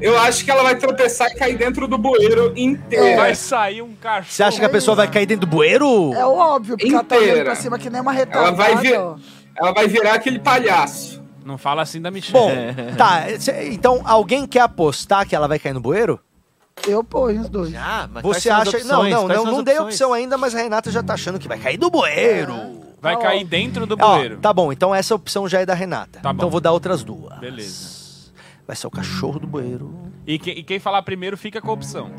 F: Eu acho que ela vai tropeçar e cair dentro do bueiro inteiro.
C: Vai sair um cachorro.
A: Você acha que a pessoa vai cair dentro do bueiro?
E: É óbvio, porque ela tá olhando
F: Inteira.
E: pra cima que nem uma retardada.
F: Ela vai, vir,
E: ó.
D: É.
F: ela vai virar aquele palhaço.
C: Não fala assim da Michelle.
A: Bom, tá. cê- Então, alguém quer apostar que ela vai cair no bueiro?
E: Eu ponho os dois.
C: Ah,
D: Já? Mas
A: Você
D: quais são as
A: acha. Não,
D: opções?
A: não,
D: Quais
A: não,
D: são as
A: não dei
D: opções?
A: opção ainda, mas a Renata já tá achando que vai cair do bueiro.
C: vai
E: tá
C: cair
E: ó.
C: dentro É, do
A: Ó,
C: bueiro.
A: tá bom, então essa opção já é da Renata.
C: Tá bom.
A: Então vou dar outras duas.
C: Beleza.
A: Vai ser o cachorro do bueiro.
C: E, que- e quem falar primeiro fica com a opção.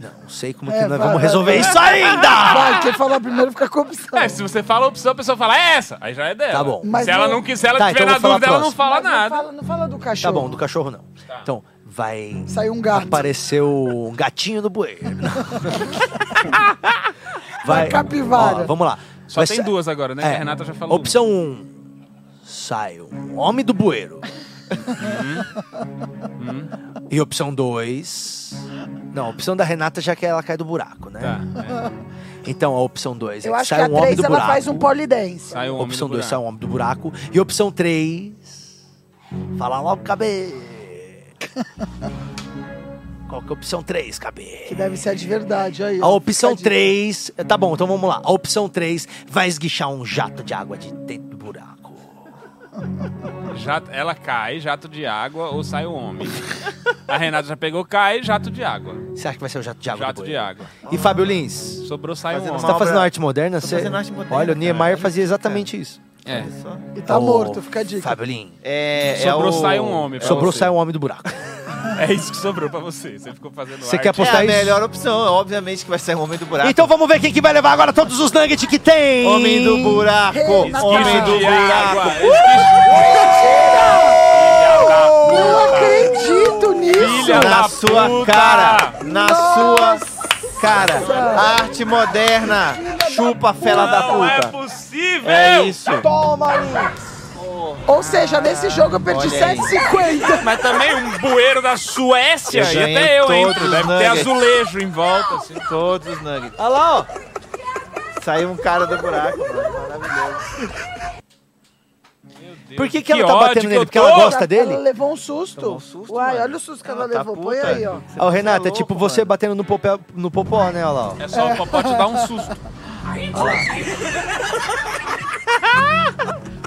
A: Não sei como
E: É,
A: que nós
E: vai,
A: vamos
E: vai,
A: resolver
E: vai.
A: isso ainda!
E: Vai, quem falar primeiro fica com opção.
C: É, se você fala a opção, a pessoa fala é essa. Aí já é dela.
A: Tá bom.
E: Tá Mas
C: se ela
E: não-
C: não quiser, ela
A: Tá,
C: tiver
A: então eu
C: na
A: vou falar
C: dúvida, ela não
A: próxima.
C: fala
E: Mas
C: nada.
E: Não fala, não fala do
A: Tá
E: cachorro.
A: bom, do cachorro não.
C: Tá.
A: Então, vai.
E: Saiu um gato.
A: Apareceu um gatinho do bueiro.
E: Vai capivara.
A: Ó, vamos lá.
C: Só
A: Vai
C: tem
A: sa-
C: duas agora, né?
A: É.
C: A Renata já falou.
A: Opção 1. Um, sai um homem do Hum? bueiro. E opção 2. Não, a opção da Renata já que ela cai do buraco, né?
C: Tá,
A: Então, a opção 2 é
E: Eu
A: que
E: acho que
A: sai
E: a
A: um homem
E: três
A: do
E: ela
A: buraco.
E: faz um polidense.
C: Sai o homem
A: opção
C: do
A: 2
C: buraco.
A: sai um homem do buraco. E opção 3. Fala logo, KB. Qual que é a opção 3,
E: Que
A: KB?
E: deve ser a de verdade. Aí,
A: A opção
E: Tadinho.
A: 3. Tá bom, então vamos lá. A opção 3 vai esguichar um jato de água de dentro do buraco.
C: Jato- ela cai, jato de água ou sai o homem. A Renata já pegou, cai, jato de água.
A: Você acha que vai ser o jato de água?
C: Jato
A: do
C: de
A: boi?
C: água.
A: E Fábio Lins?
C: Sobrou sai o
D: Fazendo
A: Você
C: homem.
A: tá
D: obra-
A: fazendo arte moderna? Você-
D: fazendo arte moderna,
A: Olha, o
D: cara.
A: Niemeyer
D: Olha
A: fazia
D: isso, cara.
A: exatamente isso.
C: É.
E: E tá
A: Então,
E: morto, fica a dica.
A: Fábio Lins.
D: É,
C: Sobrou
D: é o... um
C: sai um homem. pra
A: Sobrou
C: você.
A: sai um homem do buraco.
C: É isso que sobrou pra você. Você ficou fazendo
A: Você
C: arte.
A: quer
D: É
A: apostar
D: a
A: isso?
D: melhor opção, obviamente que vai sair o homem do buraco.
A: Então vamos ver quem que vai levar agora todos os nuggets que tem.
D: Homem do buraco!
E: Renata.
D: Homem do
C: de
D: buraco!
C: água.
D: Uh,
C: Mentira!
E: Não acredito nisso!
C: Filha
D: na
C: da
D: sua
C: puta!
D: cara, na
E: Nossa!
D: sua cara. Arte moderna, chupa fela da
C: Não é
D: puta.
C: possível!
D: É isso.
E: Toma, Lins! Ou seja, nesse jogo eu perdi
D: Olha aí.
E: 7,50.
C: Mas também um bueiro da Suécia,
D: Eu
C: e
D: ganhei
C: até eu
D: todos
C: entro.
D: os
C: Deve ter
D: nuggets.
C: azulejo em volta, assim.
D: Todos os nuggets.
C: é.
D: Olha lá, ó. Saiu um cara do buraco. mano. Maravilhoso.
A: Por que, que
C: Que
A: ela tá
C: ódio
A: batendo
C: que
A: nele?
C: eu
A: Porque ela
C: tô.
A: gosta dele?
E: Ela levou um susto.
D: Tomou um susto,
E: Uai,
D: mano.
E: olha o susto que ela,
D: tá
E: levou.
D: puta.
E: Põe aí, ó.
A: Ó, Renata, é
D: Você é
A: tipo
D: louco,
A: você
D: mano.
A: batendo no popó, no popó, né? Olha lá, ó.
C: É só o papai te dar um susto.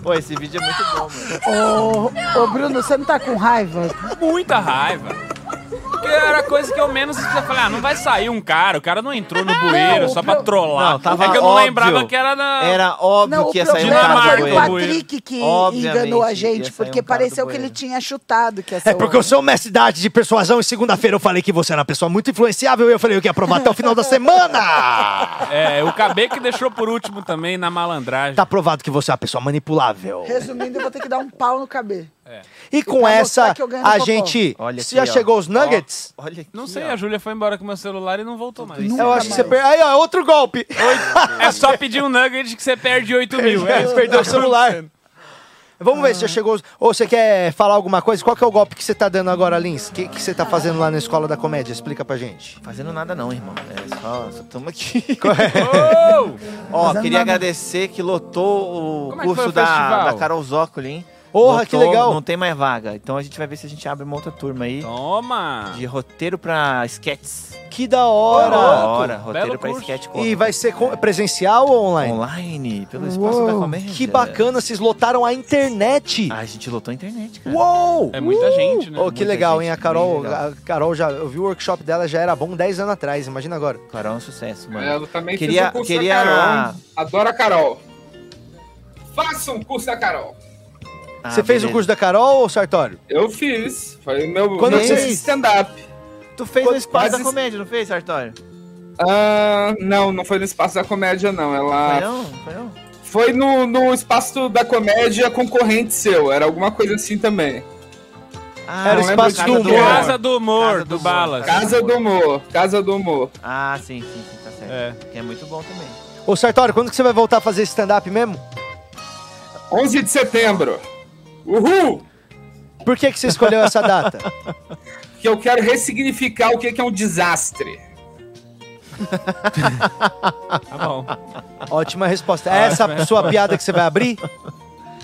D: Pô, esse vídeo é muito bom, mano.
E: Ô, ô, Bruno, você não tá com raiva?
C: Muita raiva. Porque era a coisa que eu menos eu falei, ah, não vai sair um cara, o cara não entrou no bueiro
E: o
C: só
E: pro-
C: pra trollar.
D: Não, tava
C: é que eu não
D: óbvio.
C: lembrava que era na.
D: Era óbvio
E: Não, o
D: que ia sair um
E: problema
D: cara do
E: foi o
C: Bueiro.
D: buraco.
E: Patrick que
D: Obviamente,
E: enganou a
D: ia
E: gente,
D: sair um cara
E: porque
D: do
E: pareceu que
D: Bueiro.
E: ele tinha chutado que ia ser
A: É porque eu sou mestre da arte de persuasão e segunda-feira eu falei que você era uma pessoa muito influenciável e eu falei eu que ia aprovar até o final da semana!
C: É, o KB que deixou por último também na malandragem.
A: Tá provado que você é uma pessoa manipulável.
E: Resumindo, eu vou ter que dar um pau no cabelo.
A: E
D: tá
A: com
E: pra
A: essa,
E: mostrar que eu ganho no
A: a
E: popó.
A: gente.
D: Olha
A: se
D: aqui,
A: já
D: ó.
A: chegou os nuggets?
D: Ó, olha aqui,
C: Não sei,
D: ó.
C: a Júlia foi embora com meu celular e não voltou mais.
A: eu acho que você perdeu. Aí, ó, outro golpe!
C: É só pedir um nugget que você perde 8 mil. É,
A: Ele perdeu o
D: tá
A: celular. Vamos ver se
D: Ah.
A: já chegou. os- Ou você quer falar alguma coisa? Qual que é o golpe que você tá dando agora, Lins? O que, que você tá fazendo lá na escola da comédia? Explica pra gente.
D: Fazendo nada não, irmão. É só, só tamo aqui.
C: Oh!
D: Ó,
E: Fazendo
D: queria
E: nada.
D: agradecer que lotou o
C: Como é que
D: curso
C: foi o
D: da,
C: festival?
D: da Carol Zócoli, hein?
A: Porra,
D: Lotou,
A: que legal.
D: Não tem mais vaga. Então a gente vai ver se a gente abre uma outra turma aí.
C: Toma!
D: De roteiro pra sketches.
A: Que da
D: Da
A: hora!
D: hora,
C: Belo
D: roteiro pra
C: curso.
D: sketch com-
A: E vai ser co- presencial ou online?
D: online, pelo espaço da comédia.
A: Que bacana, vocês lotaram a internet!
D: Ah, a gente lotou a internet, cara.
A: Uou!
C: É muita gente, né?
A: Oh, que
D: Muita
A: legal,
D: gente,
A: hein? A Carol,
D: bem legal.
A: a Carol já, eu vi o workshop dela, já era bom 10 anos atrás, imagina agora.
D: Carol é um sucesso, mano.
F: Ela também
D: Queria-
F: fez o curso
D: queria-
F: da Carol. hein? Adoro a Carol. Faça um curso da Carol.
D: Ah,
A: você fez
D: beleza.
A: o curso da Carol ou Sartório?
F: Eu fiz. Foi meu,
A: Quando
F: meu
A: que
D: você
F: curso de
D: fez?
F: stand-up.
D: Tu fez no espaço da
F: Mas-
D: comédia, não fez, Sartório?
F: Ah, não, não foi no Espaço da Comédia, não.
A: Ah.
D: Foi
F: Ela
D: não? Foi não?
F: foi no, no Espaço da Comédia concorrente seu. Era alguma coisa assim também.
D: Ah,
A: Era
D: eu
A: o
D: lembro
A: espaço
D: da
A: do
D: Casa
A: humor.
C: Casa do humor,
D: Casa do
C: do
D: humor.
C: Balas.
F: Casa do Humor. Casa do Humor.
D: Ah, sim, sim, sim, tá certo.
C: É.
D: Que é muito bom também.
A: Ô Sartório, quando que você vai voltar a fazer stand-up mesmo?
F: 11 de setembro. Uhul!
A: Por que, que você escolheu essa data?
F: Que eu quero ressignificar o que que é um desastre.
C: Tá bom.
A: Ótima resposta. É essa sua piada que você vai abrir?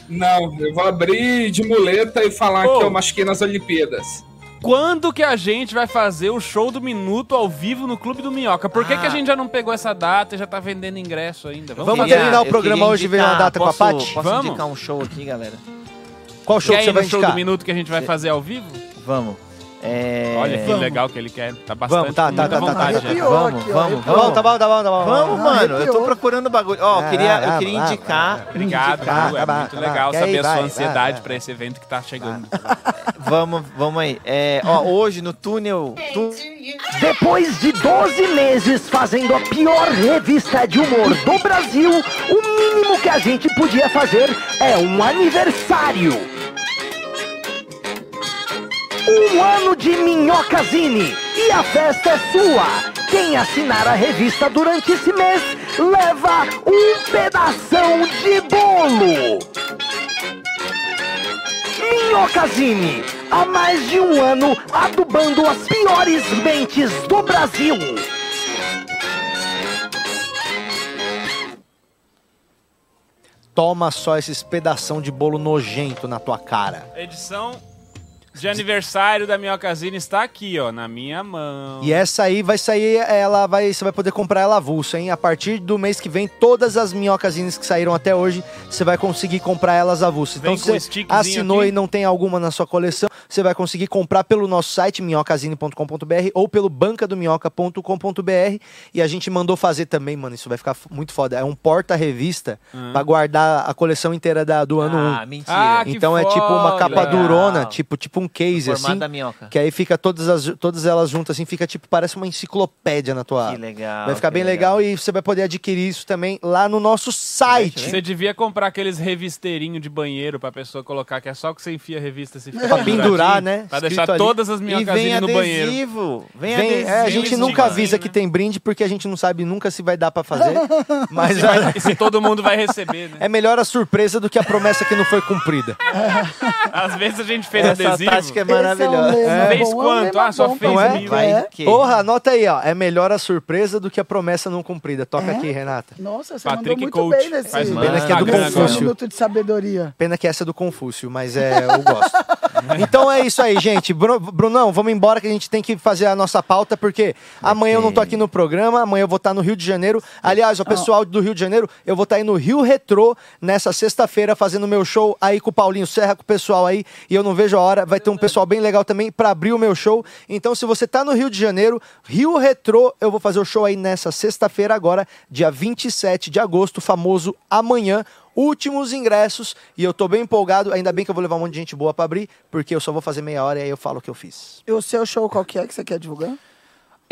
F: Não, eu vou abrir de muleta e falar
C: Ô.
F: que eu machuquei nas Olimpíadas.
C: Quando que a gente vai fazer o show do minuto ao vivo no Clube do Minhoca? Por que,
D: Ah.
C: que a gente já não pegou essa data e já tá vendendo ingresso ainda? Vamos,
A: Vamos
C: fazer.
A: terminar o
D: eu
A: programa
D: queria
A: hoje e ver uma data com a
D: posso,
A: Paty?
D: Posso
C: Vamos?
D: indicar um show aqui, galera?
A: Qual show
C: Quer
A: que você
C: ir no
A: vai
C: show
A: indicar?
C: do minuto que a gente vai fazer ao vivo?
D: Vamos. É...
C: Olha que
D: vamos.
C: legal que ele quer. Tá bastante
A: Vamos, tá,
C: com
A: tá, tá,
C: muita
A: tá, tá,
C: vontade,
A: tá.
C: né?
E: Arrepiou
D: Vamos,
E: aqui, ó.
D: vamos,
A: Tá bom,
D: vamos.
A: tá bom, tá bom, tá bom.
D: Vamos,
E: Não,
D: mano. Eu tô
E: arrepiou.
D: procurando o bagulho. Ó, eu
A: Ah,
D: queria,
A: ah,
D: eu queria
A: ah,
D: indicar.
C: Obrigado,
A: Tá,
C: Edu.
A: tá
C: é
A: bom,
C: muito
A: tá bom.
C: legal
A: Quer ir?
C: saber a
A: Vai,
C: sua
A: vai,
C: ansiedade
A: vai.
C: pra esse evento que tá chegando.
D: Vamos, vamos aí. É, ó, hoje no túnel. tu-
I: Depois de 12 meses fazendo a pior revista de humor do Brasil, o mínimo que a gente podia fazer é um aniversário. Um ano de Minhocazine e a festa é sua. Quem assinar a revista durante esse mês leva um pedação de bolo. Minhocazine, há mais de um ano adubando as piores mentes do Brasil.
A: Toma só esses pedação de bolo nojento na tua cara.
C: Edição de aniversário da Minhocazine está aqui, ó, na minha mão.
A: E essa aí vai sair, ela vai, você vai poder comprar ela avulsa, hein? A partir do mês que vem, todas as minhocasines que saíram até hoje, você vai conseguir comprar elas avulsa. Então,
C: Vem
A: se
C: com
A: você
C: stickzinho
A: assinou
C: aqui.
A: e não tem alguma na sua coleção, você vai conseguir comprar pelo nosso site, minhocasine.com.br ou pelo bancadominhoca.com.br. E a gente mandou fazer também, mano, isso vai ficar f- muito foda. É um porta-revista
C: Hum.
A: pra guardar a coleção inteira da- do ano 1.
D: Ah, mentira.
C: Ah, que
A: Então é tipo uma
C: foda.
A: capa
D: Legal.
A: durona, tipo, tipo um case,
D: Formado
A: assim.
D: da minhoca.
A: Que aí fica todas, as, todas elas juntas, assim, fica tipo, parece uma enciclopédia na tua.
D: Que legal.
A: Vai ficar
D: que
A: bem legal. e você vai poder adquirir isso também lá no nosso site.
C: Você devia comprar aqueles revisteirinhos de banheiro pra pessoa colocar, que é só que você enfia a revista e fica
A: Pra pendurar, né?
C: Pra
A: Escrito
C: deixar
A: ali.
C: todas as
D: E vem
C: minhocasines no banheiro.
D: adesivo. Vem,
A: Vem-
D: adesivo. né?
A: é, a gente nunca
C: mano.
A: avisa que tem brinde, porque a gente não sabe nunca se vai dar pra fazer. mas
C: E se todo mundo vai receber, né?
A: é melhor a surpresa do que a promessa que não foi cumprida.
C: Às vezes a gente fez
D: Essa tática
C: adesivo.
D: é
E: Esse é um
D: maravilhosa.
E: lema
C: É. Fez
E: bom, um
C: quanto?
E: lema
C: Ah, só
E: bom
C: fez
E: pra
A: mil.
E: gente,
D: Vai
E: é.
D: que...
A: Porra, anota aí, ó. É melhor a surpresa do que a promessa não cumprida.
E: É?
A: Toca aqui, Renata.
E: Nossa, você
C: Patrick
E: mandou muito
C: Coach.
E: bem nesse,
C: Faz
A: Pena que é do
E: nesse
A: Confúcio.
E: um minuto de sabedoria.
A: Pena que essa é do Confúcio, mas é, eu gosto. então é isso aí, gente. Bru- Brunão, vamos embora que a gente tem que fazer a nossa pauta, porque amanhã eu não tô aqui no programa, amanhã eu vou estar no Rio de Janeiro. Aliás, o pessoal do Rio de Janeiro, eu vou estar aí no Rio Retrô nessa sexta-feira, fazendo meu show aí com o Paulinho Serra, com o pessoal aí, e eu não vejo a hora. Vai ter um pessoal bem legal também pra abrir o meu show. Então, se você tá no Rio de Janeiro, Rio Retrô, eu vou fazer o show aí nessa sexta-feira agora, dia 27 de agosto, famoso amanhã últimos ingressos e eu tô bem empolgado. Ainda bem que eu vou levar um monte de gente boa pra abrir, porque eu só vou fazer meia hora e aí eu falo o que eu fiz.
E: E o seu show qual que é que você quer divulgar?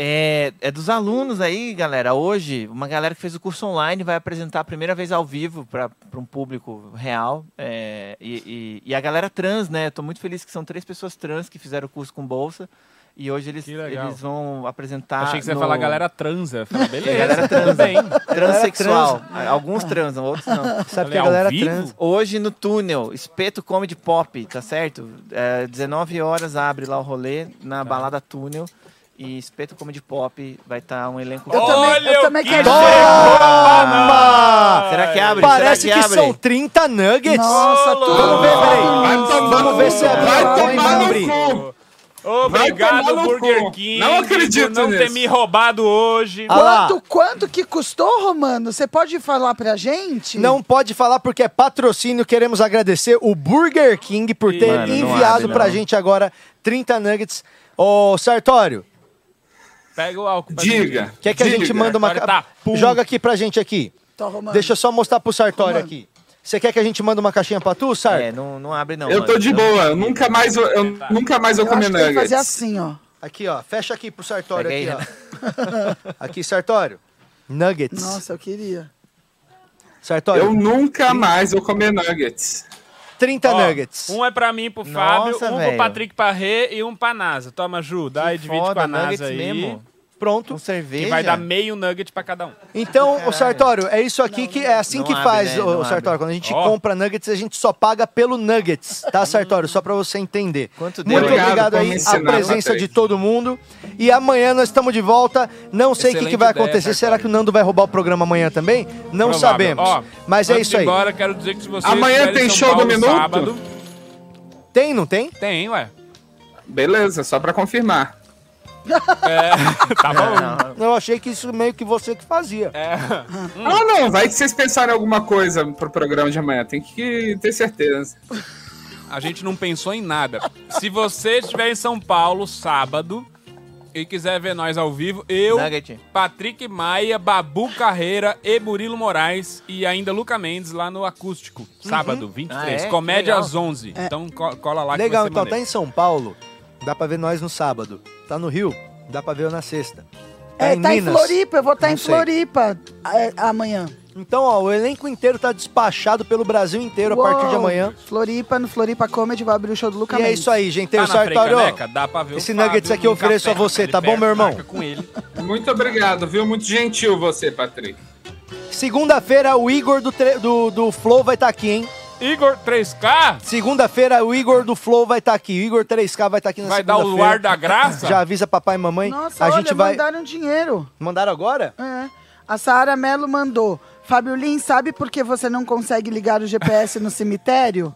D: É, é dos alunos aí, galera. Hoje, uma galera que fez o curso online vai apresentar a primeira vez ao vivo para um público real. É, e, e- e a galera trans, né? Eu tô muito feliz que são três pessoas trans que fizeram o curso com bolsa. E hoje eles,
C: Que legal.
D: eles vão apresentar.
C: Achei que
A: Ah,
C: você ia
D: no-
C: falar galera transa. Eu falei, beleza,
D: Galera
C: tudo
D: transa.
C: bem.
D: Transexual.
C: É,
D: Alguns transam, outros não.
A: Sabe
C: Falei,
A: que a
C: ao
A: galera
C: vivo?
A: trans.
D: Hoje no túnel, Espeto Comedy Pop, tá certo? É, 19 horas abre lá o rolê
C: Tá.
D: na balada túnel. E Espeto Comedy Pop vai estar um elenco.
E: Eu também-
C: Olha
E: eu
C: o
E: também
C: que
E: quero
C: chegou
E: ver.
C: a
A: Toma!
C: banana!
D: Será que abre?
A: Parece
D: Será
A: que,
D: que, abre?
A: são 30 nuggets.
E: Nossa, tudo
A: Vamos ver, peraí. Vamos ver se abre.
F: Vai
A: Vamos
F: tomar no
A: abrir.
F: cu. Vai
C: Obrigado,
F: tomar no
C: Burger
F: cu.
C: King.
F: Não acredito
C: por não ter
F: nisso.
C: me roubado hoje.
A: Ah lá.
E: Quanto, quanto que custou, Romano? Você pode falar pra gente?
A: Não pode falar porque é patrocínio. Queremos agradecer o Burger King por ter
D: Mano, não
A: enviado
D: abre,
A: pra
D: não.
A: gente agora 30 nuggets. Ô, Sartório,
C: Pega o álcool. pra
F: Diga.
A: quer que a gente manda uma.
C: Sartório tá puto.
A: Joga aqui pra gente aqui.
E: Tô, Então, Romano.
A: Deixa eu só mostrar pro Sartório
E: Comando.
A: aqui. Você quer que a gente mande uma caixinha pra tu, Sar?
D: É, não, não abre, não.
F: Eu
D: mano.
F: tô de boa, eu nunca mais vou, eu nunca mais vou
E: Eu acho
F: comer
E: que tem que fazer
F: nuggets.
E: assim, ó.
A: Aqui, ó. Fecha aqui pro Sartório
D: Pega aí,
A: aqui, ó. aqui, Sartório. Nuggets.
E: Nossa, eu queria.
A: Sartório,
F: Eu nunca mais vou comer nuggets.
A: 30
C: Ó,
A: nuggets.
C: Um é pra mim, pro
D: Nossa,
C: Fábio, um
D: velho.
C: pro Patrick Parré e um pra NASA. Toma, Ju, dá e
D: Que
C: divide
D: foda,
C: com a
D: nuggets
C: NASA aí.
D: mesmo.
A: Pronto.
D: Com cerveja.
C: Que vai dar meio nugget pra cada um.
A: Então, o Sartório, é isso aqui que é assim
D: Não
A: que
D: abre,
A: faz,
D: né?
A: o
D: Não
A: Sartório.
D: abre.
A: Quando a gente
C: Ó.
A: compra nuggets, a gente só paga pelo nuggets, tá, Sartório? Só pra você entender.
D: Quanto
A: Muito
D: deu, hein?
A: obrigado,
F: Obrigado por
A: aí
F: me
A: a
F: ensinar,
A: presença
F: Matheus.
A: de todo mundo. E amanhã nós estamos de volta. Não sei o que, que
C: Excelente
A: vai
C: ideia,
A: acontecer. Será
C: Sartório.
A: que o Nando vai roubar o programa amanhã também? Não
C: Provável.
A: sabemos.
C: Ó,
A: Mas é
C: antes
A: isso
C: de ir
A: aí.
C: Embora, quero dizer que se vocês
F: Amanhã
C: estiverem em
F: tem
C: São
F: show do
C: Paulo
F: Minuto?
C: Sábado,
A: Tem, não tem?
C: tem, ué.
F: Beleza, só pra confirmar.
C: Tá bom. É,
A: Eu achei que isso meio que você que fazia.
F: Ah, não, vai que vocês pensaram em alguma coisa pro programa de amanhã, tem que ter certeza.
C: A gente não pensou em nada. Se você estiver em São Paulo sábado e quiser ver nós ao vivo, eu,
D: Nugget.
C: Patrick Maia, Babu Carreira e Burilo Moraes e ainda Luca Mendes lá no Acústico,
A: Uhum.
C: sábado, 23,
D: Ah, é?
C: comédia
D: Que legal.
C: às 11. Então co- cola lá
A: É. Legal,
C: que
A: então
C: vai
A: tá
C: ser maneiro.
A: em São Paulo, dá pra ver nós no sábado. Tá no Rio, dá pra ver eu na sexta.
E: É, tá em
A: Minas.
E: Floripa, eu vou estar
A: Não
E: em
A: sei.
E: Floripa é, amanhã.
A: Então, ó, o elenco inteiro tá despachado pelo Brasil inteiro a partir de
E: Uou!
A: amanhã.
E: Floripa, no Floripa Comedy, vai abrir o show do Lucas
A: E é isso aí, gente. Tem o
C: Tá na Frei
A: Sartório.
C: Caneca, dá pra ver o
A: esse
C: Fábio
A: nuggets aqui eu
C: num
A: ofereço
C: café
A: a você,
C: ali
A: tá bom,
C: perto,
A: meu irmão?
C: marca com ele.
F: Muito obrigado, viu? Muito gentil você, Patrick.
A: Segunda-feira, o Igor do, tre- do, do Flow vai estar aqui, hein?
C: Igor 3K
A: Segunda-feira, o Igor do Flow vai estar aqui. O Igor 3K vai estar aqui na
C: vai dar o
A: segunda-feira.
C: luar da graça?
A: Já avisa papai e mamãe.
E: Nossa,
A: a
E: olha,
A: gente vai.
E: mandaram dinheiro.
A: Mandaram agora?
E: É. A Sara Mello mandou. Fábio Lin, sabe por que você não consegue ligar o GPS no cemitério?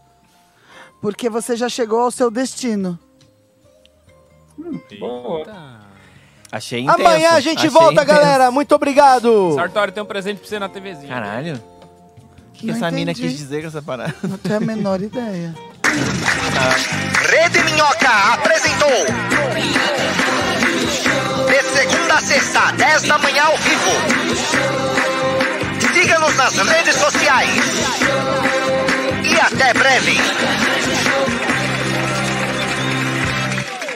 E: Porque você já chegou ao seu destino.
D: Achei intenso.
A: Amanhã a gente
D: achei
A: volta,
D: intenso.
A: galera. Muito obrigado.
C: Sartori tem um presente pra você na TVzinha.
D: Caralho. O que, que
E: Não
D: essa mina
E: entendi.
D: quis dizer com essa parada?
E: Não tenho a menor ideia.
B: Rede Minhoca apresentou. De segunda a sexta, 10 da manhã ao vivo. Siga-nos nas redes sociais. E até breve.